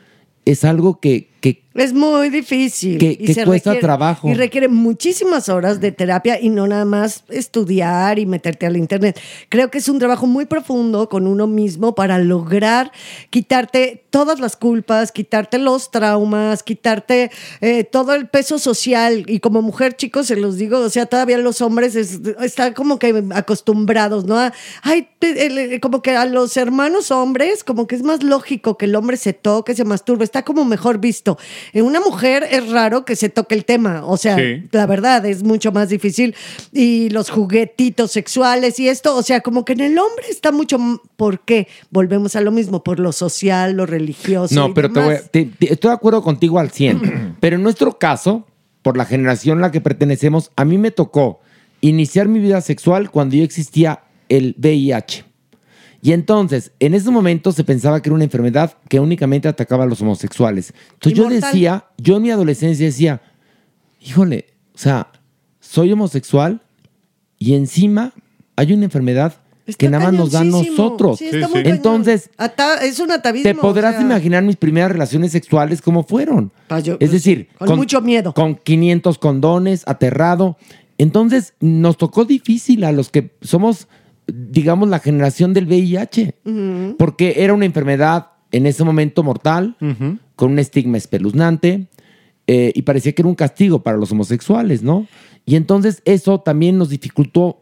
es algo que, que
Es muy difícil.
Que- que cuesta trabajo.
Y requiere muchísimas horas de terapia y no nada más estudiar y meterte al internet. Creo que es un trabajo muy profundo con uno mismo para lograr quitarte todas las culpas, quitarte los traumas, quitarte eh, todo el peso social. Y como mujer, chicos, se los digo, o sea, todavía los hombres es- están como que acostumbrados, ¿no? A- ay, te- el- el- como que a los hermanos hombres, como que es más lógico que el hombre se toque, se masturbe, está como mejor visto. En una mujer es raro que se toque el tema, o sea,
Sí.
la verdad es mucho más difícil. Y los juguetitos sexuales y esto, o sea, como que en el hombre está mucho, m- ¿por qué? Volvemos a lo mismo, por lo social, lo religioso.
No,
y
pero te voy a-
demás.
te- te- estoy de acuerdo contigo al
<clears throat>
100. pero en nuestro caso, por la generación a la que pertenecemos, a mí me tocó iniciar mi vida sexual cuando yo existía el VIH. Y entonces, en ese momento se pensaba que era una enfermedad que únicamente atacaba a los homosexuales. Entonces yo
Inmortal.
decía, yo en mi adolescencia decía, híjole, o sea, soy homosexual y encima hay una enfermedad que nada más nos da a
Cañoncísimo.
nosotros.
Sí, está muy cañón.
entonces,
Ata- es un atavismo.
te podrás
o sea,
imaginar mis primeras relaciones sexuales cómo fueron.
Pa- yo- pues,
es decir,
con mucho
miedo. Con 500 condones, aterrado. Entonces nos tocó difícil a los que somos, digamos, la generación del VIH,
ujú.
porque era una enfermedad en ese momento mortal, con un estigma espeluznante, eh, y parecía que era un castigo para los homosexuales, ¿no? Y entonces eso también nos dificultó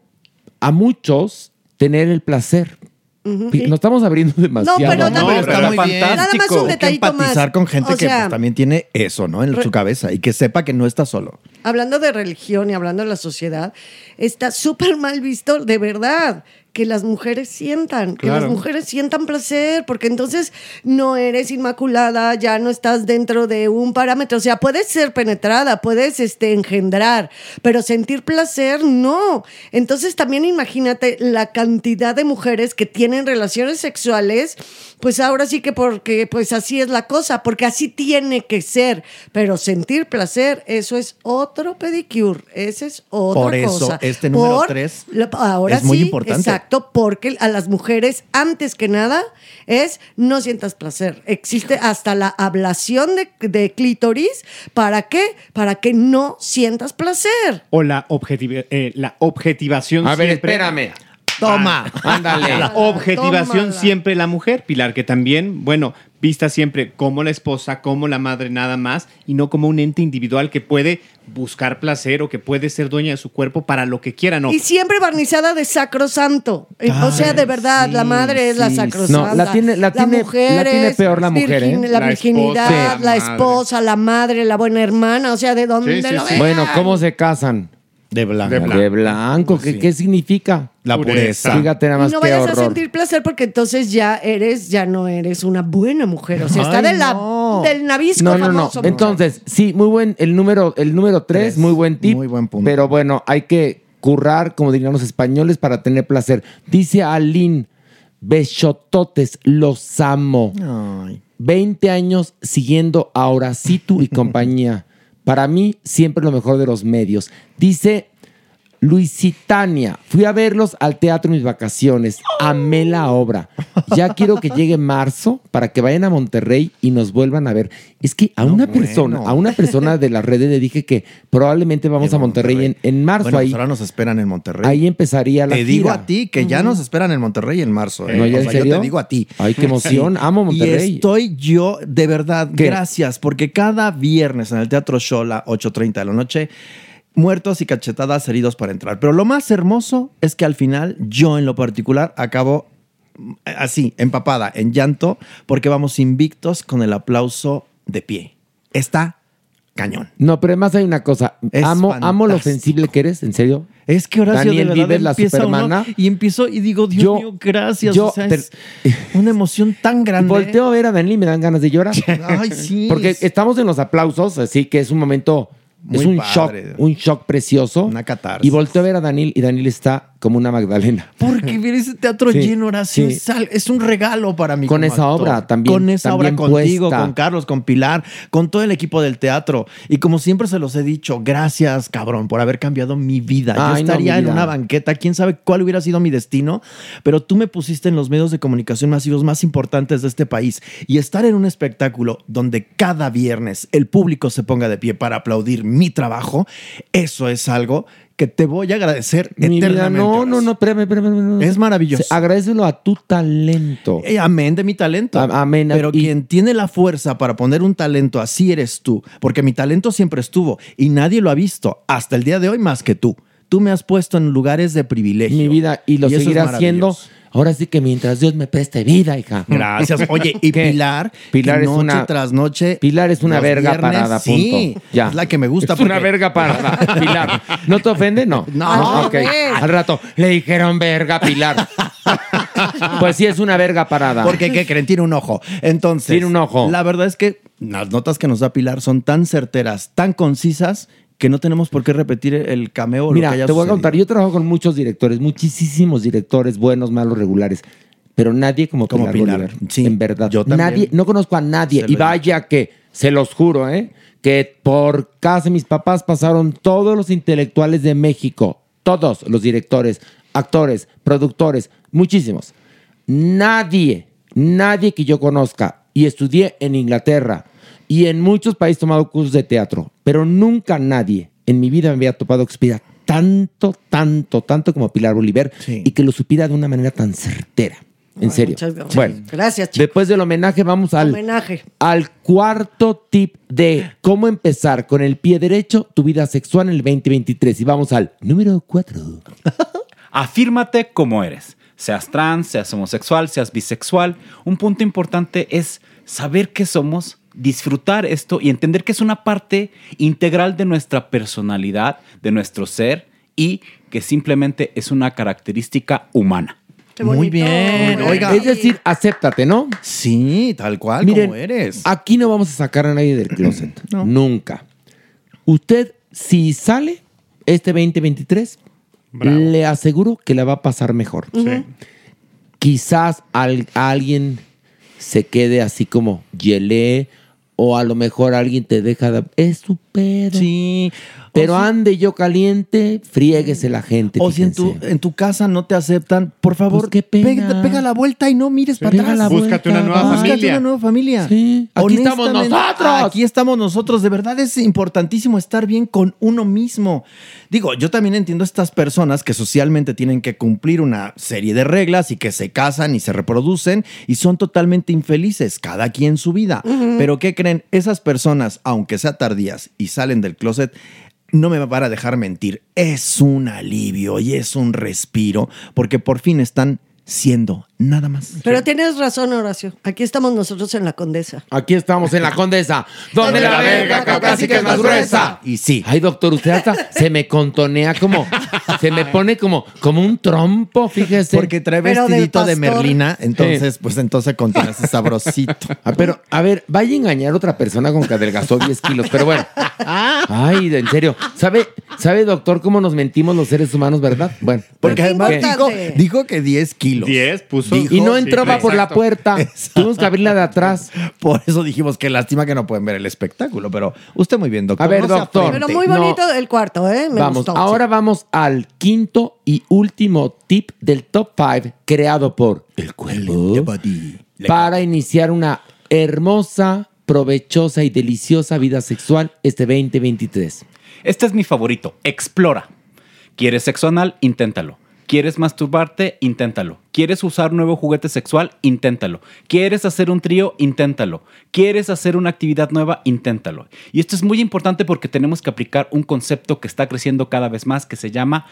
a muchos tener el placer.
Ujú.
Nos estamos abriendo demasiado.
pero No, nada-
Está muy bien.
Nada más un
Fantástico. Hay que
detallito más.
empatizar con gente
O
que
sea-
pues, también tiene eso, ¿no? En
Re-
su cabeza y que sepa que no está solo.
hablando de religión y hablando de la sociedad, está súper mal visto, de verdad, que las mujeres sientan, que las
Claro.
mujeres sientan placer, porque entonces no eres inmaculada, ya no estás dentro de un parámetro. O sea, puedes ser penetrada, puedes este, engendrar, pero sentir placer no. Entonces también imagínate la cantidad de mujeres que tienen relaciones sexuales, pues ahora sí que porque pues así es la cosa, porque así tiene que ser, pero sentir placer, eso es otro pedicure, ese es otra
Por eso,
cosa.
este número tres
la- ahora
es muy
sí,
importante.
Exacto, porque a las mujeres antes que nada es no sientas placer. Existe hasta la ablación de, de clítoris, ¿para qué? Para que no sientas placer.
O la, objetiva- eh, la objetivación
A ver,
siempre-
espérame.
Toma.
Ah,
Ándale.
La objetivación
Tómala.
siempre la mujer, Pilar, que también, bueno, vista siempre como la esposa, como la madre nada más, y no como un ente individual que puede buscar placer o que puede ser dueña de su cuerpo para lo que quiera, no.
Y siempre barnizada de sacrosanto. Eh, o sea, de verdad, la madre es la sacrosanta.
No, la tiene- la tiene-
mujer
la tiene
es
peor la mujer, ¿eh?
La,
La
virginidad,
esposa.
la
Sí.
esposa, la madre, la buena hermana. O sea, de dónde lo veas.
Bueno, ¿cómo se casan?
De blanco.
De blanco. ¿Qué, qué significa?
La pureza.
Fíjate nada
Y
más
no
qué
vayas a
horror.
sentir placer porque entonces ya eres, ya no eres una buena mujer. O sea, está
Ay,
de la,
no.
del nabisco
No, no, no.
famoso.
Entonces, sí, muy buen, el número, el número tres, muy buen tip. Muy buen punto. Pero bueno, hay que currar, como dirían los españoles, para tener placer. Dice Aline, besototes, los amo. 20 años siguiendo a Horacitu y compañía. Para mí, siempre lo mejor de los medios. Dice Luisitania, fui a verlos al teatro en mis vacaciones. Amé la obra. Ya quiero que llegue marzo para que vayan a Monterrey y nos vuelvan a ver. Es que a una persona, a una persona de las redes le dije que probablemente vamos a Monterrey, En, en marzo.
Bueno, pues
ahí,
ahora nos esperan en Monterrey.
ahí empezaría la
Te digo
gira.
a ti que ya
Ujú.
nos esperan en Monterrey en marzo. ¿eh?
No, ¿ya
O
en
sea,
serio?
Yo te digo a ti.
Ay, qué emoción. Amo Monterrey.
Y estoy yo, de verdad, gracias, porque cada viernes en el Teatro Shola, 8.30 de la noche, muertos y cachetadas heridos para entrar. Pero lo más hermoso es que al final, yo en lo particular, acabo eh, así, empapada, en llanto, porque vamos invictos con el aplauso de pie. Está cañón.
No, pero además hay una cosa.
Es
amo, amo lo
fantástico.
sensible que eres, en serio.
Es que Horacio
Daniel
de verdad
Vives, la
empieza uno
supermana.
y empiezo y digo, Dios
Yo-
mío, gracias.
yo
o sea,
te-
es una emoción tan grande.
Volteo a ver a Daniel y me dan ganas de llorar.
<laughs>
<laughs>
Ay, sí.
Porque estamos en los aplausos, así que es un momento, es
Muy
un
padre.
shock, un shock precioso. Una catarsis. Y volteo a ver a Daniel y Daniel está como una Magdalena.
Porque ver ese teatro
Sí,
lleno, Horacio,
sí.
es, al- es un regalo para mí.
Con
como
esa
actor.
obra también-
Con esa
también
obra contigo,
puesta.
con Carlos, con Pilar, con todo el equipo del teatro. Y como siempre se los he dicho, gracias, cabrón, por haber cambiado mi vida.
Ay,
Yo
no,
estaría
mi
en
vida.
una banqueta, quién sabe cuál hubiera sido mi destino, pero tú me pusiste en los medios de comunicación masivos más importantes de este país. Y estar en un espectáculo donde cada viernes el público se ponga de pie para aplaudir mi trabajo, eso es algo que te voy a agradecer
Mi vida,
eternamente.
no, no, no, espérame, espérame, espérame, no.
Es maravilloso.
Se- Agradecelo a tu talento.
Eh, amén de mi talento.
A- amén.
Pero
Y-
quien tiene la fuerza para poner un talento así eres tú, porque mi talento siempre estuvo y nadie lo ha visto hasta el día de hoy más que tú. Tú me has puesto en lugares de privilegio. Mi vida
y lo seguiré haciendo. Ahora sí que mientras Dios me preste vida, hija.
Gracias. Oye,
<laughs>
y
¿Qué?
Pilar,
Pilar
que
es
noche
una-
tras noche.
Pilar es una
los
verga
viernes,
parada,
sí,
punto. Ya.
Es la que me gusta.
Es una
porque-
verga parada, Pilar. ¿No te ofende? No. Ah,
No, Ah,
ok.
hombre.
Al rato, le dijeron verga,
<laughs>
Pilar. pues sí, es una verga parada.
Porque, ¿qué creen? Tiene un ojo. Entonces.
Tiene un ojo.
La verdad es que las notas que nos da Pilar son tan certeras, tan concisas, que no tenemos por qué repetir el cameo. o lo
Mira,
que haya
te voy a
sucedido.
contar. Yo trabajo con muchos directores, muchísimos directores, buenos, malos, regulares. Pero nadie como,
Como
Pilar,
Pilar,
Bolívar. en verdad. Yo
también.
Nadie, no conozco a nadie.
Se lo
Y vaya que, se los juro, ¿eh? Que por casa de mis papás pasaron todos los intelectuales de México. Todos los directores, actores, productores, muchísimos. Nadie, nadie que yo conozca. Y estudié en Inglaterra y en muchos países he tomado cursos de teatro, pero nunca nadie en mi vida me había topado que supiera tanto, tanto, tanto como Pilar Bolívar y que lo supiera de una manera tan certera. En serio.
muchas gracias.
Bueno,
Gracias,
Después del homenaje vamos al,
Homenaje.
al cuarto tip de cómo empezar con el pie derecho tu vida sexual en el 2023. Y vamos al número 4.
Afírmate como eres. Seas trans, seas homosexual, seas bisexual. Un punto importante es saber qué somos, disfrutar esto y entender que es una parte integral de nuestra personalidad, de nuestro ser y que simplemente es una característica humana.
Muy
bien. Oiga.
Es decir, acéptate, ¿no?
Sí, tal cual como eres.
Aquí no vamos a sacar a nadie del closet. Nunca. Usted, si sale este 2023, le aseguro que la va a pasar mejor. Quizás al- alguien se quede así como gelé o a lo mejor alguien te deja de... Es su pedo.
Sí.
Pero ande yo caliente, friéguese la gente.
O si en tu, en tu casa no te aceptan, por favor, pega, pega la vuelta y no mires para
Pues Pega
atrás.
la Búscate vuelta, una nueva
Búscate
familia.
una nueva familia.
Sí. Aquí estamos
Honestamente,
nosotros.
Aquí estamos nosotros. De verdad es importantísimo estar bien con uno mismo. Digo, yo también entiendo estas personas que socialmente tienen que cumplir una serie de reglas y que se casan y se reproducen y son totalmente infelices, cada quien su vida.
Ujú.
Pero ¿qué creen? Esas personas, aunque sea tardías y salen del closet, no me van a dejar mentir. Es un alivio y es un respiro porque por fin están siendo nada más.
Pero tienes razón, Horacio. Aquí estamos nosotros en la Condesa.
Aquí estamos en la Condesa, donde la verga caucásica es más gruesa.
Y sí.
Ay, doctor, usted hasta se me contonea como, se me pone como, como un trompo, fíjese.
Porque trae vestidito de Merlina, entonces,
Sí.
pues entonces continúas sabrosito.
Ah, pero, a ver, vaya a engañar a otra persona con que adelgazó 10 kilos, pero bueno. Ay, en serio. ¿Sabe, ¿Sabe, doctor, cómo nos mentimos los seres humanos, verdad? Bueno.
Porque además dijo, dijo que 10 kilos.
10
puso.
Y no entraba por la puerta. Tuvimos que abrirla de atrás.
<laughs> Por eso dijimos que lástima que no pueden ver el espectáculo, pero usted muy bien, doctor.
A ver,
no se
doctor.
afrente.
Pero muy bonito el cuarto, ¿eh? Me
vamos,
gustó.
ahora vamos al quinto y último tip del top 5 creado por El Cuervo para iniciar una hermosa, provechosa y deliciosa vida sexual este 2023.
Este es mi favorito. Explora. ¿Quieres sexo anal? Inténtalo. ¿Quieres masturbarte? Inténtalo. ¿Quieres usar un nuevo juguete sexual? Inténtalo. ¿Quieres hacer un trío? Inténtalo. ¿Quieres hacer una actividad nueva? Inténtalo. Y esto es muy importante porque tenemos que aplicar un concepto que está creciendo cada vez más que se llama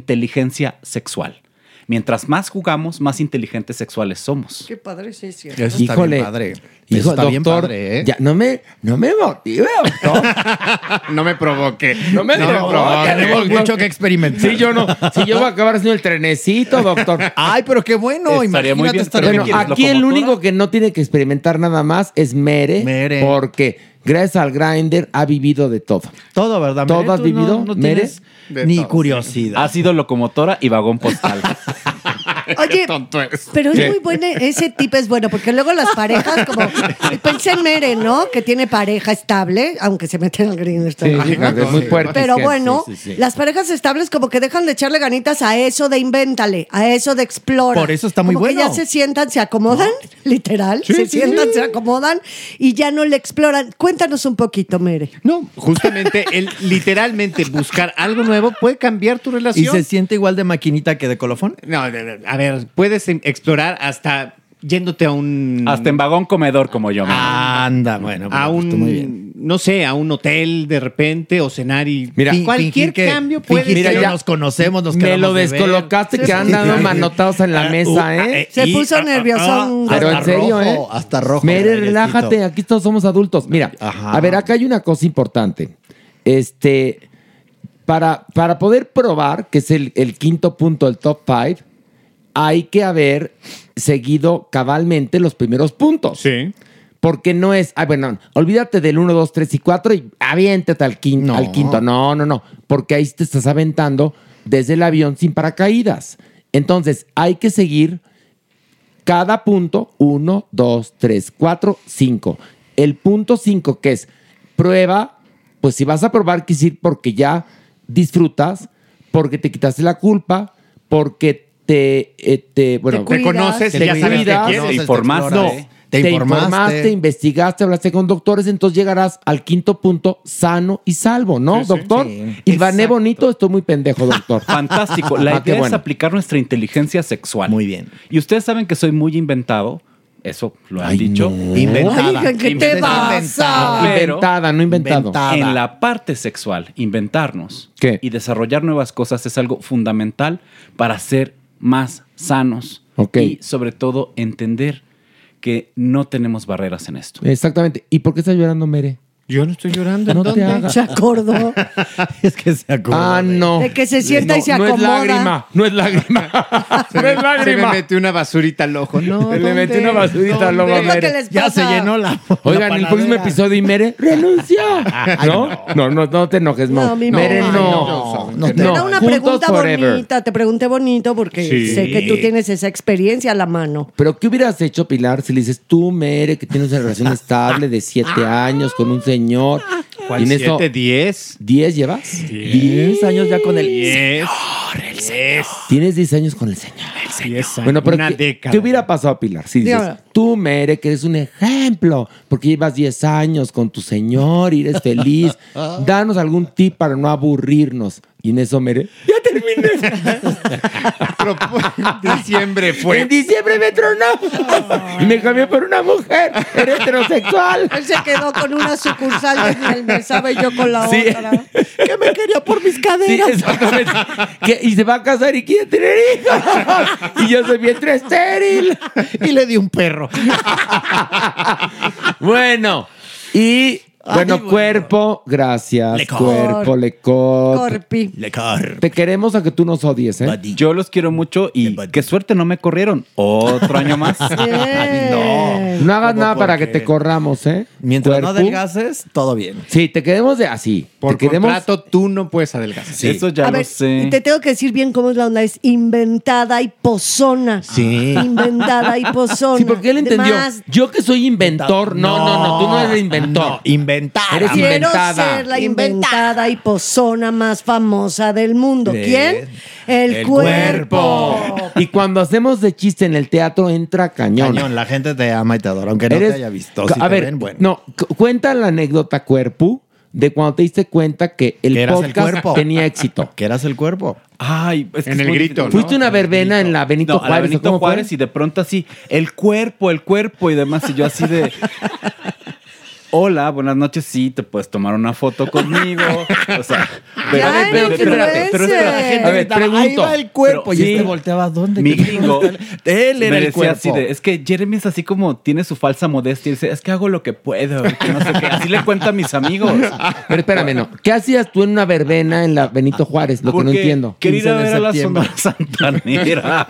inteligencia sexual. Mientras más jugamos, más inteligentes sexuales somos.
Qué padre es eso.
Eso está Híjole. bien padre. Hijo,
Eso está bien
doctor,
padre, ¿eh?
ya no me, no me motive, doctor.
No me provoque.
No me provoque,
Tenemos
doctor.
mucho que experimentar.
Sí, yo
<laughs>
no. Si yo voy a acabar haciendo el trenecito, doctor.
Ay, pero qué bueno.
Estaría muy
imagínate
bien,
estar
pero
bien.
Bueno, aquí el único que no tiene que experimentar nada más es Mere.
Mere.
Porque gracias al Grinder ha vivido de todo.
Todo, ¿verdad?
¿Todo
Mere?
has
Tú no-
vivido,
no
Mere?
tienes
De
ni
todo, sí.
curiosidad.
Ha sido locomotora y vagón
<laughs>
postal.
Oye,
tonto eres.
pero
¿Qué?
es muy bueno, ese tip es bueno, porque luego las parejas, como, pensé en Mere, ¿no? Que tiene pareja estable, aunque se meten al green
Sí,
Star.
sí,
no,
es muy
sí.
fuerte.
Pero
sí,
bueno,
sí, sí, sí.
las parejas estables como que dejan de echarle ganitas a eso de invéntale, a eso de explora.
Por eso está muy
Como que
bueno.
ya se sientan, se acomodan, literal, se sientan, se acomodan y ya no le exploran. Cuéntanos un poquito, Mere.
No, justamente el literalmente buscar algo nuevo puede cambiar tu
¿Y
relación.
se siente igual de maquinita que de colofón?
No, de- de- a ver, puedes em, explorar hasta yéndote a un Ah,
Hasta en vagón comedor como yo. man.
Anda, bueno.
a
pues,
un
tú muy bien.
no sé, a un hotel de repente o cenar y
Mira,
Fin- cualquier
fingir que-
cambio
fingir
puede
que
ser-
no nos conocemos, nos
Me
quedamos
lo
de ver.
descolocaste que andan dando manotados en
Ah,
la
uh,
mesa, ¿eh?
Se
Y-
puso
ah, ah,
nerviosón.
ah,
Pero
hasta
en serio,
rojo,
¿eh?
Hasta rojo.
Mere,
Merecito.
relájate, aquí todos somos adultos. Mira,
Ajá.
a ver, acá hay una cosa importante. Este, para, para poder probar, que es el, el quinto punto, el top five, hay que haber seguido cabalmente los primeros puntos.
Sí.
Porque no es, ah, bueno, olvídate del 1, 2, 3 y 4 y aviéntate al quinto.
No.
Al quinto. No, no, no. Porque ahí te estás aventando desde el avión sin paracaídas. Entonces, hay que seguir cada punto, 1, 2, 3, 4, 5. El punto 5, que es prueba, pues si vas a probar, quisir porque ya disfrutas, porque te quitaste la culpa, porque te, eh, te- bueno,
cuidas.
conoces y
Te
ya sabes qué
cuidas,
quieres.
te informaste.
no,
¿eh?
te,
Te
informaste.
informaste,
investigaste, hablaste con doctores, entonces llegarás al quinto punto sano y salvo, ¿no, doctor? Y vané bonito, estoy muy pendejo, doctor.
<laughs> Fantástico.
<laughs>
La
Ah,
idea
qué
es
bueno.
aplicar nuestra inteligencia sexual.
Muy bien.
Y ustedes saben que soy muy inventado. Eso lo han
Ay,
dicho.
no.
Inventada.
Ay, ¿qué te
Inventada.
pasa?
Pero-
Inventada, no inventado.
Inventada.
En la parte sexual, inventarnos
¿Qué?
y desarrollar nuevas cosas es algo fundamental para ser más sanos
Ok.
y sobre todo entender que no tenemos barreras en esto.
Exactamente. ¿Y por qué estás llorando, Mere?
Yo no estoy llorando.
Eh. No te hagas.
Se acordó
<laughs> Es que se acordó.
Ah, no.
de que se sienta y se
No
acomoda.
es lágrima, no es lágrima. no es
Se me
lágrima.
metió una basurita al ojo. No,
Le metí
¿dónde?
una basurita al
¿Dónde?
lobo a
Es lo que
Mere.
les
Ya se
pasa.
llenó la.
Oigan,
la
el próximo
panadera.
episodio y Mere renuncia. ¿No? No, no, no te enojes, Mau.
No, mi
Mere
Mau,
no.
no, no,
Te Era una
Juntos
pregunta
forever.
bonita, te pregunté bonito porque
Sí.
sé que tú tienes esa experiencia a la mano.
Pero ¿qué hubieras hecho, Pilar, si le dices tú, Mere, que tienes una relación estable de siete años con un señor?
¿Cuál
y en eso,
siete, diez?
¿diez llevas? Diez años ya con el...
Diez.
Tienes diez años con el señor.
Diez años.
Bueno, pero
una
¿qué,
década.
qué hubiera pasado, Pilar? Si dices,
Dígame.
tú, Mere, que eres un ejemplo, porque llevas 10 años con tu señor y eres feliz, danos algún tip para no aburrirnos. Y en eso, Mere, ya
<laughs> Diciembre
en
fue.
diciembre me tronó y me cambié por una mujer, eres heterosexual.
Él se quedó con una sucursal de me sabe yo con la
Sí.
otra. Que me quería por mis
Sí,
caderas.
exactamente. Que- y se va a casar y quiere tener hijos. Y yo soy vientre estéril.
Y le di un perro.
Bueno, y bueno, cuerpo, gracias.
Lecor.
Cuerpo, lecor.
Corpi.
Le car.
Te queremos a que tú nos odies, ¿eh?
Buddy.
Yo los quiero mucho y qué suerte no me corrieron. Otro
<laughs>
año más.
<laughs> Bien.
No hagas
¿Cómo
nada
por
para que
qué?
te corramos, ¿eh?
Mientras no
Cuerpo.
adelgaces, todo bien.
Sí, te queremos de así.
Por
te queremos.
contrato, tú no puedes adelgazar.
Eso ya
a
lo
ver,
sé.
te tengo que decir bien cómo es la onda. Es inventada y pozona.
Sí.
Inventada y pozona.
Ah. Sí, porque él
De
entendió.
más,
Yo que soy inventor. No, no, no, tú no eres inventor.
No, inventar.
Eres
Quiero
inventada.
ser la inventada y pozona más famosa del mundo.
Eh,
¿Quién? El,
el
cuerpo.
Y cuando hacemos de chiste en el teatro, entra cañón.
Cañón, la gente te ama y te adora, aunque no
Eres-
te haya visto. Si
a
te
ver,
ven, bueno.
no, cu- cuenta la anécdota cuerpo de cuando te diste cuenta que el
Que eras el
podcast
cuerpo.
tenía éxito.
Que eras el cuerpo.
Ay, es que
En
es
el
muy
grito,
difícil.
Fuiste una verbena en la Benito
No, a
Juárez.
la
¿o
Benito
cómo fue?
Juárez y de pronto así, el cuerpo, el cuerpo y demás. Y yo así
<laughs>
de. Hola, buenas noches. Sí, te puedes tomar una foto conmigo. O sea,
Ya eres influencer. A ver, pregunto. Ahí va el cuerpo, y este volteaba, ¿dónde?
Mi
¿Qué
gringo.
dónde está el- Él era
me
el
decía así
cuerpo.
de, es que Jeremy es así como tiene su falsa modestia. Y dice, es que hago lo que puedo. y que no sé qué. Así le cuento a mis amigos.
Pero espérame, no. ¿Qué hacías tú en una verbena en la Benito Juárez? Lo que no
Porque
entiendo.
quería ir a
15 de
ver a la
septiembre.
Sonora Santanera.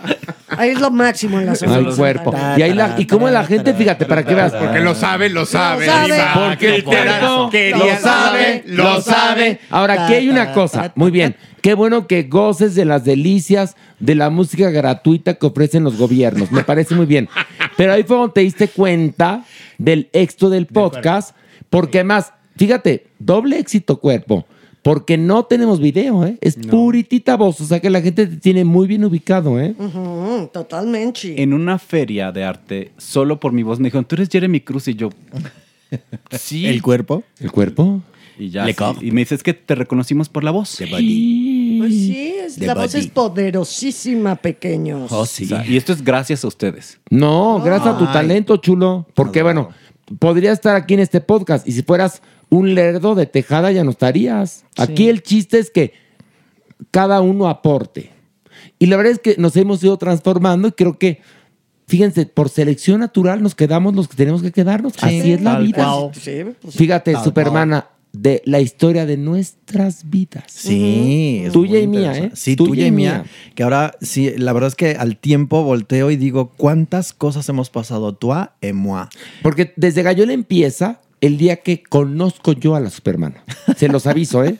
Ahí es lo máximo en la zona.
Al cuerpo. Y, ahí la, y cómo la gente, fíjate, para que veas.
Porque lo sabe, lo sabe.
sabe.
Diva.
Porque el
Literal,
cuerpo
quería-
lo sabe,
lo sabe.
Ahora, aquí hay una cosa. Muy bien. Qué bueno que goces de las delicias de la música gratuita que ofrecen los gobiernos. Me parece muy bien. Pero ahí fue donde te diste cuenta del éxito del podcast. Porque además, fíjate, doble éxito cuerpo. Porque no tenemos video, ¿eh? Es puritita voz. O sea que la gente te tiene muy bien ubicado, ¿eh?
Ujú, totalmente.
en una feria de arte, solo por mi voz, me dijeron, tú eres Jeremy Cruz y yo. Sí.
¿El cuerpo?
¿El cuerpo?
Y ya.
Le
sí. Y me dices que te reconocimos por la voz.
Pues sí, es-
The
la voz
body.
es poderosísima, pequeños.
Oh,
Oh,
O sea, y esto es gracias a ustedes.
No, gracias a tu
Ay.
talento, chulo. Porque, bueno, podrías estar aquí en este podcast y si fueras un lerdo de tejada ya no estarías. Aquí el chiste es que cada uno aporte. Y la verdad es que nos hemos ido transformando y creo que, fíjense, por selección natural nos quedamos los que tenemos que quedarnos. Así es la
Tal
vida.
cual. Sí, pues sí.
Fíjate,
Tal
Supermana, de la historia de nuestras vidas.
Sí, es
Tuya
muy
y mía,
interesante.
¿eh?
Sí, tuya, y mía. Que ahora sí, la verdad es que al tiempo volteo y digo, ¿cuántas cosas hemos pasado tú a y moi?
Porque desde Gallola empieza el día que conozco yo a la Supermana. Se los aviso, ¿eh?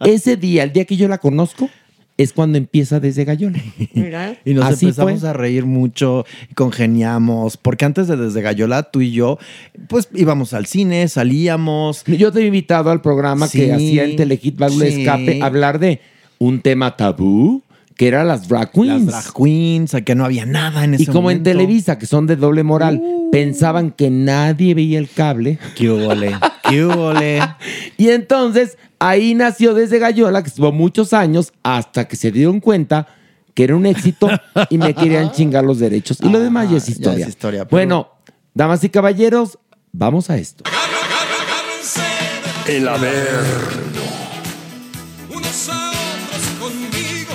Ese día, el día que yo la conozco, es cuando empieza desde Gallola.
Mira.
Y nos
Así
empezamos
fue.
a reír mucho, congeniamos, porque antes de Desde Gallola, tú y yo, pues íbamos al cine, salíamos.
Yo te he invitado al programa
Sí.
que hacía en Telehit Válvula
Sí.
Escape hablar de un tema tabú, que era las drag queens.
Las drag queens, que no había nada en ese
Y como
momento. Uh.
en Televisa, que son de doble moral, pensaban que nadie veía el cable.
¡Qué ole! ¡Qué ole!
<laughs> y entonces ahí nació desde Gallola, que estuvo muchos años, hasta que se dieron cuenta que era un éxito y me querían chingar los derechos. Y lo demás ya es historia.
Ah, historia, pero-
Bueno, damas y caballeros, vamos a esto.
El haber.
Unos a otros conmigo.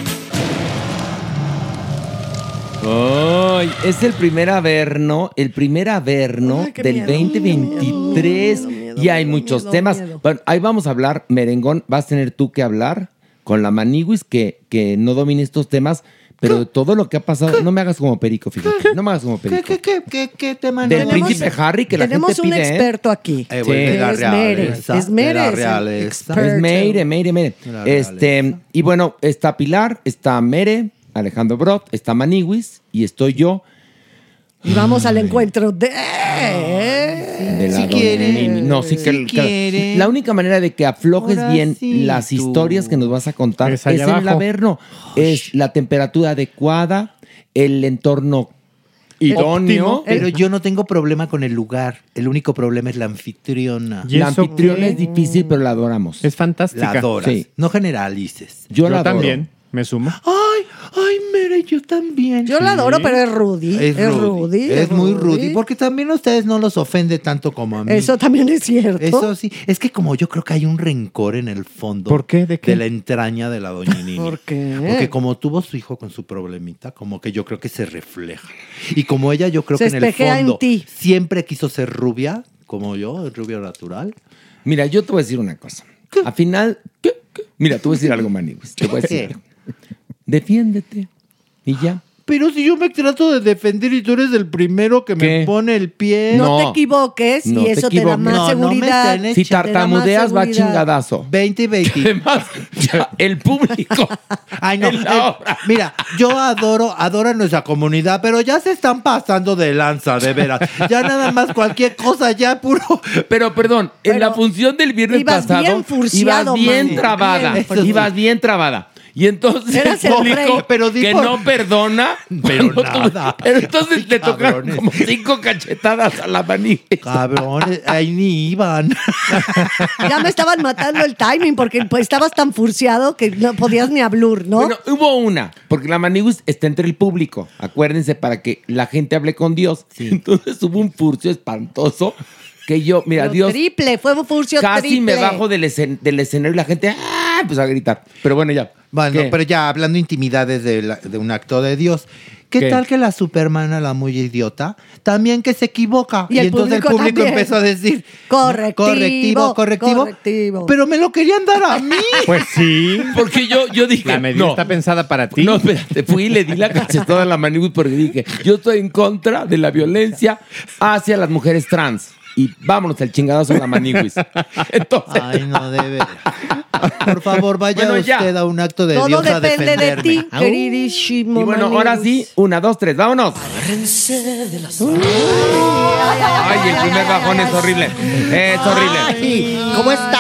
Ay, es el primer averno, el primer averno
qué
del
miedo,
2023 y hay muchos temas. Bueno, ahí vamos a hablar, merengón, vas a tener tú que hablar con la maniguis que, que no domina estos temas, pero de todo lo que ha pasado, no me hagas como perico, fíjate, no me hagas como
¿Qué,
perico.
qué, qué, qué, qué tema
Del
no?
príncipe Harry que la
tenemos
gente pide.
un experto aquí.
Eh,
Sí.
bueno, de la
Es Mere.
realeza,
Es
de
Mere.
la
es el
realeza.
expert.
Es Mere, Mere, Mere.
La
Este, y bueno, está Pilar, está Mere, Alejandro Brot, está Maniguis y estoy yo.
Y vamos al encuentro de...
de la doña
Si quiere.
Nini. No, sí
Si
que- que-
quiere.
La única manera de que aflojes
Ahora
bien
sí,
las
tú.
historias que nos vas a contar es,
Es allá
en el
abajo.
averno. Es la temperatura adecuada, el entorno idóneo.
Pero yo no tengo problema con el lugar. El único problema es la anfitriona.
La anfitriona es difícil, pero la adoramos. Es
La
fantástica.
adoras. No generalices.
Yo, la adoro.
también.
Me sumo.
Ay, ay, Mere, yo también.
Oh, Yo la adoro, pero es Rudy. Es, Rudy.
Es muy Rudy. Porque también a ustedes no los ofende tanto como a
Mm.
mí.
Eso también es cierto.
Eso sí. Es que como yo creo que hay un rencor en el fondo.
¿Por qué? ¿De qué?
la entraña de la doña Nini.
¿Por qué?
Porque como tuvo su hijo con su problemita, como que yo creo que se refleja. Y como ella, yo creo
Se
que en el
espejea en
fondo
ti.
siempre quiso ser rubia, como yo, rubia natural.
Mira, yo te voy a decir una cosa. Al final, pues ¿qué? ¿Qué? mira, te voy a decir algo, Maniguis. Te voy a decir
¿Qué?
algo. Defiéndete y ya.
Pero si yo me trato de defender y tú eres el primero que me pone el pie.
No, te equivoques
No
y
te
eso te da
equivoques.
más
No, no me
seguridad.
estén
Si
Te da más
tartamudeas, va
seguridad.
chingadazo.
20 y
<laughs>
20.
Además, ya, el público.
<laughs> Ay, no. eh, mira, yo adoro, adoro a nuestra comunidad, pero ya se están pasando de lanza, de veras. Ya nada más cualquier cosa, ya puro.
Pero perdón, en la función del viernes
ibas
pasado
bien furciado,
ibas bien
mano,
trabada.
bien furciado.
ibas bien trabada. Y entonces
Eras
el
el
público
rey. Pero di
que
por-
no perdona, pero, no tuvo- pero entonces le tocaron como cinco cachetadas a la maní.
Cabrones, ahí ni iban.
Ya me estaban matando el timing porque pues, estabas tan furciado que no podías ni hablar, ¿no?
Bueno, hubo una, porque la maniguis está entre el público, acuérdense, para que la gente hable con Dios. Entonces hubo un furcio espantoso que yo, mira,
Pero
Dios,
triple, fue un furcio
casi
triple.
me bajo del, escen- del escenario y la gente ¡ah! empezó a gritar. Pero bueno, ya.
Bueno,
¿Qué?
pero ya hablando intimidades de, la- de un acto de Dios. ¿Qué,
¿Qué?
tal que la supermana, la muy idiota, también que se equivoca?
Y el
entonces el
público
público
también.
empezó a decir,
Correctivo,
correctivo, correctivo,
correctivo.
Pero me lo querían dar a
<laughs>
mí.
Pues sí.
Porque yo, yo dije.
La medida está pensada para ti.
No, espérate, fui y le di la cachetada a la manigüis porque dije, yo estoy en contra de la violencia hacia las mujeres trans. Y vámonos al chingadazo a la manigüis. Entonces,
Ay, no debe. Por favor, vaya
Bueno, ya.
usted a un acto de
Todo
Dios a
depende de
defenderme.
ti,
Au.
y bueno, ahora sí, una, dos, tres, vámonos. Ay, el primer bajón es horrible. Es horrible.
¿Cómo están?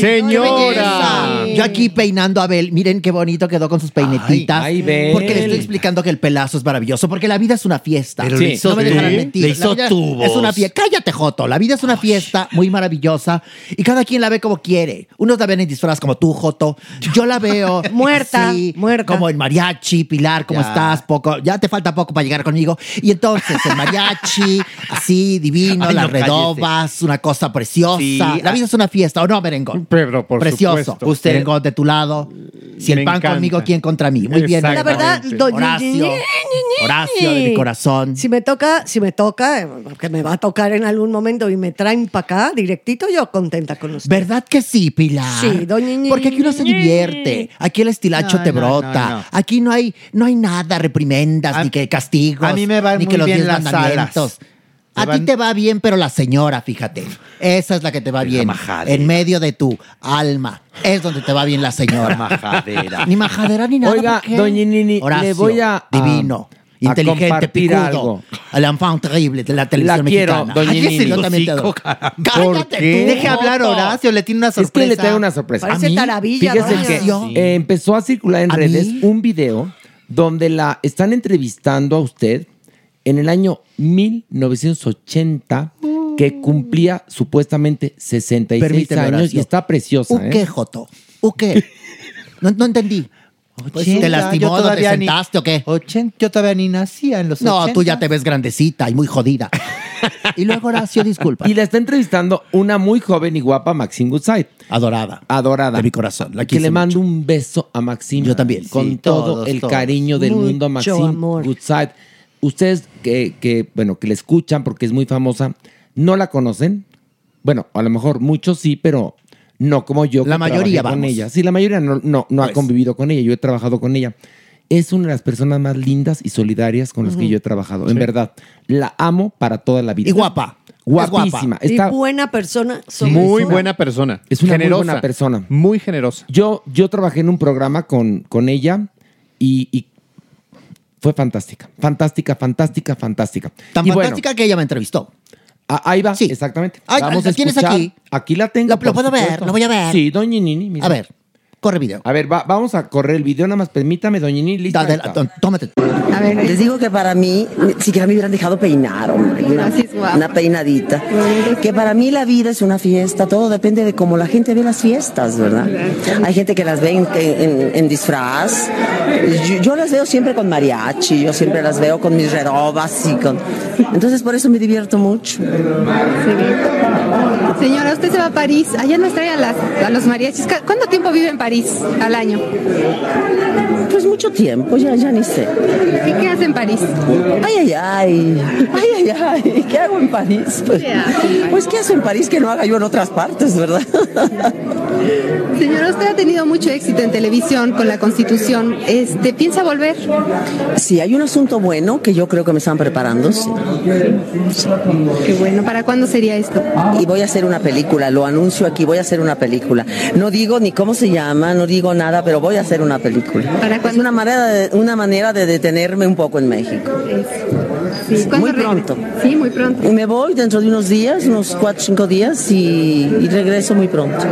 Señora.
Yo aquí peinando a Abel. Miren qué bonito quedó con sus peinetitas.
ay, Bel.
Porque le estoy explicando que el pelazo es maravilloso. Porque la vida es una fiesta.
Pero le hizo
no me
tu-
dejarán mentir.
le
La
hizo
vida
tubos.
Es una fiesta. Cállate, Joto. La vida es una fiesta muy maravillosa. Y cada quien la ve como quiere. Unos la ven en disfraz como tú, Joto. Yo la veo.
Muerta,
muerta. Como el mariachi, Pilar, ¿cómo
Ya.
estás? Poco. Ya te falta poco para llegar conmigo. Y entonces el mariachi, así, divino,
Ay,
las
no, cállese.
redobas, una cosa preciosa.
Sí,
la vida
ah.
es una fiesta, ¿o no, Merengón?
Pero por
Precioso.
supuesto.
Usted,
Usted-
Merengón, de tu lado. Si el
Me
pan
encanta.
conmigo, ¿quién contra mí? Muy bien.
La verdad,
Merengón.
doña
Horacio.
Ñe, Ñe, Ñe.
Horacio de mi corazón.
Si me toca, si me toca, eh, que me va a tocar en algún momento y me traen para acá directito, yo contenta con usted.
¿Verdad que sí, Pilar?
Sí, doña Ñe,
Porque aquí uno se
Ñe, Ñe.
divierte. Aquí el estilacho
No,
te
no,
brota.
no, no.
Aquí no hay, no hay nada, reprimendas, ni que castigos.
a mí me van
ni
muy
que los
bien
diez
las
mandamientos.
alas.
A
Me
ti
van-
te va bien, pero la señora, fíjate. Esa es la que te va bien. En medio de tu alma. Es donde te va bien la
<laughs>
señora.
majadera.
Ni majadera ni nada.
Oiga,
¿por qué?
doña Nini,
Horacio,
le voy a- a-
Divino.
a
inteligente,
compartir
picudo.
algo.
Al enfant terrible de la
La
televisión
quiero,
mexicana.
doña
Ay,
Nini.
sí, yo también te adoro. Cállate tú,
Deje hablar
Otto.
Horacio, le tiene una
Es
sorpresa.
que le traigo una sorpresa. A mí, Fíjese que eh, empezó a circular en redes un video donde la están entrevistando a usted en el año 1980 que cumplía supuestamente 66
Permíteme,
años
Horacio.
y está preciosa.
¿U
¿eh?
qué, Joto? ¿U qué? No, no entendí.
Pues
Pues, ¿Te lastimó? ¿Te sentaste o qué?
yo todavía ni nacía en los
No, tú
80.
ya te ves grandecita y muy
<laughs>
jodida. Y luego Horacio,
<laughs>
disculpa.
Y la está entrevistando una muy joven y guapa, Maxine Goodside.
Adorada.
Adorada.
De mi corazón. La
que
quise
le mando un beso a Maxine. Yo también. Con
Sí,
todo
todos,
el
todos.
cariño del
Mucho
mundo a Maxine Goodside. Ustedes que, que, bueno, que la escuchan porque es muy famosa, ¿no la conocen? Bueno, a lo mejor muchos sí, pero no como yo.
La
que
mayoría,
trabajé con
vamos.
ella. Sí, la mayoría no, no, no ha
Pues.
convivido con ella. Yo he trabajado con ella. Es una de las personas más lindas y solidarias con las que
Ujú.
yo he trabajado. En verdad, la amo para toda la vida.
Y guapa.
Guapísima. Está
y buena persona. sobre
Muy
todo.
buena persona.
es una
generosa.
muy buena persona.
Muy generosa.
Yo, yo trabajé en un programa con, con ella y, y fue fantástica. Fantástica, fantástica, fantástica.
Tan
Y bueno,
fantástica que ella me entrevistó.
a- ahí va, exactamente.
Ay, ¿la
a
tienes
escuchar.
aquí?
Aquí la tengo.
Lo- lo
por
puedo ver,
supuesto.
lo voy a ver.
Sí, doña Nini. mira.
A ver, corre video.
A ver, va- vamos a correr el video. Nada más permítame, doña Nini. Lista,
Adela-
está.
tómate.
A ver, este. les digo que para mí, ni siquiera me hubieran dejado peinar, hombre, una, una peinadita. Que para mí la vida es una fiesta, todo depende de cómo la gente ve las fiestas, ¿verdad? Hay gente que las ve en, en- en disfraz. Yo, yo las veo siempre con mariachi, yo siempre las veo con mis redobas y con... Entonces por eso me divierto mucho.
Señora, usted se va a París. Allá nos trae a, las, a los mariachis. ¿Cu- ¿Cuánto tiempo vive en París al año?
Pues mucho tiempo, ya, ya ni sé.
¿Qué, qué hace en París?
Ay, ay, ay, ay, ay, ay, ¿qué hago en París? Pues, pues, ¿qué hago en París que no haga yo en otras partes, verdad?
Señora, usted ha tenido mucho éxito en televisión con la Constitución. Este, ¿Piensa volver?
Sí, hay un asunto bueno que yo creo que me están preparando. sí.
Qué bueno. ¿Para cuándo sería esto?
Y voy a hacer una película, lo anuncio aquí, voy a hacer una película. No digo ni cómo se llama, no digo nada, pero voy a hacer una película. Es una manera de, una manera de detenerme un poco en México.
Sí, ¿cuándo
muy
regresas?
pronto.
Sí, muy pronto.
Y me voy dentro de unos días, unos cuatro o cinco días, y, y regreso muy pronto.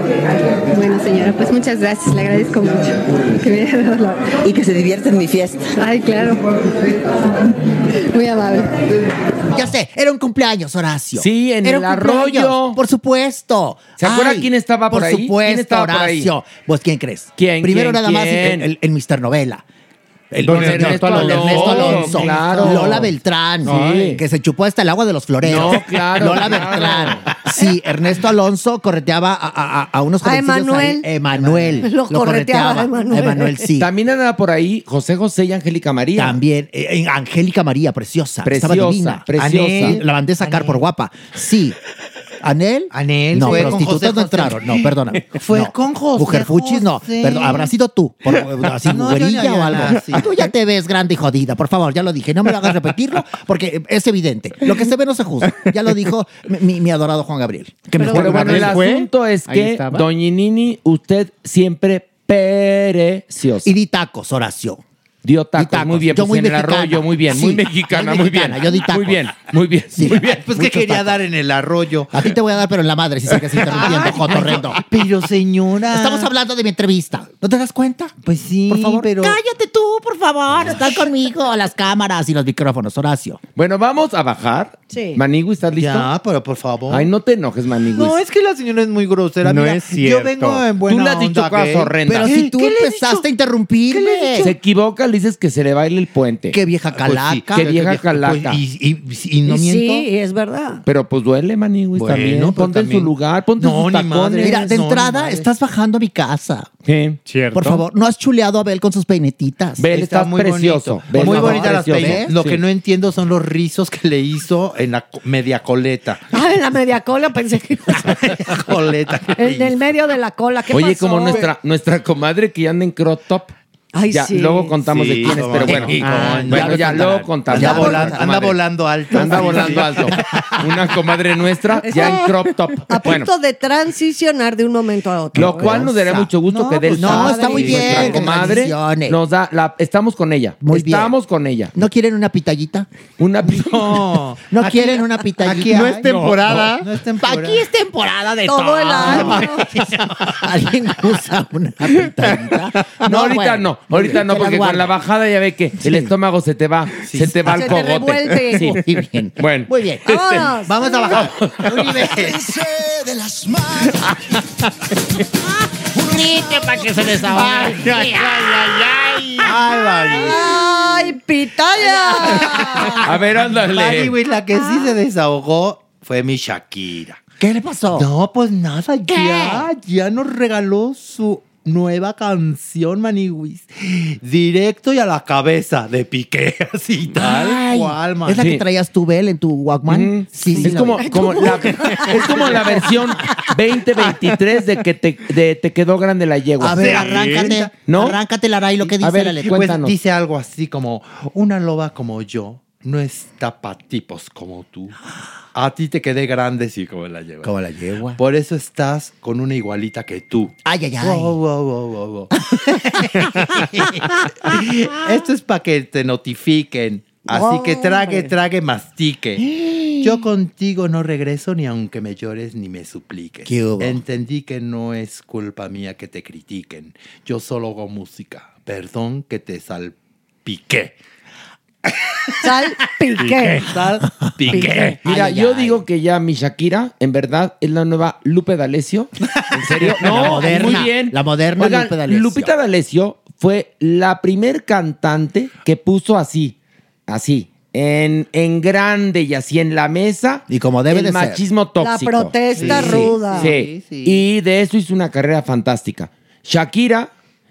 Bueno, señora, pues muchas gracias. Le agradezco mucho que me haya dado la...
Y que se divierta en mi fiesta.
Ay, claro. Muy amable.
Ya sé, era un cumpleaños, Horacio.
Sí, en
Era
el
un cumpleaños,
arroyo.
Por supuesto.
¿Se acuerdan quién estaba por ahí?
Por
¿Quién
supuesto,
estaba por ahí?
Horacio. ¿Vos quién crees?
¿Quién,
Primero
quién,
nada más
quién?
en, en- en Mr. Novela. El,
Don
el señor
Ernesto
Don
Alonso,
Ernesto Alonso.
claro.
Lola Beltrán.
Sí.
Que se chupó hasta el agua de los floreros.
No, claro,
Lola
claro.
Beltrán. Sí, Ernesto Alonso correteaba a, a- a- a unos
A
jovencillos ahí.
Emanuel.
Emanuel.
Lo correteaba a Emanuel.
Emanuel, sí.
También andaba por ahí José José y Angélica María.
También, eh, eh, Angélica María, preciosa.
Preciosa,
Estaba divina.
preciosa.
Anel, la mandé sacar por guapa. Sí. ¿Anel? Anel. No,
fue con
prostitutas
José
no
José.
entraron. No, perdóname.
<laughs> Fue
No.
con José
Mujerfuchis, no.
José.
Perdón, habrá sido tú.
<laughs>
Por, así,
No, yo
mujerilla
ya, ya,
o algo.
ya, sí.
Tú ya te ves grande y jodida, por favor, ya lo dije. No me lo hagas repetirlo porque es evidente. Lo que se ve no se juzga. Ya lo dijo mi- mi, mi adorado Juan Gabriel. Que
Pero,
mejor
bueno, el
Gabriel fue.
asunto es
Ahí
que,
estaba.
doña Nini, usted siempre pereciosa.
Y di tacos, Horacio.
Dio tacos,
tacos.
muy bien.
Yo
pues,
muy
en el
mexicana.
arroyo, muy bien. Muy
Sí,
mexicana,
muy
muy bien.
mexicana, yo di tacos.
Muy bien, muy bien, muy bien.
Pues que quería dar en el arroyo.
A ti te voy a dar, pero en la madre, si sigues interrumpiendo, Jotorrendo.
Pero señora.
Estamos hablando de mi entrevista. ¿No te das cuenta?
Pues sí,
Por favor,
pero.
cállate tú, por favor. Están conmigo las cámaras y los micrófonos, Horacio.
Bueno, vamos a bajar.
Sí.
Manigui, ¿estás listo?
Ya, pero por favor.
Ay, no te enojes, Manigui.
No, es que la señora es muy grosera.
No
Mira,
es cierto.
Yo vengo en buena
Tú le has dicho
onda,
cosas
gay.
horrendas.
Pero si tú empezaste a interrumpirme.
Se equivoca, le dices que se le baile el puente.
Qué vieja
Pues sí,
calaca.
qué vieja calaca.
Pues, y, y- y no
Y
miento.
Sí, es verdad.
Pero pues duele, Manigui,
Bueno,
también.
pues,
Ponte
también.
en su lugar, ponte
No,
en sus
ni madre.
tacones.
Mira, de
No,
entrada
madre.
estás bajando a mi casa.
Sí.
Cierto.
Por
<laughs>
favor, no has chuleado a Abel con sus peinetitas.
Bel, estás precioso.
bonito.
Bel,
muy
estás
bonita las
precioso.
peinas. Lo
Sí.
que no entiendo son los rizos que le hizo en la co- media coleta.
Ah, en la media cola pensé que
coleta. que le
en el medio de la cola. ¿Qué
Oye,
pasó?
como nuestra, nuestra comadre que ya anda en crop top.
Ay,
ya,
sí.
Luego contamos de
Sí,
quién es,
cómo
pero
no.
bueno.
Sí,
Ah,
cómo no.
bueno,
Ya lo
ya luego
hizo.
contamos.
Anda,
Ya
volando,
contamos,
anda
comadre.
volando alto.
Anda
Sí, sí.
volando alto.
<laughs>
Una comadre nuestra ya en crop top.
A
Bueno,
punto de transicionar de un momento a otro.
lo cual nos daría mucho gusto
No,
que dé el
pues, no,
salto.
está muy bien,
Nuestra
que
comadre
transicione.
nos da la, estamos con ella.
Muy bien.
estamos con ella.
¿No quieren una pitallita? <laughs>
Una
No.
¿No
Aquí-
quieren una pitallita?
aquí no es temporada.
No,
No es temporada.
Aquí es temporada de
Todo
todo.
el año.
<laughs>
¿Alguien usa una pitallita?
<laughs> No, ahorita
bueno.
no, ahorita no,
Que la
porque con
guarde.
la bajada ya ve que el estómago se te va, se te va
Se
al
te
cogote.
revuelve.
Sí.
Muy bien.
Bueno.
Muy bien.
Vámonos.
Vamos a bajar.
de las manos.
para que se les ahogue.
¡Ay, pitaya!
A ver,
Mari,
ándale.
güey, la que sí se desahogó fue mi Shakira.
¿Qué le pasó?
No, pues nada, ya, ya nos regaló su nueva canción, Maniwis. Directo y a la cabeza de Piqué, <laughs> así tal
Ay,
cual, man.
¿Es la
Sí.
que traías tú, Bel, en tu Walkman?
Ujú.
Sí, sí,
es
la
como,
vi.
como la,
<laughs>
es como la
<laughs>
versión 2023 de que te, de te quedó grande la yegua.
A ver,
sea,
arráncate.
¿no?
Arráncate, Laray, lo que dice.
A ver,
dale.
Pues
cuéntanos.
dice algo así como, una loba como yo no está para tipos como tú. A ti te quedé grande, sí, como la llevas.
Como la yegua.
Por eso estás con una igualita que tú.
Ay, ay, ay.
Wow, wow, wow, wow, wow. <laughs> Esto es para que te notifiquen. Así que trague, trague, mastique. Yo contigo no regreso ni aunque me llores ni me supliques.
¿Qué hubo?
Entendí que no es culpa mía que te critiquen. Yo solo hago música. Perdón que te salpiqué.
Sal piqué.
Salpiqué.
Mira,
Ay,
yo
ay.
digo que ya mi Shakira, en verdad, es la nueva Lupe D'Alessio. ¿En
<laughs>
serio?
La
No,
moderna,
muy bien.
la moderna
Oigan,
Lupe D'Alessio.
Lupita D'Alessio fue la primer cantante que puso así, así, en, en grande y así en la mesa.
Y como debe
el
de ser.
machismo
La
tóxico.
protesta
Sí,
ruda.
Sí,
Sí, sí.
Y de eso hizo una carrera fantástica. Shakira,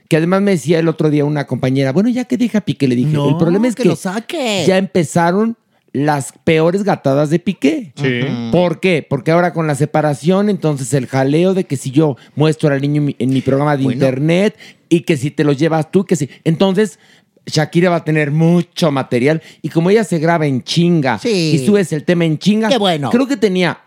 que además me decía el otro día una compañera, bueno, ya que deja Piqué, le dije,
No,
el problema es que,
que lo saque.
ya em- empezaron las peores gatadas de Piqué.
Sí.
Mm.
¿Por qué? Porque ahora con la separación, entonces el jaleo de que si yo muestro al niño en mi, en mi programa de internet y que si te lo llevas tú, que si. Entonces. Shakira va a tener mucho material y como ella se graba en chinga
Sí.
y subes el tema en chinga,
Qué bueno.
creo que tenía,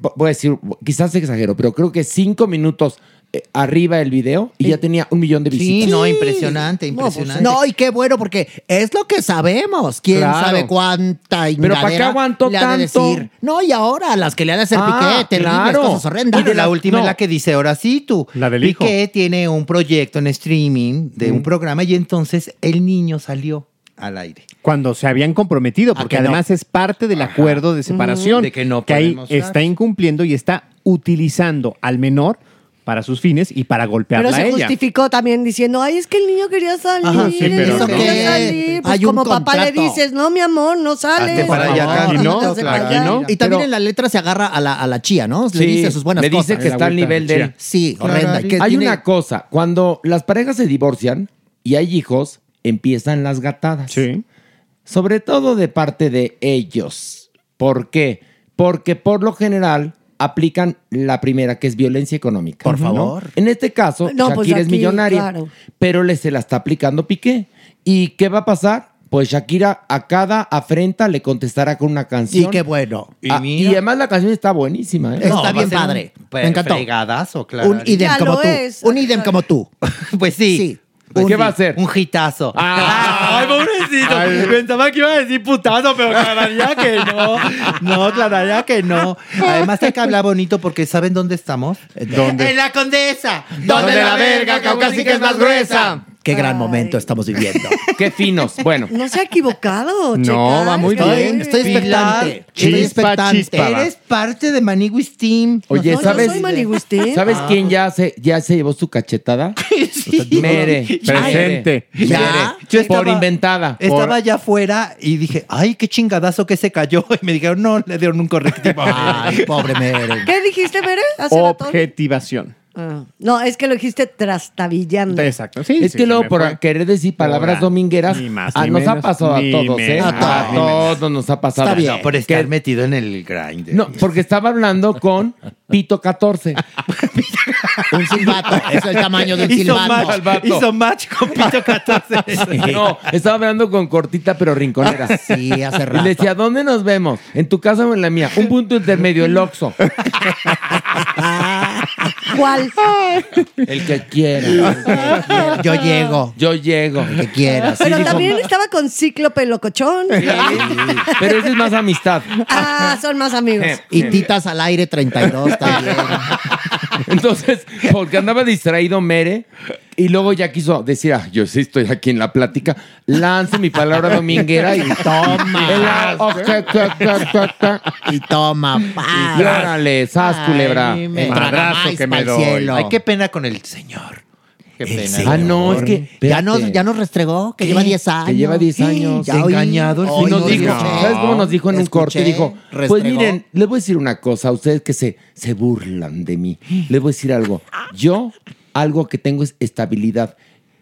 vo- voy a decir, quizás exagero, pero creo que cinco minutos eh, arriba el video y ya tenía un millón de visitas.
Eh, Sí, no, impresionante,
pues,
impresionante. No, y qué bueno, porque es lo que sabemos. ¿Quién
Claro.
sabe cuánta
Pero ¿para qué
ingadera
aguantó
le ha de
tanto?
decir? No, y ahora las que le han de hacer
Ah,
piquete,
claro.
cosas horrendas.
Bueno, la última es la que dice, ahora sí tú. La del
hijo.
Piqué tiene un proyecto en streaming de un programa y entonces el niño salió al aire. Ah,
Cuando se habían comprometido, porque
que no?
además es parte del acuerdo de separación
De que no
ahí
podemos dar.
está incumpliendo y está utilizando al menor para sus fines y para golpearla
Pero se
a ella.
justificó también diciendo, ay, es que el niño quería salir,
Ajá, sí,
el
pero
niño
no.
quería salir. Pues
Hay un
como papá le
contrato.
dices, no, mi amor, no sales.
para allá,
Ándate
tanto,
para
tanto,
allá.
para allá. Y también en la letra se agarra a la, a la chía, ¿no? Le
Sí,
dice sus buenas
le dice
cosas.
que está al nivel de él.
Sí, horrenda. y que
Hay
tiene-
una cosa, cuando las parejas se divorcian y hay hijos, empiezan las gatadas. Sí. Sobre todo de parte de ellos. ¿Por qué? Porque por lo general aplican la primera, que es violencia económica. Por
favor.
En este caso,
No,
Shakira
pues
es
aquí,
millonaria,
claro.
pero le se la está aplicando Piqué. ¿Y qué va a pasar? Pues Shakira a cada afrenta le contestará con una canción.
Y qué bueno.
Ah, Y, además la canción está buenísima. ¿eh?
Está bien padre. Me encantó. Un idem
Ya
como
lo
tú.
es.
Un idem como tú.
pues sí.
Un
¿Qué
idem.
va a hacer? Ah. Un hitazo.
<laughs>
¡Ay, pobrecito!
Pensaba que iba a decir putazo, pero clararía que no. No, clararía que no. Además hay que hablar bonito porque ¿saben dónde estamos?
En la condesa.
Donde la verga caucásica es más gruesa.
Qué gran momento estamos <laughs> viviendo.
Qué finos. Bueno.
No se ha equivocado, chicas.
No, va muy
Estoy-
bien.
Estoy
Pilar,
expectante.
Estoy expectante.
Eres parte de Maniguis Team.
Oye,
No, yo
¿sabes?
soy manigüiste.
¿Sabes
Ah.
quién ya se, ya se llevó su cachetada? Mere.
Ya.
Presente.
Ya.
Mere.
Yo estaba-
por inventada.
Estaba allá afuera y dije, ay, qué chingadazo que se cayó. <laughs> Y me dijeron, no, le dieron un correctivo. ay,
pobre Mere.
¿Qué dijiste, Mere? Hace ratón.
Objetivación.
Ah, No, es que lo dijiste trastabillando.
Exacto,
es que luego por querer decir palabras
Ahora,
domingueras,
ni más,
ah,
ni
nos ha
menos,
pasado a
ni
todos, ¿eh?
menos,
A
ni
todos
menos.
nos ha pasado.
Está bien.
No,
por estar
metido
en el grind.
No, porque estaba hablando con Pito 14.
un
Ah,
silbato. Es el tamaño de un
Hizo
silbato.
match, hizo
<laughs>
match con Pito
<laughs>
14.
No, estaba hablando con Cortita pero rinconera.
<laughs> Sí, hace
Y
rato.
le decía, ¿dónde nos vemos? ¿En tu casa o en la mía? Un punto intermedio, el Oxxo.
¿Cuál?
El que quiera.
<laughs> Yo llego.
Yo llego. El
que quiera.
Pero también estaba con Cíclope Locochón.
"Ah,
Pero esa es más
<laughs>
amistad.
Ah, son más amigos.
Eh,
Y Titas al aire 32 también.
<laughs> Entonces, porque andaba distraído Mere y luego ya quiso decir, ah, yo sí estoy aquí en la plática, lanzo mi palabra dominguera y
<laughs> toma.
El- oh, ta, ta, ta, ta, ta.
Y toma,
Y órale, sas, culebra.
El madrazo que me doy. Ay, qué pena con el señor. Qué pena.
Ah, no, es que.
Ya
no
nos, ya nos restregó, que lleva 10 años.
Que lleva 10 años.
Ya oí.
Y
Hoy
nos
lo
dijo,
escuché.
¿Sabes cómo nos dijo en un
Escuché,
corte? Dijo, pues
restregó.
miren, les voy a decir una cosa. a Ustedes que se, se burlan de mí. Les voy a decir algo. Yo, algo que tengo es estabilidad.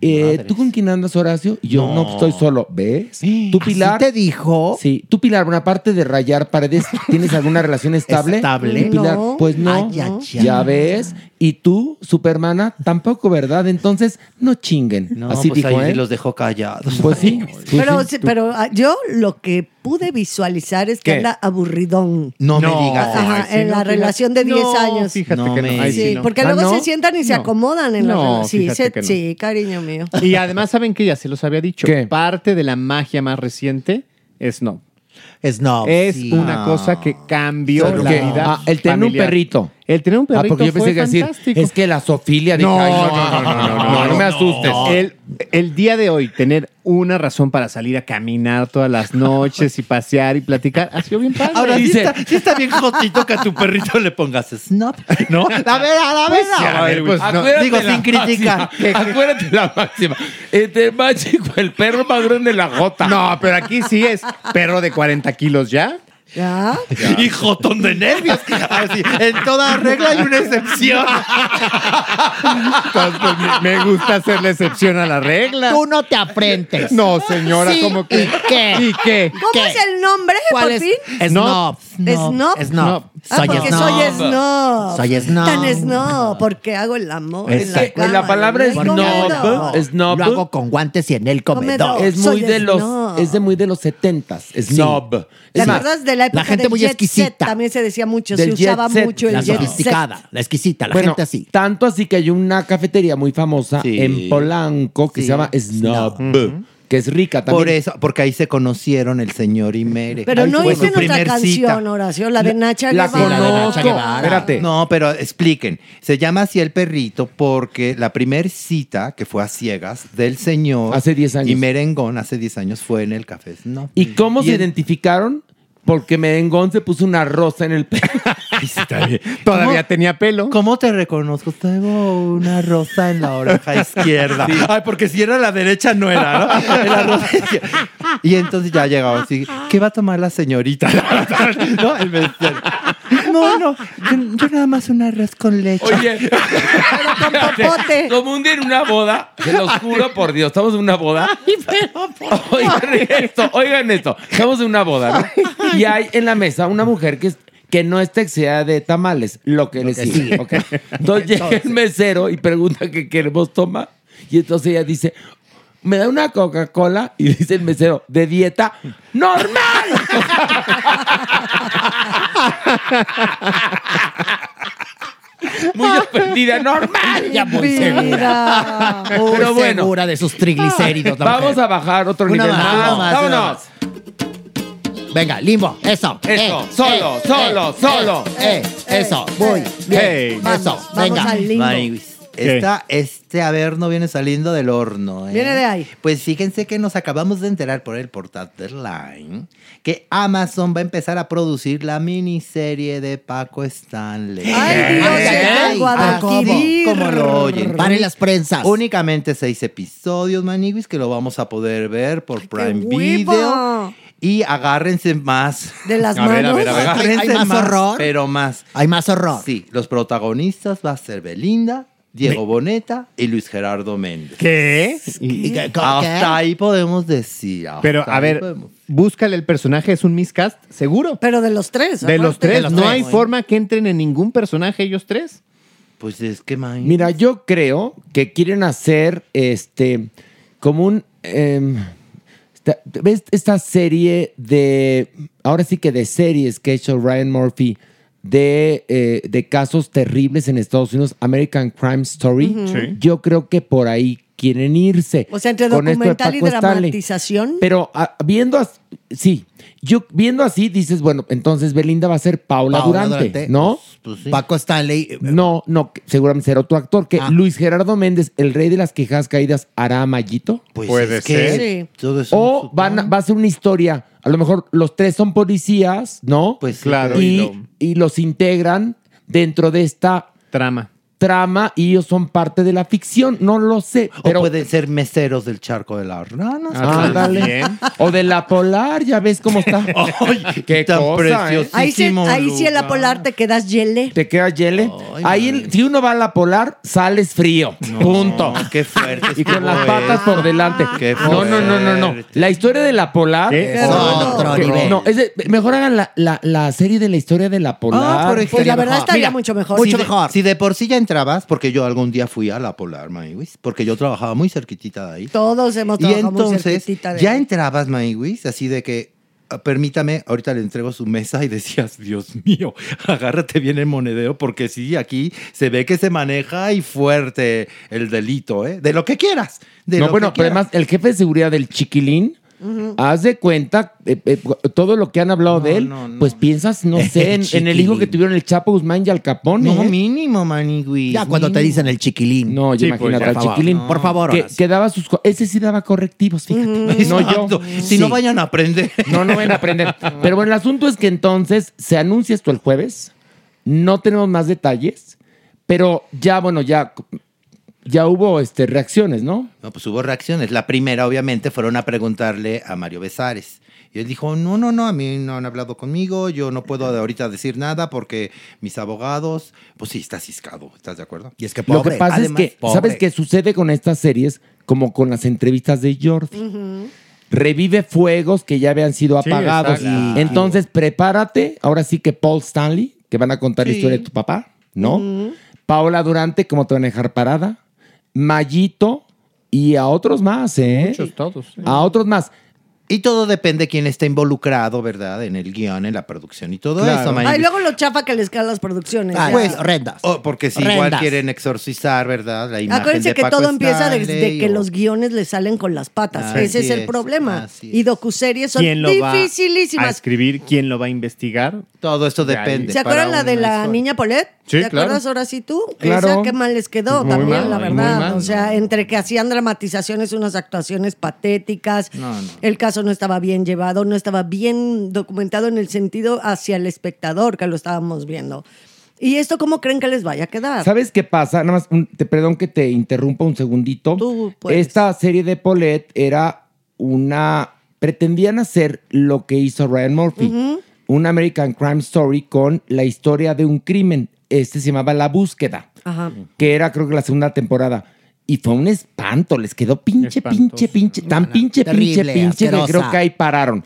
Eh, ¿Tú con quién andas, Horacio? Y Yo no, pues,
No.
estoy solo. ¿Ves? ¿Tú, Pilar?
te dijo?
Sí. ¿Tú, Pilar, bueno, aparte de rayar paredes, tienes alguna relación estable?
¿Estable?
Pilar,
No.
pues no.
Ay, ay, ay.
Ya ves. Y tú, supermana, tampoco, ¿verdad? Entonces, no chinguen. Así
pues
dijo,
ahí
¿eh?
los dejó callados.
Pues sí. pues
Pero,
sí.
sí, pero ah, yo lo que pude visualizar es que
¿Qué?
anda aburridón.
No me
Ajá,
digas eso. Ay, sí,
en
no,
la
fíjate.
relación de 10
No,
años.
fíjate No que no. me
Sí,
Ay, sí, no.
porque
¿Ah,
luego
no?
se sientan y se
No.
acomodan en la
No,
relación. Sí,
fíjate
se-
que no.
sí, cariño mío.
<laughs> Y además, ¿saben que Ya se los había dicho. Parte de la magia más reciente es no.
Es no.
Es
sí.
una
Ah.
cosa que cambió
Pero
la
que-
vida.
ah, el tener
familiar.
un perrito.
El tener un perrito.
Ah, porque yo
fue
pensé que decir,
fantástico.
es que la sofilia dije,
No,
ay,
no, no, no, no, no,
me asustes.
El, el día de hoy, tener una razón para salir a caminar todas
<laughs>
las noches y pasear y platicar, ha sido bien padre.
Ahora sí
Dice,
está, sí está bien jotito que a tu perrito le pongas snob,
<laughs>
<laughs> ¿no?
La vera, la
Pues
vera.
sí, a ver, pues, no.
Acuérdate
Digo,
la
sin <laughs> criticar.
<laughs>
máxima, acuérdate la máxima.
Eh,
<laughs>
Entre más chico el perro, más grande la jota.
No, pero aquí sí es perro de 40 kilos ya.
¿Ya?
Y jotón de nervios. Así, en toda regla hay una excepción.
Oh.
Entonces, pues, me- me gusta hacer la excepción a la regla.
Tú no te aprentes.
No, señora,
Sí,
¿cómo que?
¿y qué?
¿Y qué?
¿Cómo
¿Qué?
es el nombre,
¿Cuál
por
es?
fin?
Snob.
Snob.
Snob.
Ah,
Soy
porque
snob.
soy snob.
Soy snob.
Tan snob, porque hago el amor
Es que
en la
la
cama.
palabra
en el
snob, ¿eh?
comedor.
<laughs>
snob.
Lo hago con guantes y en el comedor.
Comedor.
Es muy
Soy
de los
snob.
pero es de muy de los setentas. Snob.
¿Te acuerdas de la época del jet set?
exquisita.
También se decía mucho, se
Del jet
usaba
set,
mucho el jet set.
la exquisita,
la
Bueno,
gente
así. Tanto así que hay una cafetería muy famosa en Polanco que se llama Snob, que es rica también.
Por eso, porque ahí se conocieron el señor y Mere.
Pero
Ahí
no
fue su
hice otra
primer cita.
canción, Horacio, la de Nacha
La
Guevara.
conozco. Espérate. No, pero expliquen. Se llama así el perrito porque la primer cita que fue a ciegas del señor
Hace 10 años.
y merengón hace 10 años fue en el café. No.
¿Y cómo
Y
se
el-
identificaron? Porque Merengón se puso una rosa en el pelo. <laughs>
Todavía
tenía pelo.
¿Cómo te reconozco? Tengo una rosa en la oreja
<laughs>
izquierda.
Sí.
Ay, porque si era la derecha no era, ¿no? Era la rosa izquierda. Y entonces ya llegaba así, ¿qué va a tomar la <laughs> señorita? ¿No? El mesero.
<laughs>
No, no, yo, yo nada más un arroz con leche.
Oye, Como un <laughs> día en
<laughs>
una boda, se los juro por Dios, estamos en una boda. <laughs> Oigan esto, oigan esto. Estamos en una boda, ¿no? Y hay en la mesa una mujer que, es- que no está exigida de tamales, lo que le
que
sigue.
sigue.
ok. Entonces llega el mesero y pregunta qué queremos tomar. Y entonces ella dice, ¿me da una Coca-Cola? Y dice el mesero, ¿de dieta? ¡Normal! Muy ofendida, <laughs> normal.
Ya muy segura. Muy segura de sus triglicéridos, la
Vamos
mujer.
a bajar otro
Una
nivel.
más,
más.
una más, una
Vámonos.
Venga, limbo, eso.
Eso, solo, solo, solo.
eh, eso, voy. bien, eso, venga.
Marihuis, Esta, este averno viene saliendo del horno. ¿eh?
Viene de ahí.
Pues fíjense que nos acabamos de enterar por el portal Line que Amazon va a empezar a producir la miniserie de Paco Stanley.
¡Ay, Dios,
Ay,
se
ay,
va a
ay,
adquirir.
¿Cómo cómo lo oyen?
Paren las prensas.
Únicamente seis episodios, Maniguis, que lo vamos a poder ver por Prime
hueva.
Video. Y agárrense más.
De
<laughs>
las
A ver, a
manos.
ver, a ver,
Hay- hay
agárrense
más horror.
Pero más.
Hay más horror.
Sí, los protagonistas va a ser Belinda, Diego Boneta y Luis Gerardo Méndez.
¿Qué?
Hasta ahí podemos decir. hasta
Pero, a
ahí
ver,
podemos.
búscale el personaje, es un miscast, seguro.
Pero de los tres.
De los
aparte.
tres, no hay forma que entren en ningún personaje ellos tres.
Pues es que, man.
Mira, yo creo que quieren hacer este como un em, esta- ¿Ves esta serie de ahora sí que de series que ha hecho Ryan Murphy de, eh, de casos terribles en Estados Unidos, American Crime Story?
Ujú. Sí.
Yo creo que por ahí quieren irse.
O sea, entre
con esto de
documental y
Paco Stanley.
dramatización.
Pero ah, viendo así, sí, yo viendo así dices, bueno, entonces Belinda va a ser Paula,
Paola
Durante,
Durante,
¿no?
Paco Stanley.
eh,
No, no, que seguramente será otro actor.
Ah.
Que Luis Gerardo Méndez, el rey de las quejas caídas, hará a Mayito.
Pues Puede es que ser.
O van a- va a ser una historia. A lo mejor los tres son policías, ¿no? Pues
Claro,
Y,
y
y los integran dentro de esta
trama.
Trama y ellos son parte de la ficción. No lo sé. Pero
o pueden ser meseros del charco de la rana.
Ah, ándale. O de la polar, ya ves cómo está.
<laughs> Ay,
qué ¿eh?
Ahí, sí, ahí sí en la polar te quedas yele.
Te queda Yele. Ahí, el- si uno va a la polar, sales frío. Punto.
Qué fuerte.
Y con las patas por delante. no, no, no, no, no. La historia de la polar.
Qué Es horror. otro
que-
nivel.
No, es de- mejor hagan la, la- la serie de la historia de la
Ah,
polar.
Ah, si de- si de por sí ya entrabas, porque yo algún día fui a la Polar, Maniwis, porque yo trabajaba muy cerquitita de ahí.
Todos hemos
Y
trabajado muy
entonces,
cerquitita de
ya entrabas, Maniwis, así de que, ah, permítame, ahorita le entrego su mesa y decías, <laughs> Dios mío, agárrate bien el monedero, porque sí, aquí se ve que se maneja y fuerte el delito, ¿eh? De lo que quieras. De
no,
lo
bueno,
que
pero
quieras.
además, el jefe de seguridad del chiquilín.
Ujú.
Haz de cuenta, eh, eh, todo lo que han hablado de él, pues piensas,
<laughs>
no sé, en, en el hijo que tuvieron el Chapo Guzmán y al Capone.
No,
¿eh?
mínimo, Maniwis.
Ya cuando te
mínimo.
dicen
el chiquilín.
No, yo
Sí,
imagino
pues, ya,
al
por favor.
chiquilín.
<laughs> No. Por favor,
Que,
Horacio.
que daba sus. co- Ese sí daba correctivos, fíjate. No yo.
Mm. Exacto. Si no vayan a aprender.
No, no van a aprender. Pero bueno, el asunto es que entonces se anuncia esto el jueves. No tenemos más detalles. Pero ya, bueno, ya, ya hubo este, reacciones, ¿no?
No, pues hubo reacciones. La primera, obviamente, fueron a preguntarle a Mario Besares. Y él dijo, no, no, no, a mí no han hablado conmigo, yo no puedo ahorita decir nada porque mis abogados, pues sí, está ciscado, ¿estás de acuerdo? Y es que
Lo que pasa es que, ¿sabes qué sucede con estas series? Como con las entrevistas de Jordi. Revive fuegos que ya habían sido
Sí,
apagados.
exacto.
Entonces, prepárate. Ahora sí que Paul Stanley, que van a contar la
Sí.
historia de tu papá, ¿no? Paola Durante, ¿cómo te van a dejar parada? Mayito y a otros más, ¿eh?
Muchos, todos.
A otros más.
Y todo depende de quién está involucrado, ¿verdad? En el guión, en la producción y todo
Claro.
eso,
Ay,
Mayeli.
luego lo chafa que les caen las producciones.
Ah,
ya.
pues, O porque si igual
Horrendas.
quieren exorcizar, ¿verdad? La imagen
Acuérdense
de
que
Paco
todo empieza desde
Stanley
que
o-
los guiones le salen con las patas.
Así
Ese es el
es,
problema. Y docuseries son
¿Quién lo va a
dificilísimas.
escribir? ¿Quién lo va a investigar?
Todo esto
¿Se acuerdan la de la niña Polet?
Sí,
¿Te
claro.
acuerdas ahora sí tú?
Claro.
Esa que mal les quedó
Muy
también,
mal,
la
muy
verdad.
mal.
o sea, entre que hacían dramatizaciones, unas actuaciones patéticas,
No, no.
el caso no estaba bien llevado, no estaba bien documentado en el sentido hacia el espectador que lo estábamos viendo. ¿Y esto cómo creen que les vaya a quedar?
¿Sabes qué pasa? Nada más, un- te, perdón que te interrumpa un segundito.
puedes.
Esta serie de Paulette era una. Pretendían hacer lo que hizo Ryan Murphy.
Ujú.
Un American Crime Story con la historia de un crimen. Este se llamaba La Búsqueda,
Ajá.
que era creo que la segunda temporada. Y fue un espanto, les quedó pinche, pinche, pinche, tan pinche,
Terrible,
pinche, pinche, que
asquerosa.
creo que ahí pararon.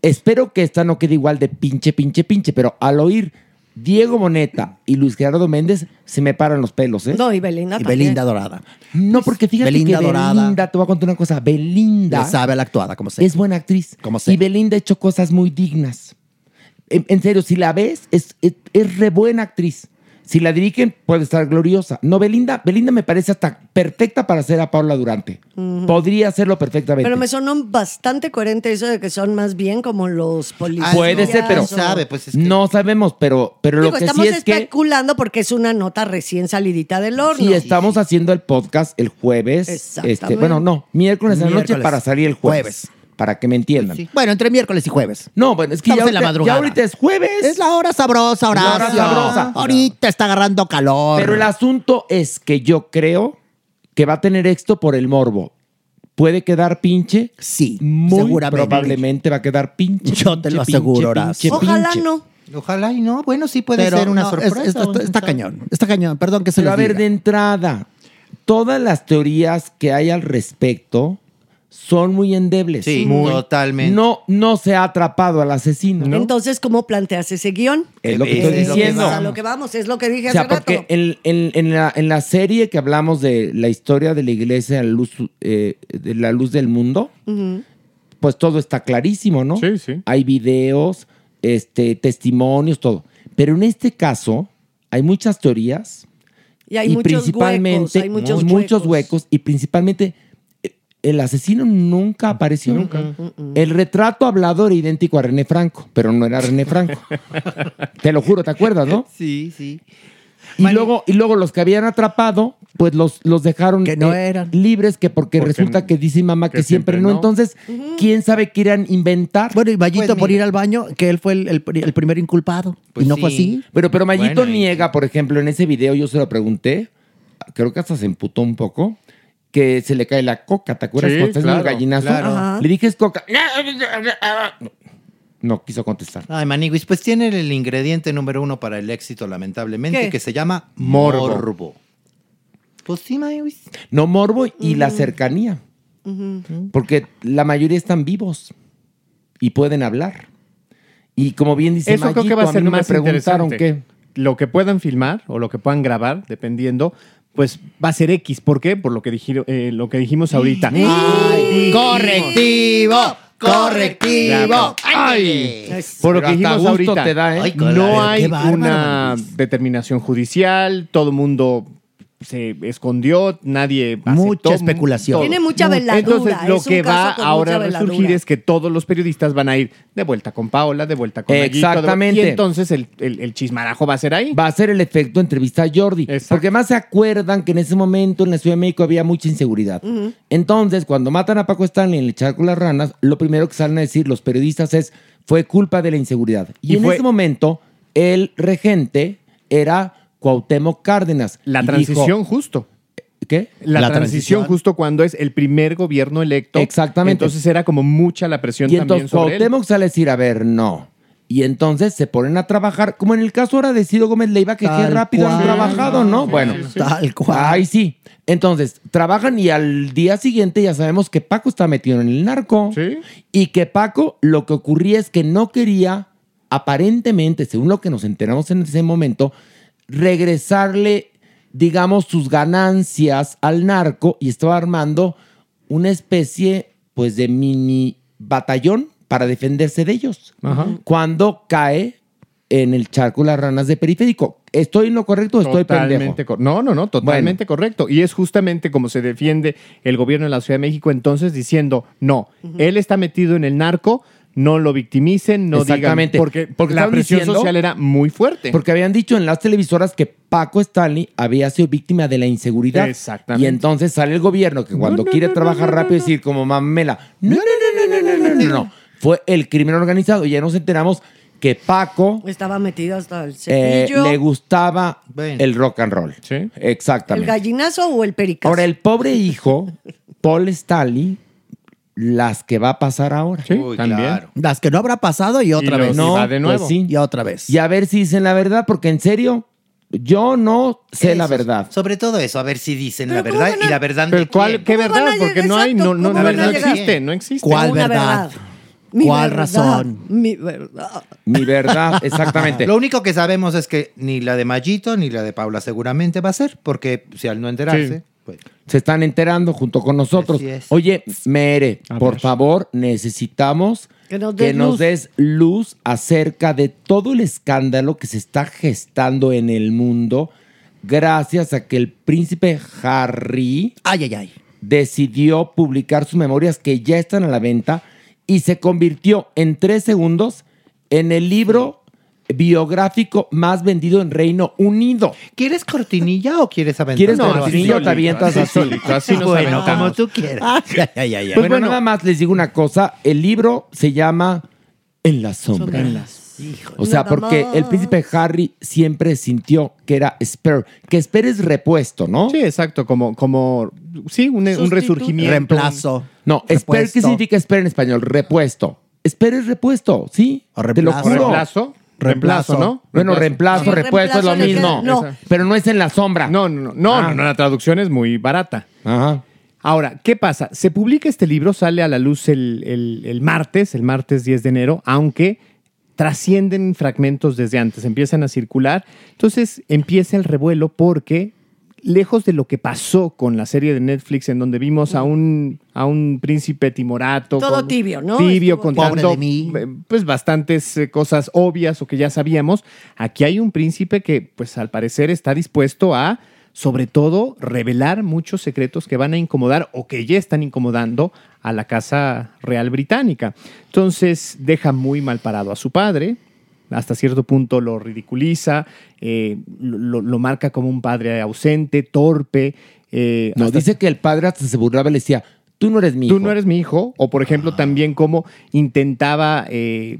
Espero que esta no quede igual de pinche, pinche, pinche, pero al oír Diego Boneta y Luis Gerardo Méndez, se me paran los pelos, ¿eh?
No, y Belinda
Y
también.
Belinda
Dorada.
No, porque fíjate
Belinda
que
Dorada.
Belinda, te voy a contar una cosa, Belinda
Le sabe a la actuada, como sea.
es buena actriz. Y Belinda ha hecho cosas muy dignas. En, en serio, si la ves, es, es, es re buena actriz. Si la dirigen, puede estar gloriosa. No, Belinda, Belinda me parece hasta perfecta para hacer a Paula Durante.
Mm.
Ujú.
Podría hacerlo perfectamente.
Pero me sonó bastante coherente eso de que son más bien como los
Ah,
policías.
Ah, Puede ser, pero
o-
pues,
no sabemos, pero, pero
pues, Digo,
lo que
estamos este
sí es que
especulando porque es una nota recién salidita del horno.
si estamos haciendo el podcast el jueves,
Exactamente.
este, bueno, no, miércoles en la noche
Miércoles.
para salir el jueves, para que me entiendan.
Bueno, entre miércoles y jueves.
No, bueno, es que ya
Estamos en la
ahorita- ya
madrugada.
ahorita es jueves.
Es la hora sabrosa,
La
Horacio.
hora sabrosa.
Ahorita está agarrando calor.
Pero el asunto es que yo creo que va a tener éxito por el morbo. ¿Puede quedar pinche?
Sí,
Muy
seguramente.
probablemente va a quedar pinche.
Yo te
pinche,
lo
pinche,
aseguro,
pinche,
Horacio.
pinche.
Ojalá y no. Bueno, sí puede
Pero
ser una
no, es-
sorpresa.
es- está, está cañón, está cañón. Perdón que se
Pero
lo
a ver,
diga.
de entrada, todas las teorías que hay al respecto son muy endebles.
Sí, Muy. totalmente.
No, no se ha atrapado al asesino.
Entonces, ¿cómo planteas ese guión?
Es lo que
Es
estoy diciendo.
vamos, a lo que vamos, es lo que dije
O sea,
hace rato.
porque en, en- en la, en la serie que hablamos de la historia de la iglesia, la luz, eh, de la luz del mundo,
Ujú.
pues todo está clarísimo, ¿no?
Sí, sí.
Hay videos, este, testimonios, todo. Pero en este caso hay muchas teorías
Y hay muchos huecos, hay muchos
mu- huecos. y principalmente eh, el asesino nunca apareció.
Nunca.
El retrato hablado era idéntico a René Franco, pero no era René Franco. Te lo juro, ¿te acuerdas, no?
Sí, sí.
Y luego, y luego los que habían atrapado, pues los, los dejaron
no
eh, libres, que porque, resulta que dice mamá que, siempre,
siempre
no.
no.
Entonces, ¿quién sabe qué irán a inventar?
Bueno, y Vallito por ir al baño, que él fue el, el pri- el primer inculpado. y no fue así.
Pero, pero Mayito
Pues Bueno, y-
niega, por ejemplo, en ese video yo se lo pregunté, creo que hasta se emputó un poco, que se le cae la coca, ¿te acuerdas?
Sí,
Cuando estás en el
claro,
gallinazo.
claro. Ajá.
Le dije es coca. No quiso contestar.
Ay, Maniguis, pues tiene el ingrediente número uno para el éxito, lamentablemente,
¿Qué?
que se llama
Morbo.
morbo. Pues sí, Maniguis.
No morbo y la cercanía,
mm,
porque la mayoría están vivos y pueden hablar. Y como bien dice
Eso creo que
Mayito,
va a ser
mí no
más
me preguntaron qué.
interesante. Lo que puedan filmar o lo que puedan grabar, dependiendo, pues va a ser X. ¿Por qué? Por lo que, dijiro- eh, lo que dijimos ahorita.
Ay, correctivo,
Ya,
correctivo.
¡Ay!
Es-
Por lo que
Pero hasta
dijimos
gusto
ahorita,
te da, ¿eh? Ay, claro. Pero
no hay
qué bárbaro,
una determinación judicial, todo el mundo se escondió, nadie
Mucha especulación.
Tiene mucha veladura,
Entonces, lo
es un
que
caso
va
con
ahora a
mucha
resurgir
veladura.
es que todos los periodistas van a ir de vuelta con Paola, de vuelta con Mayito, de vuelta-
Exactamente.
y entonces el, el- el chismarajo va a ser ahí.
Va a ser el efecto entrevista a Jordi. Porque más se acuerdan que en ese momento en la Ciudad de México había mucha inseguridad.
Ujú.
Entonces, cuando matan a Paco Stanley en el Charco de las Ranas, lo primero que salen a decir los periodistas es, fue culpa de la inseguridad. Y,
Y
en
fue-
ese momento, el regente era Cuauhtémoc Cárdenas.
La
Y
transición
dijo,
justo.
¿Qué?
La, transición, justo cuando es el primer gobierno electo.
Exactamente.
Entonces era como mucha la presión
Y
también
entonces
sobre él.
Cuauhtémoc sale a decir, a ver, no. Y entonces se ponen a trabajar, como en el caso ahora de Ciro Gómez Leiva, que qué
Tal
rápido han
cual.
trabajado, ¿no? bueno,
tal cual.
Ay, sí. Entonces, trabajan y al día siguiente ya sabemos que Paco está metido en el narco. Y que Paco lo que ocurría es que no quería, aparentemente, según lo que nos enteramos en ese momento, regresarle, digamos, sus ganancias al narco y estaba armando una especie, pues, de mini batallón para defenderse de ellos. Cuando cae en el charco las ranas de periférico. ¿Estoy en lo correcto o estoy pendejo?
Totalmente cor- No, no, no, totalmente correcto. Y es justamente como se defiende el gobierno de la Ciudad de México entonces diciendo, no, él está metido en el narco, no lo victimicen, no
Exactamente.
digan... Porque, porque la
estaban
presión
diciendo-
social era muy fuerte.
Porque habían dicho en las televisoras que Paco Stanley había sido víctima de la inseguridad.
Exactamente.
Y entonces sale el gobierno que cuando quiere trabajar rápido decir como mamela, no, no, no, no, no, no, no, no. Fue el crimen organizado. Y ya nos enteramos que Paco
Estaba metido hasta el
eh,
cepillo.
le gustaba el rock and roll.
¿El
Exactamente.
gallinazo o el pericazo?
Ahora, el pobre hijo, Paul Stanley, las que va a pasar ahora.
también. claro.
Las que no habrá pasado
y otra vez.
No,
Y va de nuevo.
pues sí.
Y otra vez.
Y a ver si dicen la verdad, porque en serio, yo no sé la verdad.
Sobre todo eso, a ver si dicen la verdad y la verdad
pero
de
cuál-
quién.
qué verdad? Porque no hay- no- no-
La
no-
verdad
no
de
existe,
quién.
no existe.
¿Cuál
Una
verdad?
Mi
¿Cuál
verdad,
razón?
Mi verdad.
Mi verdad, exactamente.
Lo único que sabemos es que ni la de Mayito ni la de Paula seguramente va a ser, porque si al no enterarse.
Se están enterando junto con nosotros.
pues. Así es.
Oye, Mere, por favor, necesitamos
Que nos des
que nos
luz.
des luz acerca de todo el escándalo que se está gestando en el mundo gracias a que el príncipe Harry decidió publicar sus memorias que ya están a la venta y se convirtió en tres segundos en el libro biográfico más vendido en Reino Unido.
¿Quieres cortinilla o quieres aventar?
¿Quieres
No, así
cortinilla o te
solito,
avientas
así
así?
solito, así nos <laughs> Bueno, aventamos. como tú quieras.
Pues bueno, nada más les digo una cosa. El libro se llama En la sombra. O sea,
Nada
porque
más.
el príncipe Harry siempre sintió que era spare, que spare es repuesto, ¿no? Sí,
exacto, como, como sí, un, un resurgimiento.
Reemplazo. No, spare, ¿qué
Repuesto.
significa spare en español? Repuesto. Spare es repuesto, ¿sí? Te lo
reemplazo.
juro.
Reemplazo. Reemplazo, ¿no?
Bueno,
Reemplazo.
reemplazo,
Sí,
repuesto es lo
reemplazo le queda-
mismo.
no.
Pero no es en la sombra.
No, no, no, no,
Ah.
no, no, la traducción es muy barata.
Ajá.
Ahora, ¿qué pasa? Se publica este libro, sale a la luz el, el- el martes, el martes 10 de enero, aunque trascienden fragmentos desde antes, empiezan a circular. Entonces empieza el revuelo porque, lejos de lo que pasó con la serie de Netflix, en donde vimos a un, a un príncipe timorato.
Todo
con-
tibio,
Tibio,
¿no? Estuvo tibio.
contando
Pobre de mí.
eh, pues bastantes eh, cosas obvias o que ya sabíamos. Aquí hay un príncipe que, pues al parecer, está dispuesto a, sobre todo, revelar muchos secretos que van a incomodar o que ya están incomodando a la Casa Real Británica. Entonces, deja muy mal parado a su padre. Hasta cierto punto lo ridiculiza, eh, lo, lo marca como un padre ausente, torpe. eh,
No,
hasta-
dice que el padre hasta se burlaba y le decía, tú no eres mi hijo. Ah.
Tú no eres mi hijo. O, por ejemplo, también cómo intentaba eh,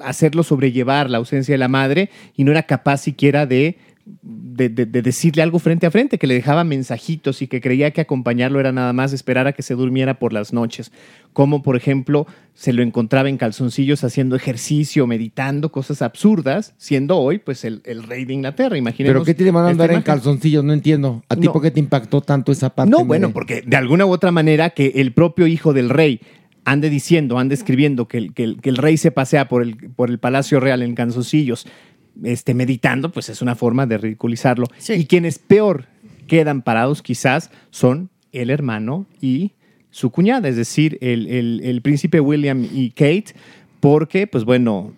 hacerlo sobrellevar la ausencia de la madre y no era capaz siquiera de, de- de- de decirle algo frente a frente, que le dejaba mensajitos y que creía que acompañarlo era nada más esperar a que se durmiera por las noches. Como, por ejemplo, se lo encontraba en calzoncillos haciendo ejercicio, meditando, cosas absurdas, siendo hoy pues el, el rey de Inglaterra. Imaginemos.
¿Pero qué te van
esta
a andar en
Este imagen.
calzoncillos? No entiendo. ¿A ti
No.
por qué te impactó tanto esa parte?
No, bueno,
Mere?
porque de alguna u otra manera que el propio hijo del rey ande diciendo, ande escribiendo que el, que el- que el rey se pasea por el, por el Palacio Real en canzoncillos, este, meditando, pues es una forma de ridiculizarlo. Y quienes peor quedan parados quizás son el hermano y su cuñada, es decir, el, el- el príncipe William y Kate, porque, pues bueno,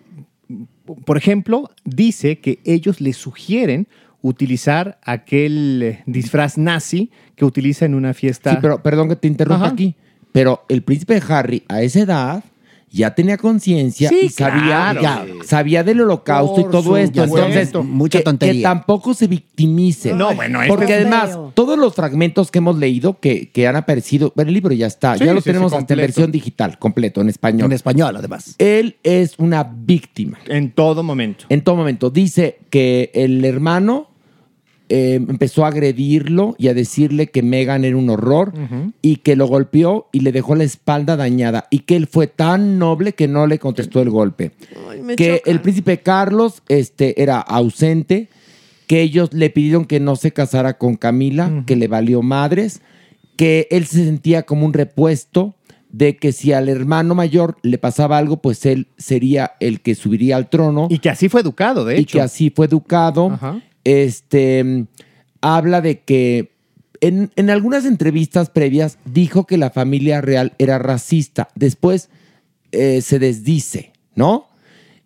por ejemplo, dice que ellos le sugieren utilizar aquel eh, disfraz nazi que utiliza en una fiesta.
Sí, pero perdón que te interrumpa
Ajá.
aquí. Pero el príncipe Harry a esa edad ya tenía conciencia
Sí,
y sabía,
claro.
ya, sabía del holocausto
Por
y todo esto.
supuesto.
Entonces,
Mucha
que,
tontería.
que tampoco se victimice.
No, bueno, este
Porque
es
además,
feo.
todos los fragmentos que hemos leído que, que han aparecido, bueno, el libro ya está,
Sí,
ya lo
sí, sí,
tenemos hasta en
completo.
versión digital, completo, en español.
En español, además.
Él es una víctima.
En todo momento.
En todo momento. Dice que el hermano eh, empezó a agredirlo y a decirle que Megan era un horror y que lo golpeó y le dejó la espalda dañada y que él fue tan noble que no le contestó el golpe.
me
que el príncipe Carlos este, era ausente, que ellos le pidieron que no se casara con Camila, que le valió madres, que él se sentía como un repuesto de que si al hermano mayor le pasaba algo, pues él sería el que subiría al trono. Y
que así fue educado, de
hecho. Y que así fue educado. Este mm, habla de que en, en algunas entrevistas previas dijo que la familia real era racista. Después eh, se desdice, ¿no?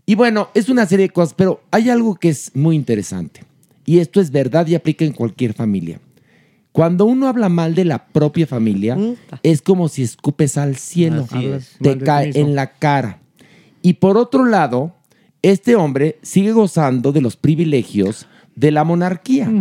Y bueno, es una serie de cosas, pero hay algo que es muy interesante. Y esto es verdad y aplica en cualquier familia. Cuando uno habla mal de la propia familia, es como si escupes al cielo.
Así es.
Te
Mal de ti
cae
mismo.
en la cara. Y por otro lado, este hombre sigue gozando de los privilegios de la monarquía.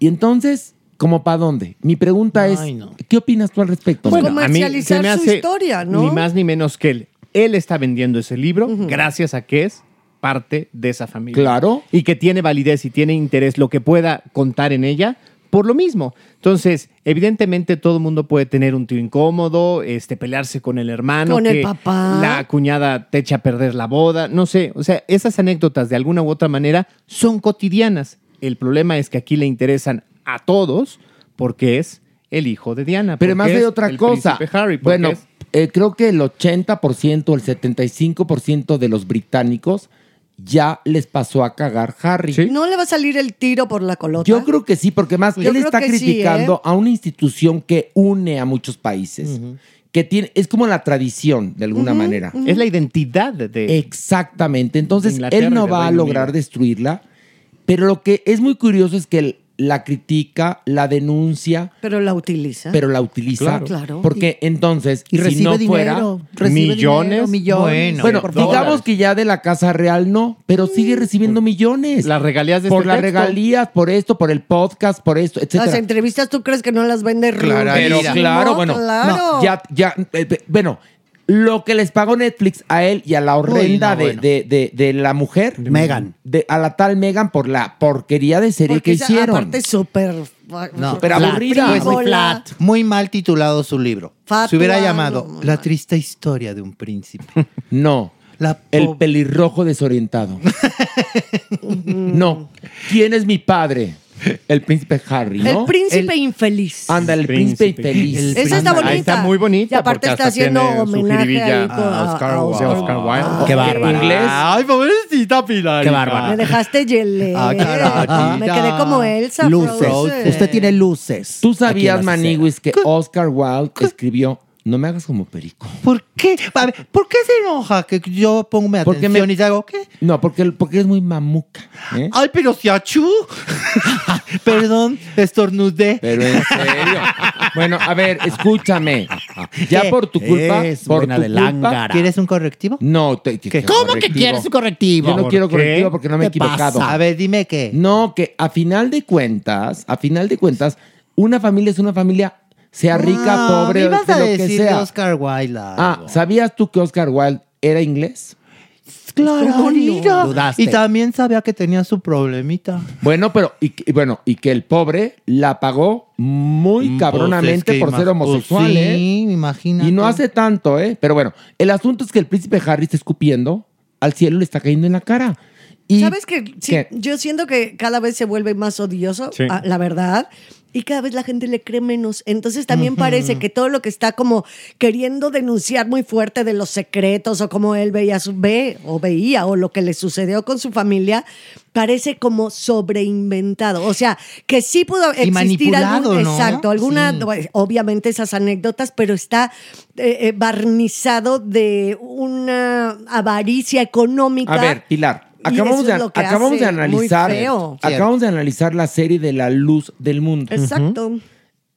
Y entonces, ¿como para dónde? Mi pregunta
Ay,
es, ¿qué opinas tú al respecto?
Pues
Bueno,
Manuel?
a mí se me hace Ni más ni menos que él. Él está vendiendo ese libro gracias a que es parte de esa familia.
Claro.
Y que tiene validez y tiene interés lo que pueda contar en ella por lo mismo. Entonces, evidentemente todo el mundo puede tener un tío incómodo, este, pelearse con el hermano.
Con el
que
papá.
La cuñada te echa a perder la boda, no sé. O sea, esas anécdotas de alguna u otra manera son cotidianas. El problema es que aquí le interesan a todos porque es el hijo de Diana.
Pero
porque
más hay
es
otra
el
cosa.
príncipe Harry, porque
bueno,
es-
eh, creo que el 80% o el 75% de los británicos ya les pasó a cagar Harry.
No le va a salir el tiro por la colota.
Yo creo que sí, porque más
Yo
él
creo
está
que sí,
criticando
¿eh?
a una institución que une a muchos países. Que tiene, es como la tradición, de alguna
Ujú,
manera.
ujú. Es la identidad de.
Exactamente. Entonces,
Inglaterra
él
y
no
del
va a
Reino
lograr
Unido.
destruirla. Pero lo que es muy curioso es que él la critica, la denuncia,
Pero la utiliza.
pero la utiliza.
Claro. Claro.
Porque entonces,
y
si
recibe
no
dinero,
fuera,
recibe Millones. dinero, millones.
Bueno,
Por favor. Mm.
digamos que ya de la Casa Real no, pero sigue recibiendo millones. Las
regalías
de
Por
este
las
texto.
regalías, por esto, por el podcast, por esto,
Las
etcétera.
entrevistas, ¿tú crees que no las vende
Claro, pero
rudísimo?
claro, bueno,
Claro.
no, ya, ya, eh, eh, bueno, lo que les pagó Netflix a él y a la horrenda
no,
de,
bueno.
de- de- de la mujer,
Meghan.
de, a la tal Megan por la porquería de serie
Porque
que
esa
hicieron.
Aparte, es súper.
No,
pero aburrida.
Fue muy
Frívola.
flat. Muy mal titulado su libro.
Fatua,
Se hubiera
no,
llamado La triste historia de un príncipe.
<laughs> No. el pelirrojo desorientado. no. ¿Quién es mi padre? El príncipe Harry, ¿no?
El príncipe infeliz.
Anda, el príncipe, infeliz.
Esa está bonita.
Ándale.
Y aparte
porque
está
hasta
haciendo
tiene su
homenaje
jiribilla
ahí con- a Ah, Oscar,
Qué bárbaro.
Ay, pobrecita Pilar. Qué
Ah,
bárbaro.
Me dejaste yelé.
Ah, carajita.
Me quedé como Elsa.
Luces.
Frozen.
Usted
Tiene luces.
Tú
Aquí
sabías,
en la
Maniguis, que Oscar Wilde escribió No me hagas como perico.
¿Por qué? A ver, ¿por qué se enoja que yo pongo mi
Porque
atención
me-
y te hago qué?
No, porque, porque es muy mamuca. ¿eh?
Ah.
Ay, pero
<laughs>
si achú. Perdón, estornudé.
Pero en serio. bueno, a ver, escúchame. Ya por tu culpa,
Es
por
buena
tu
de
culpa,
lángara. ¿Quieres un correctivo?
No, te- que-
¿Cómo que quieres un correctivo?
Yo no
¿Por
quiero
qué?
correctivo porque no me he
¿Te pasa?
equivocado.
A ver, dime qué.
No, que a final de cuentas, a final de cuentas, una familia es una familia, sea rica, pobre,
Ah, ¿me ibas
de
a
lo que
decir de
sea.
Oscar Wilde? algo?
Ah, ¿sabías tú que Oscar Wilde era inglés?
claro, mira.
Dudaste.
Y también sabía que tenía su problemita.
Bueno, pero y, que- y bueno, y que el pobre la pagó muy cabronamente
Mm, pues, es que
por ser
imag-
homosexual,
pues
¿eh?
sí,
Y no hace tanto, ¿eh? Pero bueno, el asunto es que el príncipe Harry está escupiendo al cielo y le está cayendo en la cara. Y
¿Sabes que sí,
¿Qué?
Yo siento que cada vez se vuelve más odioso,
Sí.
a- la verdad. Y cada vez la gente le cree menos. Entonces también parece que todo lo que está como queriendo denunciar muy fuerte de los secretos o cómo él veía su ve o veía o lo que le sucedió con su familia, parece como sobreinventado. O sea, que sí pudo
Y
existir
manipulado,
algún,
¿no?
exacto, alguna,
Sí.
obviamente esas anécdotas, pero está eh, eh, barnizado de una avaricia económica.
A ver, Pilar,
Y eso
acabamos,
es
de,
lo que
acabamos
hace
de analizar.
muy feo.
Acabamos de analizar la serie de la luz del mundo.
Exacto.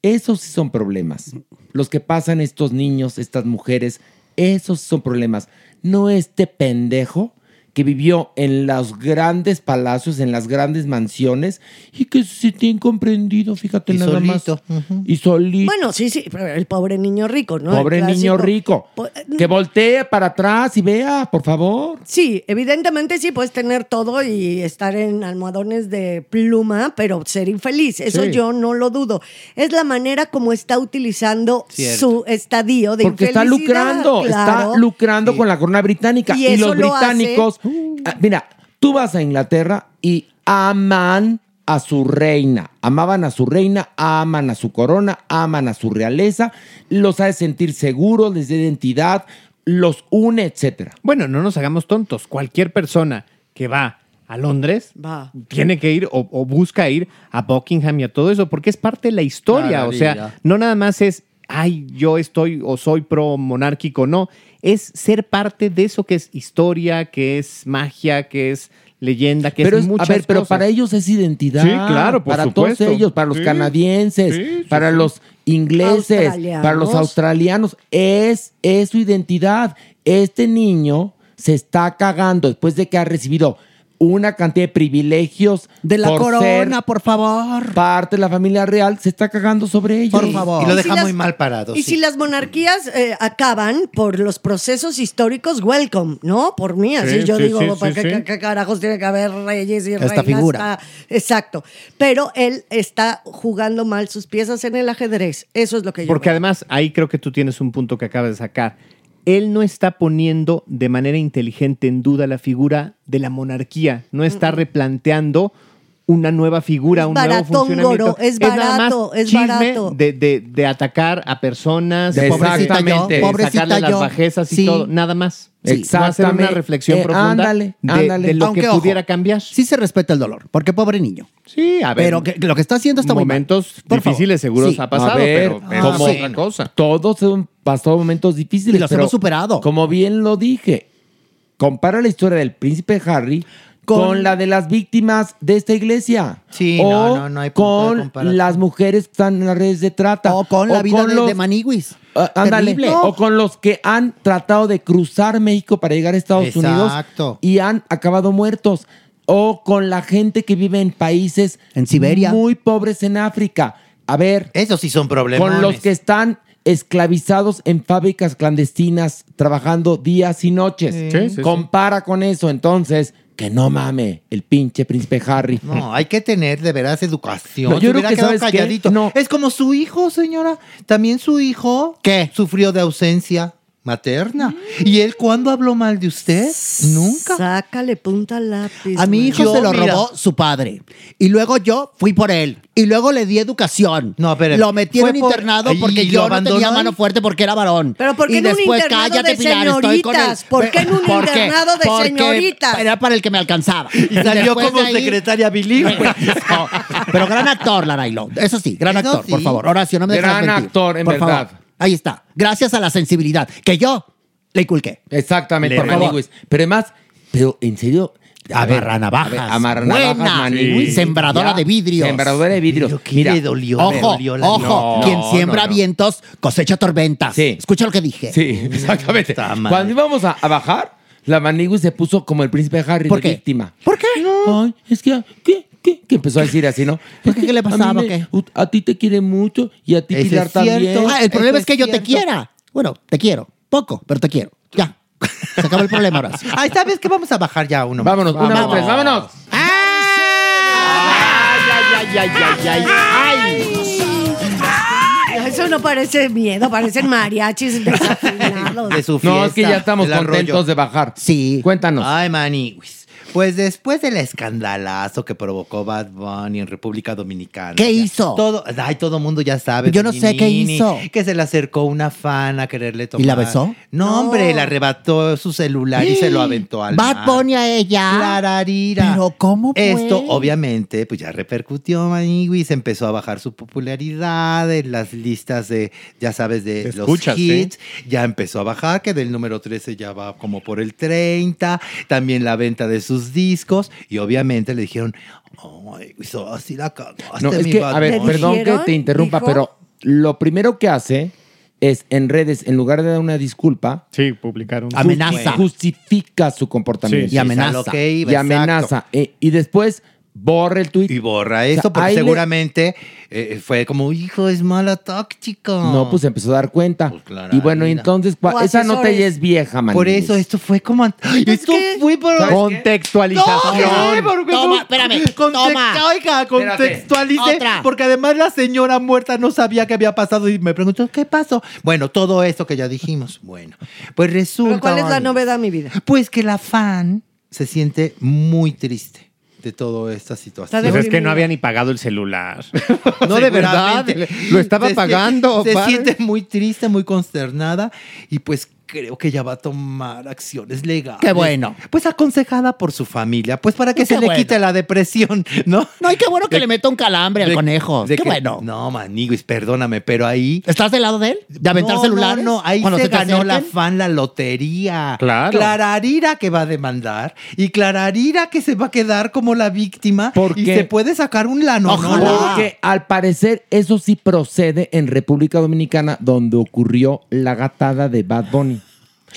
Esos sí son problemas. Los que pasan estos niños, estas mujeres, esos son problemas. No este pendejo que vivió en los grandes palacios, en las grandes mansiones y que se siente incomprendido, fíjate
Y
nada
solito.
más. Y solito.
Bueno, sí, sí, pero el pobre niño rico, ¿no? El
Pobre
clásico. pues,
niño rico.
Po-
Que voltee para atrás y vea, por favor.
Sí, evidentemente sí puedes tener todo y estar en almohadones de pluma, pero ser infeliz, eso
Sí.
yo no lo dudo. Es la manera como está utilizando
Cierto.
su estadio de
Porque está
infelicidad,
lucrando,
claro.
está lucrando con la corona británica.
Y
Y,
eso
los
lo hace-
británicos, ah, mira, tú vas a Inglaterra y aman a su reina, amaban a su reina, aman a su corona, aman a su realeza, los hace sentir seguros, les da identidad, los une, etcétera.
Bueno, no nos hagamos tontos. Cualquier persona que va a Londres
Va.
tiene que ir o, o busca ir a Buckingham y a todo eso, porque es parte de la historia.
Claro,
o sea,
ya.
no nada más es ay, yo estoy o soy pro monárquico, no, es ser parte de eso que es historia, que es magia, que es leyenda, que
pero
es,
es-
muchas
a ver, pero
cosas.
para ellos es identidad.
Sí, claro, por
Para
supuesto.
todos ellos, para los
Sí,
canadienses,
sí, sí,
para
sí.
los ingleses, para los
Australianos.
australianos, es, es su identidad. Este niño se está cagando después de que ha recibido una cantidad de privilegios
De la
por
corona,
ser
por favor.
Parte de la familia real se está cagando sobre ellos.
Por favor.
Y lo deja
las-
muy mal parado.
Y
sí.
si las monarquías eh, acaban por los procesos históricos, welcome, ¿no? Por mí, así
Sí,
yo
sí,
digo,
sí,
¿para
sí,
qué,
sí.
qué- qué carajos tiene que haber reyes y
Esta
reinas?
figura.
Ah, Exacto. Pero él está jugando mal sus piezas en el ajedrez. Eso es lo que yo
Porque
veo.
además, ahí creo que tú tienes un punto que acabas de sacar. Él no está poniendo de manera inteligente en duda la figura de la monarquía, no está replanteando una nueva figura, un nuevo
baratón,
funcionamiento.
Goro, es
nada más
barato, es
chisme
barato.
De, de- de atacar a personas,
De
pobrecita
exactamente.
yo,
Pobrecita
sacarle las
yo.
bajezas y
Sí.
todo, nada más. No hacer
Exactamente.
una reflexión
Eh,
profunda
ándale,
de,
ándale.
de lo
Aunque,
que
ojo,
pudiera cambiar.
Sí se respeta el dolor, porque pobre niño.
Sí, a ver.
Pero que- lo que está haciendo está muy mal.
momentos
Por favor.
difíciles seguros
Sí.
ha pasado,
A ver,
pero, pero
como-
es otra cosa.
Todos han pasado momentos difíciles.
Y los
pero,
hemos superado.
Como bien lo dije, compara la historia del príncipe Harry con,
Con-
la de las víctimas de esta iglesia.
Sí,
o
no, no, no hay punto de
con
comparación.
las mujeres que están en las redes de trata. O
Con la vida
con
de,
los-
de Maniguis.
Ah, ándale.
Terrible.
O con los que han tratado de cruzar México para llegar a Estados
Exacto.
Unidos y han acabado muertos. O con la gente que vive en países
en Siberia.
muy pobres en África. A ver.
Esos sí son problemones.
Con los que están esclavizados en fábricas clandestinas trabajando días y noches.
Sí, sí, sí.
Compara con eso, entonces, que no mame el pinche príncipe Harry.
No, hay que tener de veras educación.
No, yo creo
Se hubiera
que,
quedado
¿sabes qué?
calladito. Es como su hijo, señora. También su hijo sufrió de ausencia materna.
Mm.
¿Y él cuándo habló mal de usted? Nunca.
Sácale punta al lápiz.
A mi
güey.
hijo se lo robó su padre. Y luego yo fui por él. Y luego le di educación. No,
pero-
Lo metí en
Fue
un
por-
internado
¿Y
porque
lo
yo no
abandonó
tenía
él?
mano fuerte porque era varón.
Pero ¿por qué
Y
en un
después,
internado
cállate,
de
Pilar, estoy con él.
señoritas? ¿Por qué en un
¿Por qué?
internado de
Porque
señoritas?
Era para el que me alcanzaba. Y
salió
después
como
de ahí-
secretaria bilingüe.
<laughs> No, pero gran actor, Larailo. Eso sí, gran
Eso
actor, por
sí.
favor. Horacio, no me dejes
Gran
mentir.
actor, en
Por
verdad.
favor. Ahí está. Gracias a la sensibilidad que yo le inculqué.
Exactamente,
Le
por favor.
manigües.
Pero además, pero en serio.
Amarranavajas.
Amarranavajas,
Buena.
manigüis.
Sí. Sembradora de vidrios.
Sembradora de vidrios. Mira,
Mira, ojo, ojo,
No,
quien
no,
siembra
no.
vientos cosecha tormentas. Escucha lo que dije.
Sí, <laughs> exactamente. Cuando íbamos a, a bajar, la manigüis se puso como el príncipe Harry
¿Por
de
qué?
víctima.
¿Por qué?
Ay, es que, ¿qué, qué? Que empezó a decir así,
<laughs>
¿no? ¿Por qué, le
pasaba,
A,
o
mí me- u- a ti te quiere mucho y a ti
Eso
Pilar
es cierto.
también.
Ah, el problema
Eso
es que yo te
cierto.
quiera. Bueno, te quiero. Poco, pero te quiero. Ya. Se acabó el problema, Horacio.
<laughs> Ay, ¿sabes que Vamos a bajar ya uno más.
Vámonos, una, dos, tres, vámonos.
Eso no parece miedo, parecen
<laughs>
mariachis desafinados.
de su
No, es que
fiesta,
ya estamos
del arroyo.
contentos de bajar.
Sí.
Cuéntanos.
Ay, manigüis. Pues después del escandalazo que provocó Bad Bunny en República Dominicana.
¿Qué
ya
hizo?
Todo, ay, todo mundo ya sabe.
Yo no sé qué
Nini,
hizo.
Que se le acercó una fan a quererle tomar.
¿Y la besó?
No, hombre, le arrebató su celular
<gasps>
y se lo aventó al
Bad
mar.
Bunny a ella.
Clararira.
Pero ¿cómo fue?
Esto, obviamente, pues ya repercutió, manigüis. Empezó a bajar su popularidad en las listas de, ya sabes, de
Te
los
escuchas,
¿eh?
hits. Ya empezó a bajar, que del número 13 ya va como por el 30. También la venta de sus discos. Y obviamente le dijeron, ay, hizo así la cagaste,
No, es
mi
que,
Bad
a ver,
Bunny".
perdón que te interrumpa,
dijo?
pero lo primero que hace es en redes, en lugar de dar una disculpa,
Sí, publicaron.
justi- Justifica su comportamiento.
Sí, sí, Y amenaza. a lo que iba,
y
exacto.
amenaza. Eh, y después borra el tuit.
Y borra esto, porque seguramente eh, fue como, hijo, es mala táctica.
No, pues se empezó a dar cuenta.
claro,
y bueno,
mira.
entonces, cua-
O
esa nota
asesores.
ya es vieja, man.
Por eso, esto fue como... ant- Esto fue para...
Contextualización.
No, porque
Toma,
son-
espérame,
context-
toma.
Oiga, contextualice.
Otra.
Porque además la señora muerta no sabía qué había pasado y me preguntó, ¿qué pasó? Bueno, todo esto que ya dijimos. Bueno, pues resulta.
¿Pero ¿Cuál es la
Vane,
novedad, mi vida?
Pues que la fan se siente muy triste de toda esta situación.
Pues es que no había ni pagado el celular.
<laughs> No,
de verdad, lo estaba
se,
pagando,
Se
padre.
siente muy triste, muy consternada. Y pues, creo que ella va a tomar acciones legales.
Qué bueno.
Pues aconsejada por su familia, pues para que
Qué
se le
bueno.
quite la depresión, ¿no?
No, y qué bueno que
De-
le meta un calambre al
de-
conejo.
de
Qué
que-
bueno.
No, maniguis, perdóname, pero ahí...
¿Estás del lado de él? ¿De aventar
No,
celulares?
No, no, ahí
Cuando te
se, ganó la
acerquen.
fan la lotería.
Claro.
Clararira Ah, que va a demandar y Clararira que se va a quedar como la víctima y
qué?
se puede sacar un lano.
Porque al parecer eso sí procede en República Dominicana, donde ocurrió la gatada de Bad Bunny.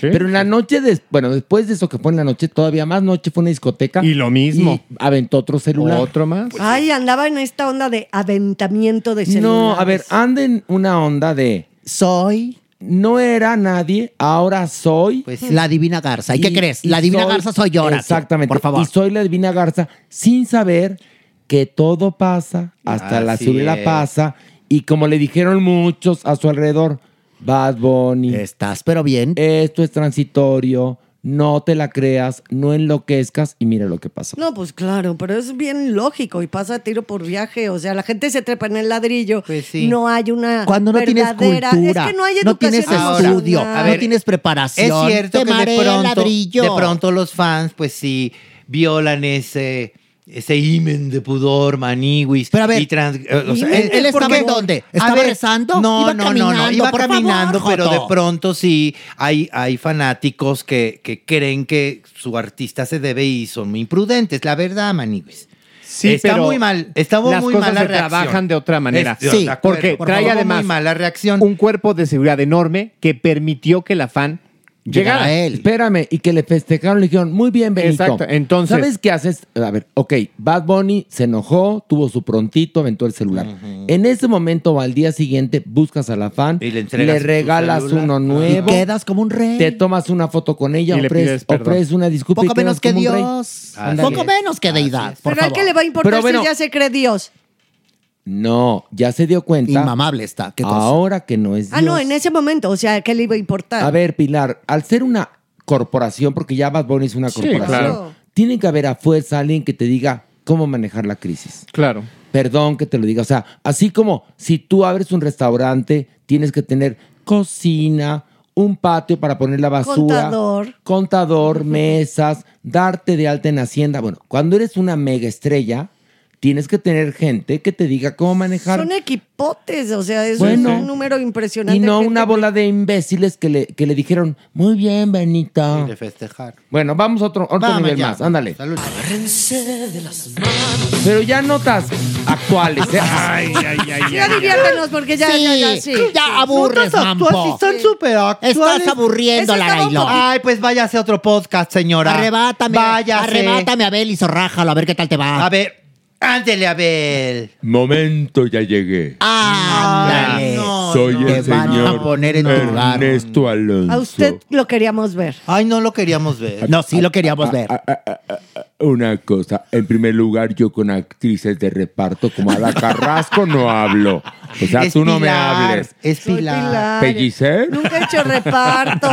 Pero en la noche, des- bueno, después de eso que fue en la noche, todavía más noche fue una discoteca. Y lo mismo. aventó otro celular. Otro más.
Ay, andaba en esta onda de aventamiento de
Pues
celulares.
No, a ver, anden una onda de.
Soy. Pues
No era nadie, ahora soy.
la Divina Garza. ¿Y qué crees? La Divina Garza soy yo ahora, sí.
Exactamente.
Por favor.
Y soy la Divina Garza sin saber que todo pasa, hasta la
Así
célula
es.
pasa. Y como le dijeron muchos a su alrededor, Bad Bunny.
Estás, pero bien.
Esto es transitorio. No te la creas, no enloquezcas y mira lo que pasó.
No, pues claro, pero es bien lógico y pasa tiro por viaje. O sea, la gente se trepa en el ladrillo.
Pues
No hay una.
Cuando no tienes
verdadera-
cultura,
Es que no hay educación.
tienes
emocional.
estudio,
A
no
ver,
tienes preparación.
Es cierto
te
que de
marea el
pronto,
ladrillo.
de pronto los fans, pues sí, violan ese ese imen de pudor, maniguis. Pero a ver,
¿Imen de pudor? ¿Dónde? ¿Estaba rezando?
No,
Iba
no, no, no,
caminando,
iba
por
caminando,
favor,
pero
Joto.
de pronto sí hay, hay fanáticos que, que creen que su artista se debe y son muy imprudentes, la verdad, maniguis.
Sí,
está
pero
muy mal, está muy
las cosas
mal la
se
reacción.
trabajan de otra manera.
Es- de acuerdo.
porque
Por
trae
favor,
además
muy mala reacción.
un cuerpo de seguridad enorme que permitió que la fan llegara.
Espérame, y que le festejaron, le dijeron, muy bien, Benito.
Exacto, entonces-
¿Sabes qué haces? A ver, ok, Bad Bunny se enojó, tuvo su prontito, aventó el celular. En ese momento o al día siguiente buscas a la fan,
Y le entregas
le
tu
regalas
celular.
uno nuevo.
Y quedas como un rey.
Te tomas una foto con ella,
Y le
ofreces,
pides perdón.
ofreces una disculpa. y
Poco
quedas
menos que
como un rey.
Dios.
Ándale.
Poco menos que deidad. por
Pero al que
favor.
le va a importar
Pero bueno.
si ya se cree Dios.
No, ya se dio cuenta.
Inmamable está. ¿Qué
cosa?
Ahora que no es
Ah, no,
Dios.
en ese momento. O sea, ¿qué le iba a importar?
A ver, Pilar, al ser una corporación, porque ya Bad Bunny es una
Sí,
corporación,
claro.
tiene que haber a fuerza alguien que te diga cómo manejar la crisis.
Claro.
Perdón que te lo diga. O sea, así como si tú abres un restaurante, tienes que tener cocina, un patio para poner la basura,
Contador.
contador, mesas, darte de alta en Hacienda. Bueno, cuando eres una mega estrella, tienes que tener gente que te diga cómo manejar
Son equipotes. O sea, es
Bueno.
un número impresionante.
y no
de gente.
una bola de imbéciles que le, que le dijeron, muy bien, Benita.
festejar.
Bueno, vamos a otro, otro
Vamos
nivel
ya.
más, ándale.
Agárrense de las
Pero ya notas actuales, ¿eh?
Ya diviértenos porque ya,
Sí,
ya, ya, sí.
ya aburres,
Notas
mampo.
actuales, están súper actuales.
Estás aburriendo, Ese Lara estaba Hilón.
Ay, pues váyase a otro podcast, señora.
Arrebátame.
Váyase.
Arrebátame a Abel y zorrájalo, a ver qué tal te va.
A ver, ándele, Abel.
Momento, ya llegué.
Ándale.
Soy
no,
el
te van a
señor
poner en tu lugar.
Ernesto
A
Alonso.
usted lo queríamos ver.
Ay, no lo queríamos ver.
No, sí lo
Pues
queríamos
Ah,
ver.
Una cosa, en primer lugar, yo con actrices de reparto como Ada Carrasco no hablo. O sea,
Es
tú no me
Pilar,
hables.
Es Pilar.
¿Pellicer?
Nunca he hecho reparto,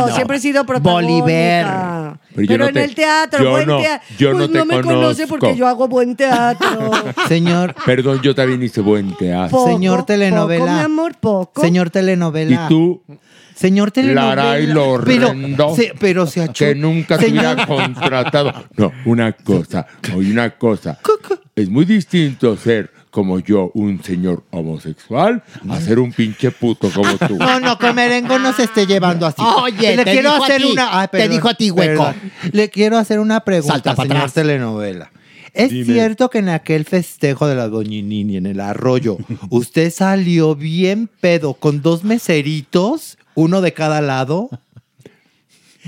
<laughs>
No.
siempre he sido protagonista.
Bolívar.
Pero,
Pero yo no
en
te-
el teatro,
yo
buen
no,
teatro.
yo
pues
no te
me conoce
conozco.
porque yo hago
<laughs>
buen teatro.
Señor.
Perdón, yo también hice buen teatro.
Poco,
Señor telenovela.
Poco, mi amor, poco.
Señor telenovela.
¿Y tú?
Señor telenovela.
Lara y lo horrendo.
Pero se, pero se achó.
que nunca te hubiera
Señor-
contratado. No, una cosa, oye, una cosa. Es muy distinto ser como yo, un señor homosexual, a ser un pinche puto como tú.
No, no, con merengo no se esté llevando así.
Oye,
le
te
quiero
dijo a
hacer
ti,
una. Ay,
te
perdón,
dijo a ti, hueco.
perdón. Le quiero hacer una pregunta,
Salta pa'
señor
atrás.
telenovela. ¿Es
Dime.
cierto que en aquel festejo de la Doñinini en el arroyo, usted salió bien pedo con dos meseritos, uno de cada lado?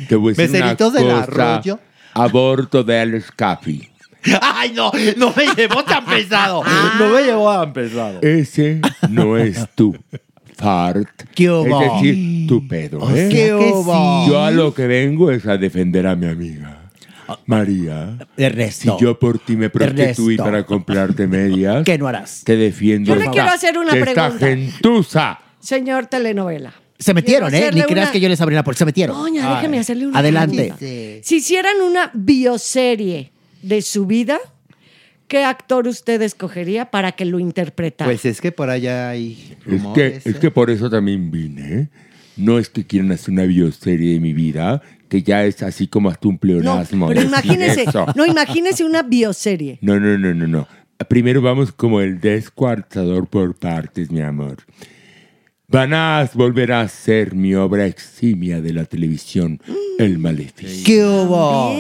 Te voy a decir una
Meseritos del
cosa,
arroyo.
Aborto de Alex Caffey.
<laughs> ¡Ay, no! ¡No me llevó tan pesado! ¡No me llevó tan pesado!
Ese no es tu fart.
hubo?
Es decir, tu pedo.
sea
¿eh?
que ¿Qué hubo? sí.
Yo a lo que vengo es a defender a mi amiga. María,
Ernesto.
si yo por ti me prostituí
Ernesto.
para comprarte
<laughs>
medias,
¿Qué no harás?
te defiendo.
Yo le
esta-
quiero hacer una
de
pregunta.
Esta gentuza.
Señor telenovela.
Se metieron,
Quiero
¿eh? Ni
hacerle
creas
una-
que yo les abrí la puerta. Se metieron.
Doña, déjeme hacerle una
Adelante.
pregunta. Si hicieran una bioserie de su vida, ¿qué actor usted escogería para que lo interpretara?
Pues es que Pues por allá hay
Es
rumores,
que, es que por eso también vine, ¿eh? no es que quieran hacer una bioserie de mi vida, que ya es así como hasta un pleonasmo.
Pero
decir
imagínense,
eso.
no, imagínense una bioserie.
No, no, no, no, no. Primero vamos como el descuartador por partes, mi amor. Van a volver a ser mi obra eximia de la televisión, El Maleficio.
¿Qué hubo?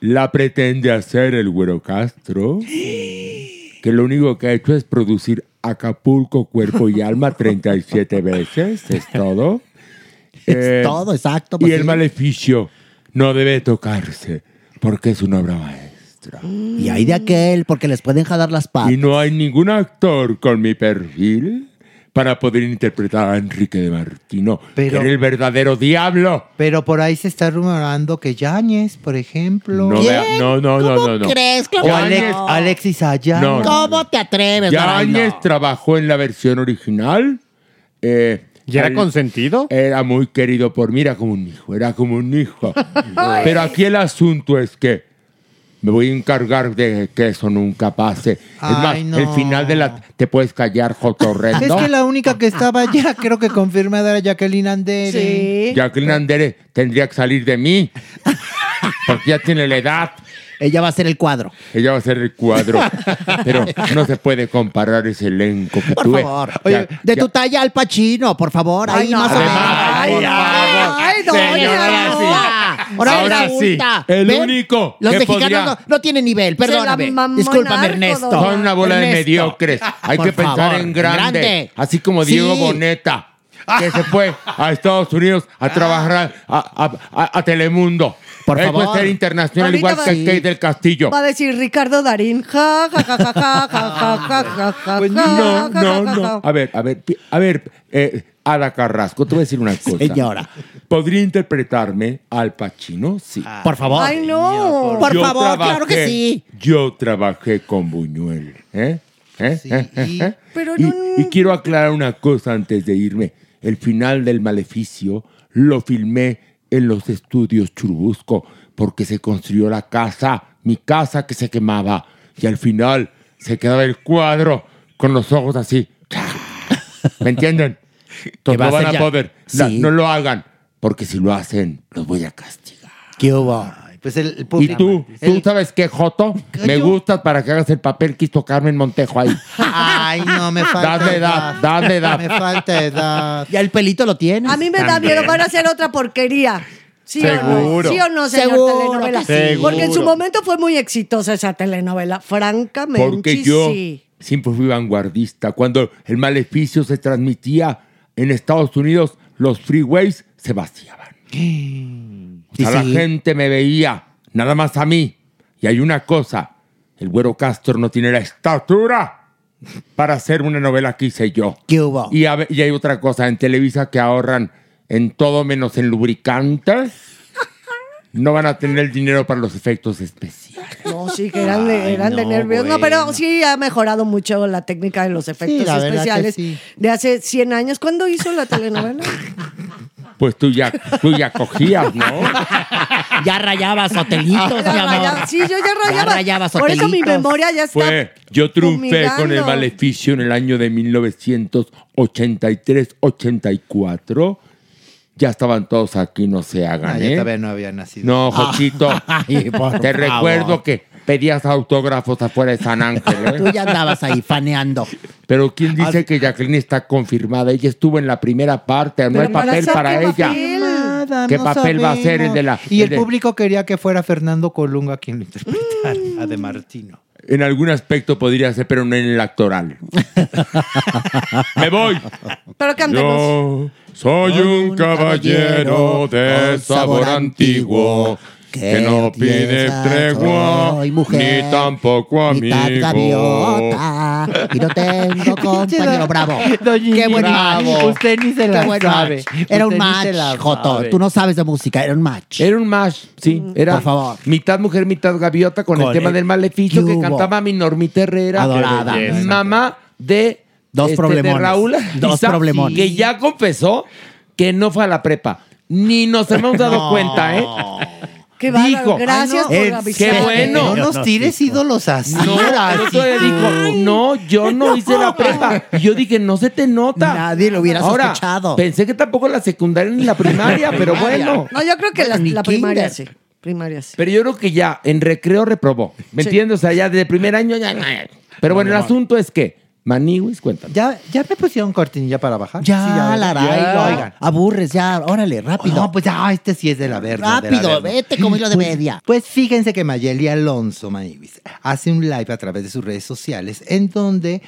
La pretende hacer el Güero Castro, que lo único que ha hecho es producir Acapulco, Cuerpo y Alma 37 veces, es todo.
<laughs>
Eh,
Es todo, exacto,
Y
pues
el
sí.
maleficio no debe tocarse, porque es una obra maestra.
Y hay
Mm.
de aquel, porque les pueden jalar las patas.
Y no hay ningún actor con mi perfil para poder interpretar a Enrique de Martino, que
Pero-
era el verdadero diablo.
Pero por ahí se está rumorando que Yáñez, por ejemplo.
No, vea- no, no, no, no, no.
crees? Claro
O
que
Alex-
no.
Alexis Ayala.
No, no,
¿Cómo te atreves, Doraemon?
Yáñez trabajó en la versión original. Eh,
¿Y era
él-
consentido?
Era muy querido por mí, era como un hijo, era como un
<laughs>
hijo. Pero aquí el asunto es que me voy a encargar de que eso nunca pase. es más,
Ay, no.
el final de la... Te puedes callar,
<laughs>
Es
Jotorrendo.
que la única que estaba ya, creo que confirmada era Jacqueline Andere.
Jacqueline Andere tendría que salir de mí. <laughs> Porque ya tiene la edad.
Ella va a ser el cuadro.
Ella va a ser el
<laughs>
cuadro. Pero no se puede comparar ese elenco que
Por
tuve.
favor. Oye,
Ya-
de
ya-
tu talla al Pachino, por favor. Ahí más o menos.
Ay, por favor. Señor, ahora sí.
Ahora
Ahora sí.
resulta,
El
¿ven?
único
Los
que
mexicanos
podría-
no, no tienen nivel,
Se la
perdóname.
mamó
Discúlpame,
narco,
Ernesto.
don- Son una bola de
Ernesto.
mediocres. Hay
Por
que pensar
favor,
en grande. Así como
Sí.
Diego Boneta, que se fue a Estados Unidos a trabajar a, a- a- a Telemundo.
Por
Él
favor.
puede ser internacional
Ahorita
igual que
va-
el Kate del Castillo.
Va a decir Ricardo Darín. Ja, ja, ja, ja, ja, ja, ja, ja, ja,
Pues
ja,
no,
ja,
no,
ja, ja,
no.
ja.
A ver, a ver, pi- a ver, eh, Ada Carrasco, te voy a decir una cosa.
Señora.
¿Podría interpretarme al Pacino? Sí.
Por favor.
Ay, no.
Por
Yo
favor, claro que
trabajé-
sí.
Yo trabajé con Buñuel. ¿eh? ¿Eh? ¿Eh? ¿Eh?
Pero
y, y quiero aclarar una cosa antes de irme. El final del Maleficio lo filmé en los estudios Churubusco porque se construyó la casa, mi casa que se quemaba. Y al final se quedaba el cuadro con los ojos así. <laughs> ¿Me entienden?
Que
no
va a
van
ser
a
ya-
poder. No,
Sí.
no lo hagan porque si lo hacen, los voy a castigar.
¿Qué hubo?
Pues el, el
Y
público.
tú, tú sabes qué, Joto, me
yo-
gustas para que hagas el papel que hizo Carmen Montejo ahí.
Ay, no, me falta
Dale edad,
edad.
dale edad.
Me falta edad.
Ya el pelito lo tiene.
A mí me da
También.
miedo, van a hacer otra porquería. ¿Sí o no?
Seguro.
¿Sí o no, señor
Seguro
telenovela?
que sí.
Porque en su
Seguro.
momento fue muy exitosa esa telenovela. Francamente,
Porque yo
sí.
siempre fui vanguardista. Cuando el maleficio se transmitía en Estados Unidos, los freeways se vaciaban. O sea, la gente me veía, nada más a mí. Y hay una cosa, el güero Castro no tiene la estatura para hacer una novela que hice yo.
¿Qué hubo?
Y, a ve- y hay otra cosa, en Televisa que ahorran en todo menos en lubricantes, no van a tener el dinero para los efectos especiales.
No, sí, que eran de,
Ay,
eran de
no,
nervios. No, pero sí ha mejorado mucho la técnica de los efectos
Sí, la verdad que
especiales
sí.
de hace 100 años. ¿Cuándo hizo la
<laughs>
telenovela?
Pues tú ya, tú ya cogías, ¿no?
<laughs> Ya rayabas hotelitos, mi
Ya
amor.
rayaba- sí, yo ya rayaba.
rayabas
Por eso mi
hotelitos.
memoria ya está.
Fue, yo triunfé
fumigando.
con el maleficio en el año de 1983-84. Ya estaban todos aquí, no se
Ah,
hagan,
Ay, Ah, yo
¿eh?
todavía no había nacido.
No,
<laughs>
Jochito,
<laughs> Ay, por
te
favor.
recuerdo que pedías autógrafos afuera de San Ángel,
Tú
¿eh?
ya andabas ahí faneando.
Pero ¿quién dice que Jacqueline está confirmada? Ella estuvo en la primera parte, no hay
Pero
papel
hacer
para
qué
ella.
papel.
Nada,
¿Qué
Ah, no
papel va a ser el de la-
Y
el
el
de-
público quería que fuera Fernando Colunga quien lo interpretara, <laughs> a De Martino.
En algún aspecto podría ser, pero no en el
<laughs>
actoral. ¡Me voy!
Pero cantemos.
Yo soy un caballero de sabor antiguo que no pide tregua
Soy mujer,
ni tampoco
Mi tal
amigo.
gaviota.
<laughs>
Y no tengo compañero. Bravo. Qué buen match.
Bravo. Usted ni se la
Qué buen
sabe.
match. Era un
Usted ni se
match,
la
Joto.
sabe.
Tú no sabes de música. Era un match.
Era un mash, sí, era
Por favor.
mitad mujer, mitad gaviota con, el
Con
tema
el-
del maleficio
¿Qué
que
hubo?
cantaba mi Normita Herrera,
Adorada.
Qué belleza. mamá de, este,
Dos
de
problemones.
Raúl,
Dos
Isa,
problemones.
que ya
<laughs>
confesó que no fue a la prepa. Ni nos hemos dado cuenta, ¿eh?
Qué
dijo,
bárbaro. Gracias por
eh,
avisar.
qué bueno.
No nos tires ídolos así.
No, el otro le dijo, no, yo no, hice la prepa. Y yo dije, no se te nota. Nadie lo
hubiera
Ahora,
sospechado.
Pensé que tampoco la secundaria ni la primaria, pero bueno.
No, yo creo que la, la primaria sí. Primaria sí.
Pero yo creo que ya en recreo reprobó. ¿Me
Sí.
entiendes? O sea, ya desde el primer año ya. Pero bueno, el asunto es que, Maniwis, cuéntame.
Ya, ya me pusieron cortinilla para bajar.
Ya, Laraigo,
Ya.
oigan, aburres, ya, órale, rápido.
No, pues ya, este sí es de la verga. de la
Rápido,
verga.
vete como hilo de
Pues-
media.
Pues fíjense que Mayeli Alonso Maniwis hace un live a través de sus redes sociales en donde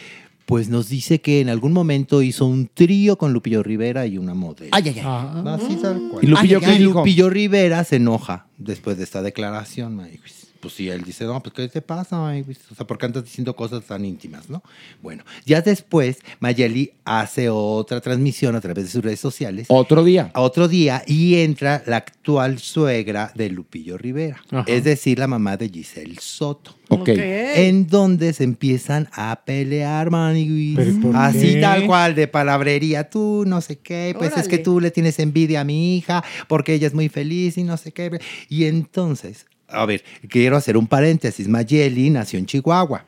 pues nos dice que en algún momento hizo un trío con Lupillo Rivera y una modelo.
Ay, ay, ay.
Así tal cual.
¿Y Lupillo
Ay,
qué
ay,
dijo?
Ah, Lupillo Rivera se enoja después de esta declaración, Maniwis. Pues sí, él dice, no, pues ¿qué te pasa, Maniwis? O sea, ¿por qué andas diciendo cosas tan íntimas, no? Bueno, ya después Mayeli hace otra transmisión a través de sus redes sociales.
Otro día.
Otro día y entra la actual suegra de Lupillo Rivera,
Ajá.
es decir, la mamá de Giselle Soto.
Ok. Ok.
En donde se empiezan a pelear, Maniwis. Así
qué?
tal cual, de palabrería, tú no sé qué, pues es que tú le tienes envidia a mi hija porque ella es muy feliz y no sé qué. Y entonces, a ver, quiero hacer un paréntesis. Mayeli nació en Chihuahua.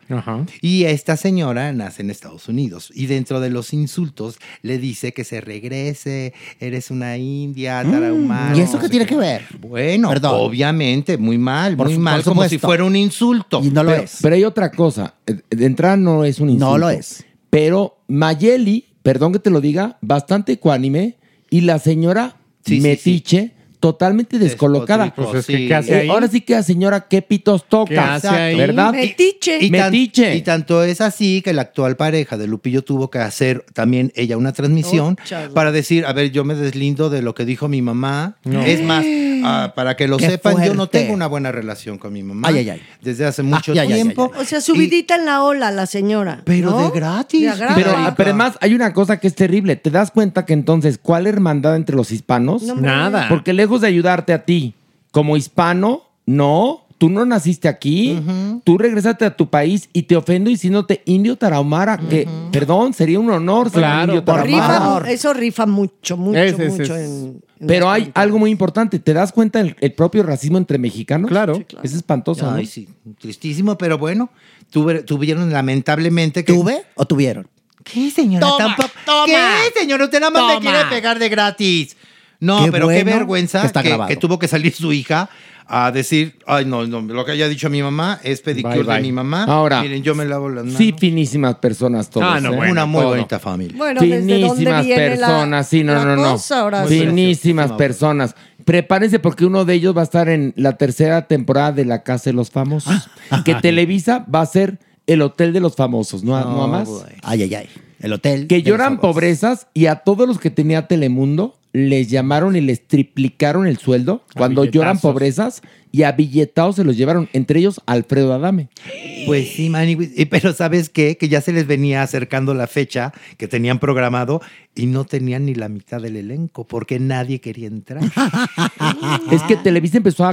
Y esta señora nace en Estados Unidos y dentro de los insultos le dice que se regrese, eres una india, tarahumara.
Mm, ¿Y eso qué tiene que ver?
Bueno,
Perdón.
obviamente, muy mal,
Por
muy
su-
mal,
por
como si
supuesto.
fuera un insulto. Pues,
Y no lo
pero,
es.
pero hay otra cosa. Eh, De entrada no es un insulto.
No lo es.
Pero Mayeli, perdón que te lo diga, bastante ecuánime y la señora Metiche. Totalmente descolocada.
Despotricó, Pues es que, sí. ¿qué hace
Eh,
ahí?
ahora sí que la señora, ¿qué pitos toca? ¿Verdad?
Metiche.
Y, tan- y tanto es así que la actual pareja de Lupillo tuvo que hacer también ella una transmisión
Oh, chale.
para decir, a ver, yo me deslindo de lo que dijo mi mamá.
No.
Es más, ah, para que lo
Qué
sepan, yo no
fuerte.
tengo una buena relación con mi mamá.
Ay, Ah, ay, ay.
Desde hace mucho
ay, ay, ay,
tiempo.
O sea, subidita en la ola la señora.
Pero
¿no?
de gratis.
De a gratis.
Pero, ah, pero además hay una cosa que es terrible. ¿Te das cuenta que entonces cuál hermandad entre los hispanos?
No, hombre. Nada.
Porque lejos de ayudarte a ti como hispano, no. Tú no naciste aquí. Tú regresaste a tu país y te ofendo diciéndote indio tarahumara. Que, perdón, sería un honor ser un
Claro,
indio
por rifa,
tarahumara.
mu- eso rifa mucho, mucho,
Es, es,
mucho.
es.
en-
Pero hay algo muy importante. ¿Te das cuenta el, el propio racismo entre mexicanos? Claro. Es espantoso.
Ay,
¿no?
sí, tristísimo, pero bueno, tuve- tuvieron lamentablemente que...
¿Tuve o tuvieron?
¿Qué, señora?
Toma,
Tampoco-
toma.
¿Qué, señora? Usted nada más me
Toma.
quiere pegar de gratis. No,
Qué
pero qué
bueno
vergüenza
que
que,
está grabado.
que tuvo que salir su hija a decir, ay, no, no, lo que haya dicho mi mamá es pedicure
Bye, bye.
de mi mamá.
Ahora,
Miren, yo me lavo las manos.
Sí, finísimas personas todos.
Ah, no,
¿eh?
bueno, Una muy todo. bonita familia.
Bueno, ¿desde dónde
Finísimas
viene la-
personas, sí, no,
la
no, no.
cosa, Horacio?
Finísimas
Muy
personas. Prepárense porque uno de ellos va a estar en la tercera temporada de La Casa de los Famosos.
Ah,
que Televisa va a ser el Hotel de los Famosos, ¿no, no, a más?
Ay, ay, ay. El hotel.
Que lloran pobrezas y a todos los que tenía Telemundo les llamaron y les triplicaron el sueldo cuando lloran
billetazos.
pobrezas y a billetados se los llevaron, entre ellos Alfredo Adame.
Pues sí, Manny, güey. Eh, pero ¿sabes qué? Que ya se les venía acercando la fecha que tenían programado y no tenían ni la mitad del elenco porque nadie quería entrar.
Ah,
Ah.
Es que Televisa empezó a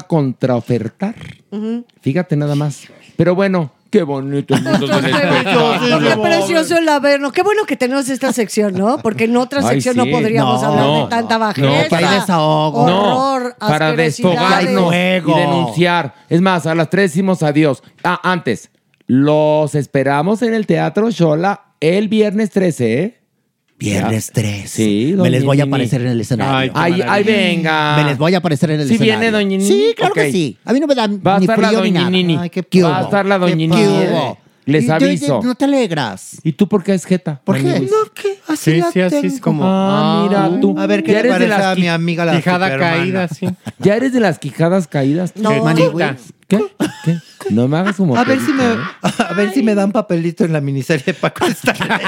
contraofertar.
Ujú.
Fíjate nada más. Pero bueno, qué bonito el mundo del espectáculo.
Qué precioso el averno. Qué bueno que tenemos esta sección, ¿no? Porque en otra
Ay,
sección
sí.
no podríamos
No,
hablar
no,
de tanta bajeza.
no, para-
desahogo. Horror,
No, para
asquerosidades.
desfogarnos
Hay
y
fuego.
denunciar. Es más, a las tres decimos adiós. Ah, antes, los esperamos en el Teatro Shola el viernes 13, ¿eh?
Viernes 3.
Sí,
Me les voy a
Doñini.
aparecer en el escenario.
Ay, qué ay, venga.
Me les voy a aparecer en el
Sí
escenario.
viene Doña Nini.
Sí, claro que
Ok.
sí. A mí no me da
Va a
ni
estar la
frío ni
Doña
nada.
Nini.
Ay, qué
Va a
hubo?
estar la Doña
¿Qué
Nini.
hubo?
Les
Y yo-
aviso.
No te alegras.
¿Y tú por qué es Jeta?
¿Por qué?
Maniwis?
No, que así
Sí,
la
sí, así es
tengo.
como- Ah, mira tú.
A ver qué
Ya
le
eres de
parece
las
a mi
qui-
amiga la
quijada
supermana?
caída, sí. Ya eres de las quijadas caídas.
No. Maniwis.
¿Qué? ¿Qué? No me hagas como
A ver, si me,
perico, ¿eh?
a ver si me dan papelito en la miniserie de Paco Stanley.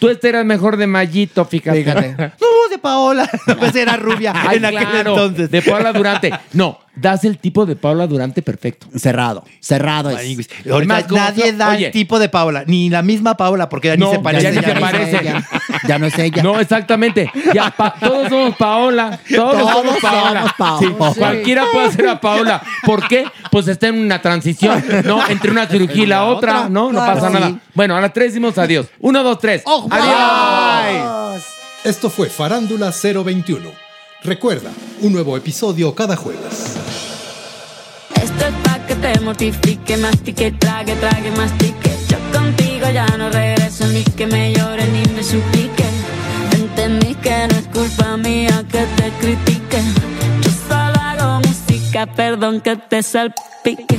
Tú este eras mejor de Mallito, fíjate.
No, de Paola. <laughs> Pues era rubia
Ay,
en aquel
claro,
entonces.
De Paula
<laughs>
Durante. No, das el tipo de Paula Durante perfecto.
Cerrado. Cerrado es.
Ahorita
Además, ¿cómo
nadie
fue?
da
Oye.
el tipo de Paola, ni la misma Paola, porque ya
No,
ni se
ya
parece.
ni se
es
parece.
ella.
Ya no es ella.
No, exactamente. Ya, pa- todos somos Paola. Todos,
Todos
somos Paola.
somos Paola.
Sí,
Sí.
Cualquiera puede ser a Paola. ¿Por qué? Pues está en una transición, ¿no? Entre una cirugía y la otra,
otra,
¿no?
claro.
No pasa nada.
Sí.
Bueno, a las tres decimos adiós. Uno, dos, tres.
Oh,
adiós.
Esto fue Farándula 021, Recuerda, un nuevo episodio cada jueves.
Esto es pa' que te mortifique, mastique, trague, trague, mastique. Yo contigo ya no regreso ni que me llore ni me suplique. Entendí que no es culpa mía que te critique. Yo solo hago música, perdón que te salpique.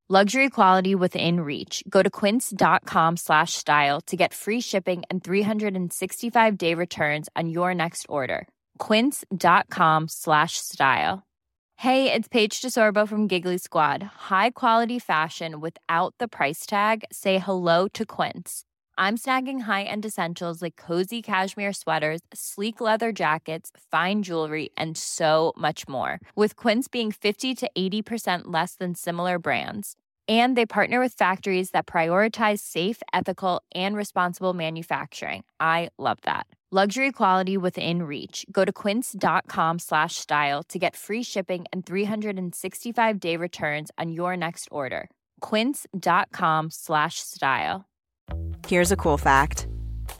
Luxury quality within reach. Go to quince.com slash style to get free shipping and 365 day returns on your next order. Quince.com slash style. Hey, it's Paige DeSorbo from Giggly Squad. High quality fashion without the price tag. Say hello to Quince. I'm snagging high-end essentials like cozy cashmere sweaters, sleek leather jackets, fine jewelry, and so much more. With Quince being 50 to 80% less than similar brands. And they partner with factories that prioritize safe, ethical, and responsible manufacturing. I love that. Luxury quality within reach. Go to quince.com slash style to get free shipping and 365 day returns on your next order. Quince.com slash style.
Here's a cool fact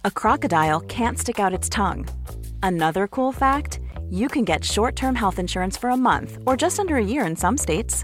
a crocodile can't stick out its tongue. Another cool fact you can get short term health insurance for a month or just under a year in some states.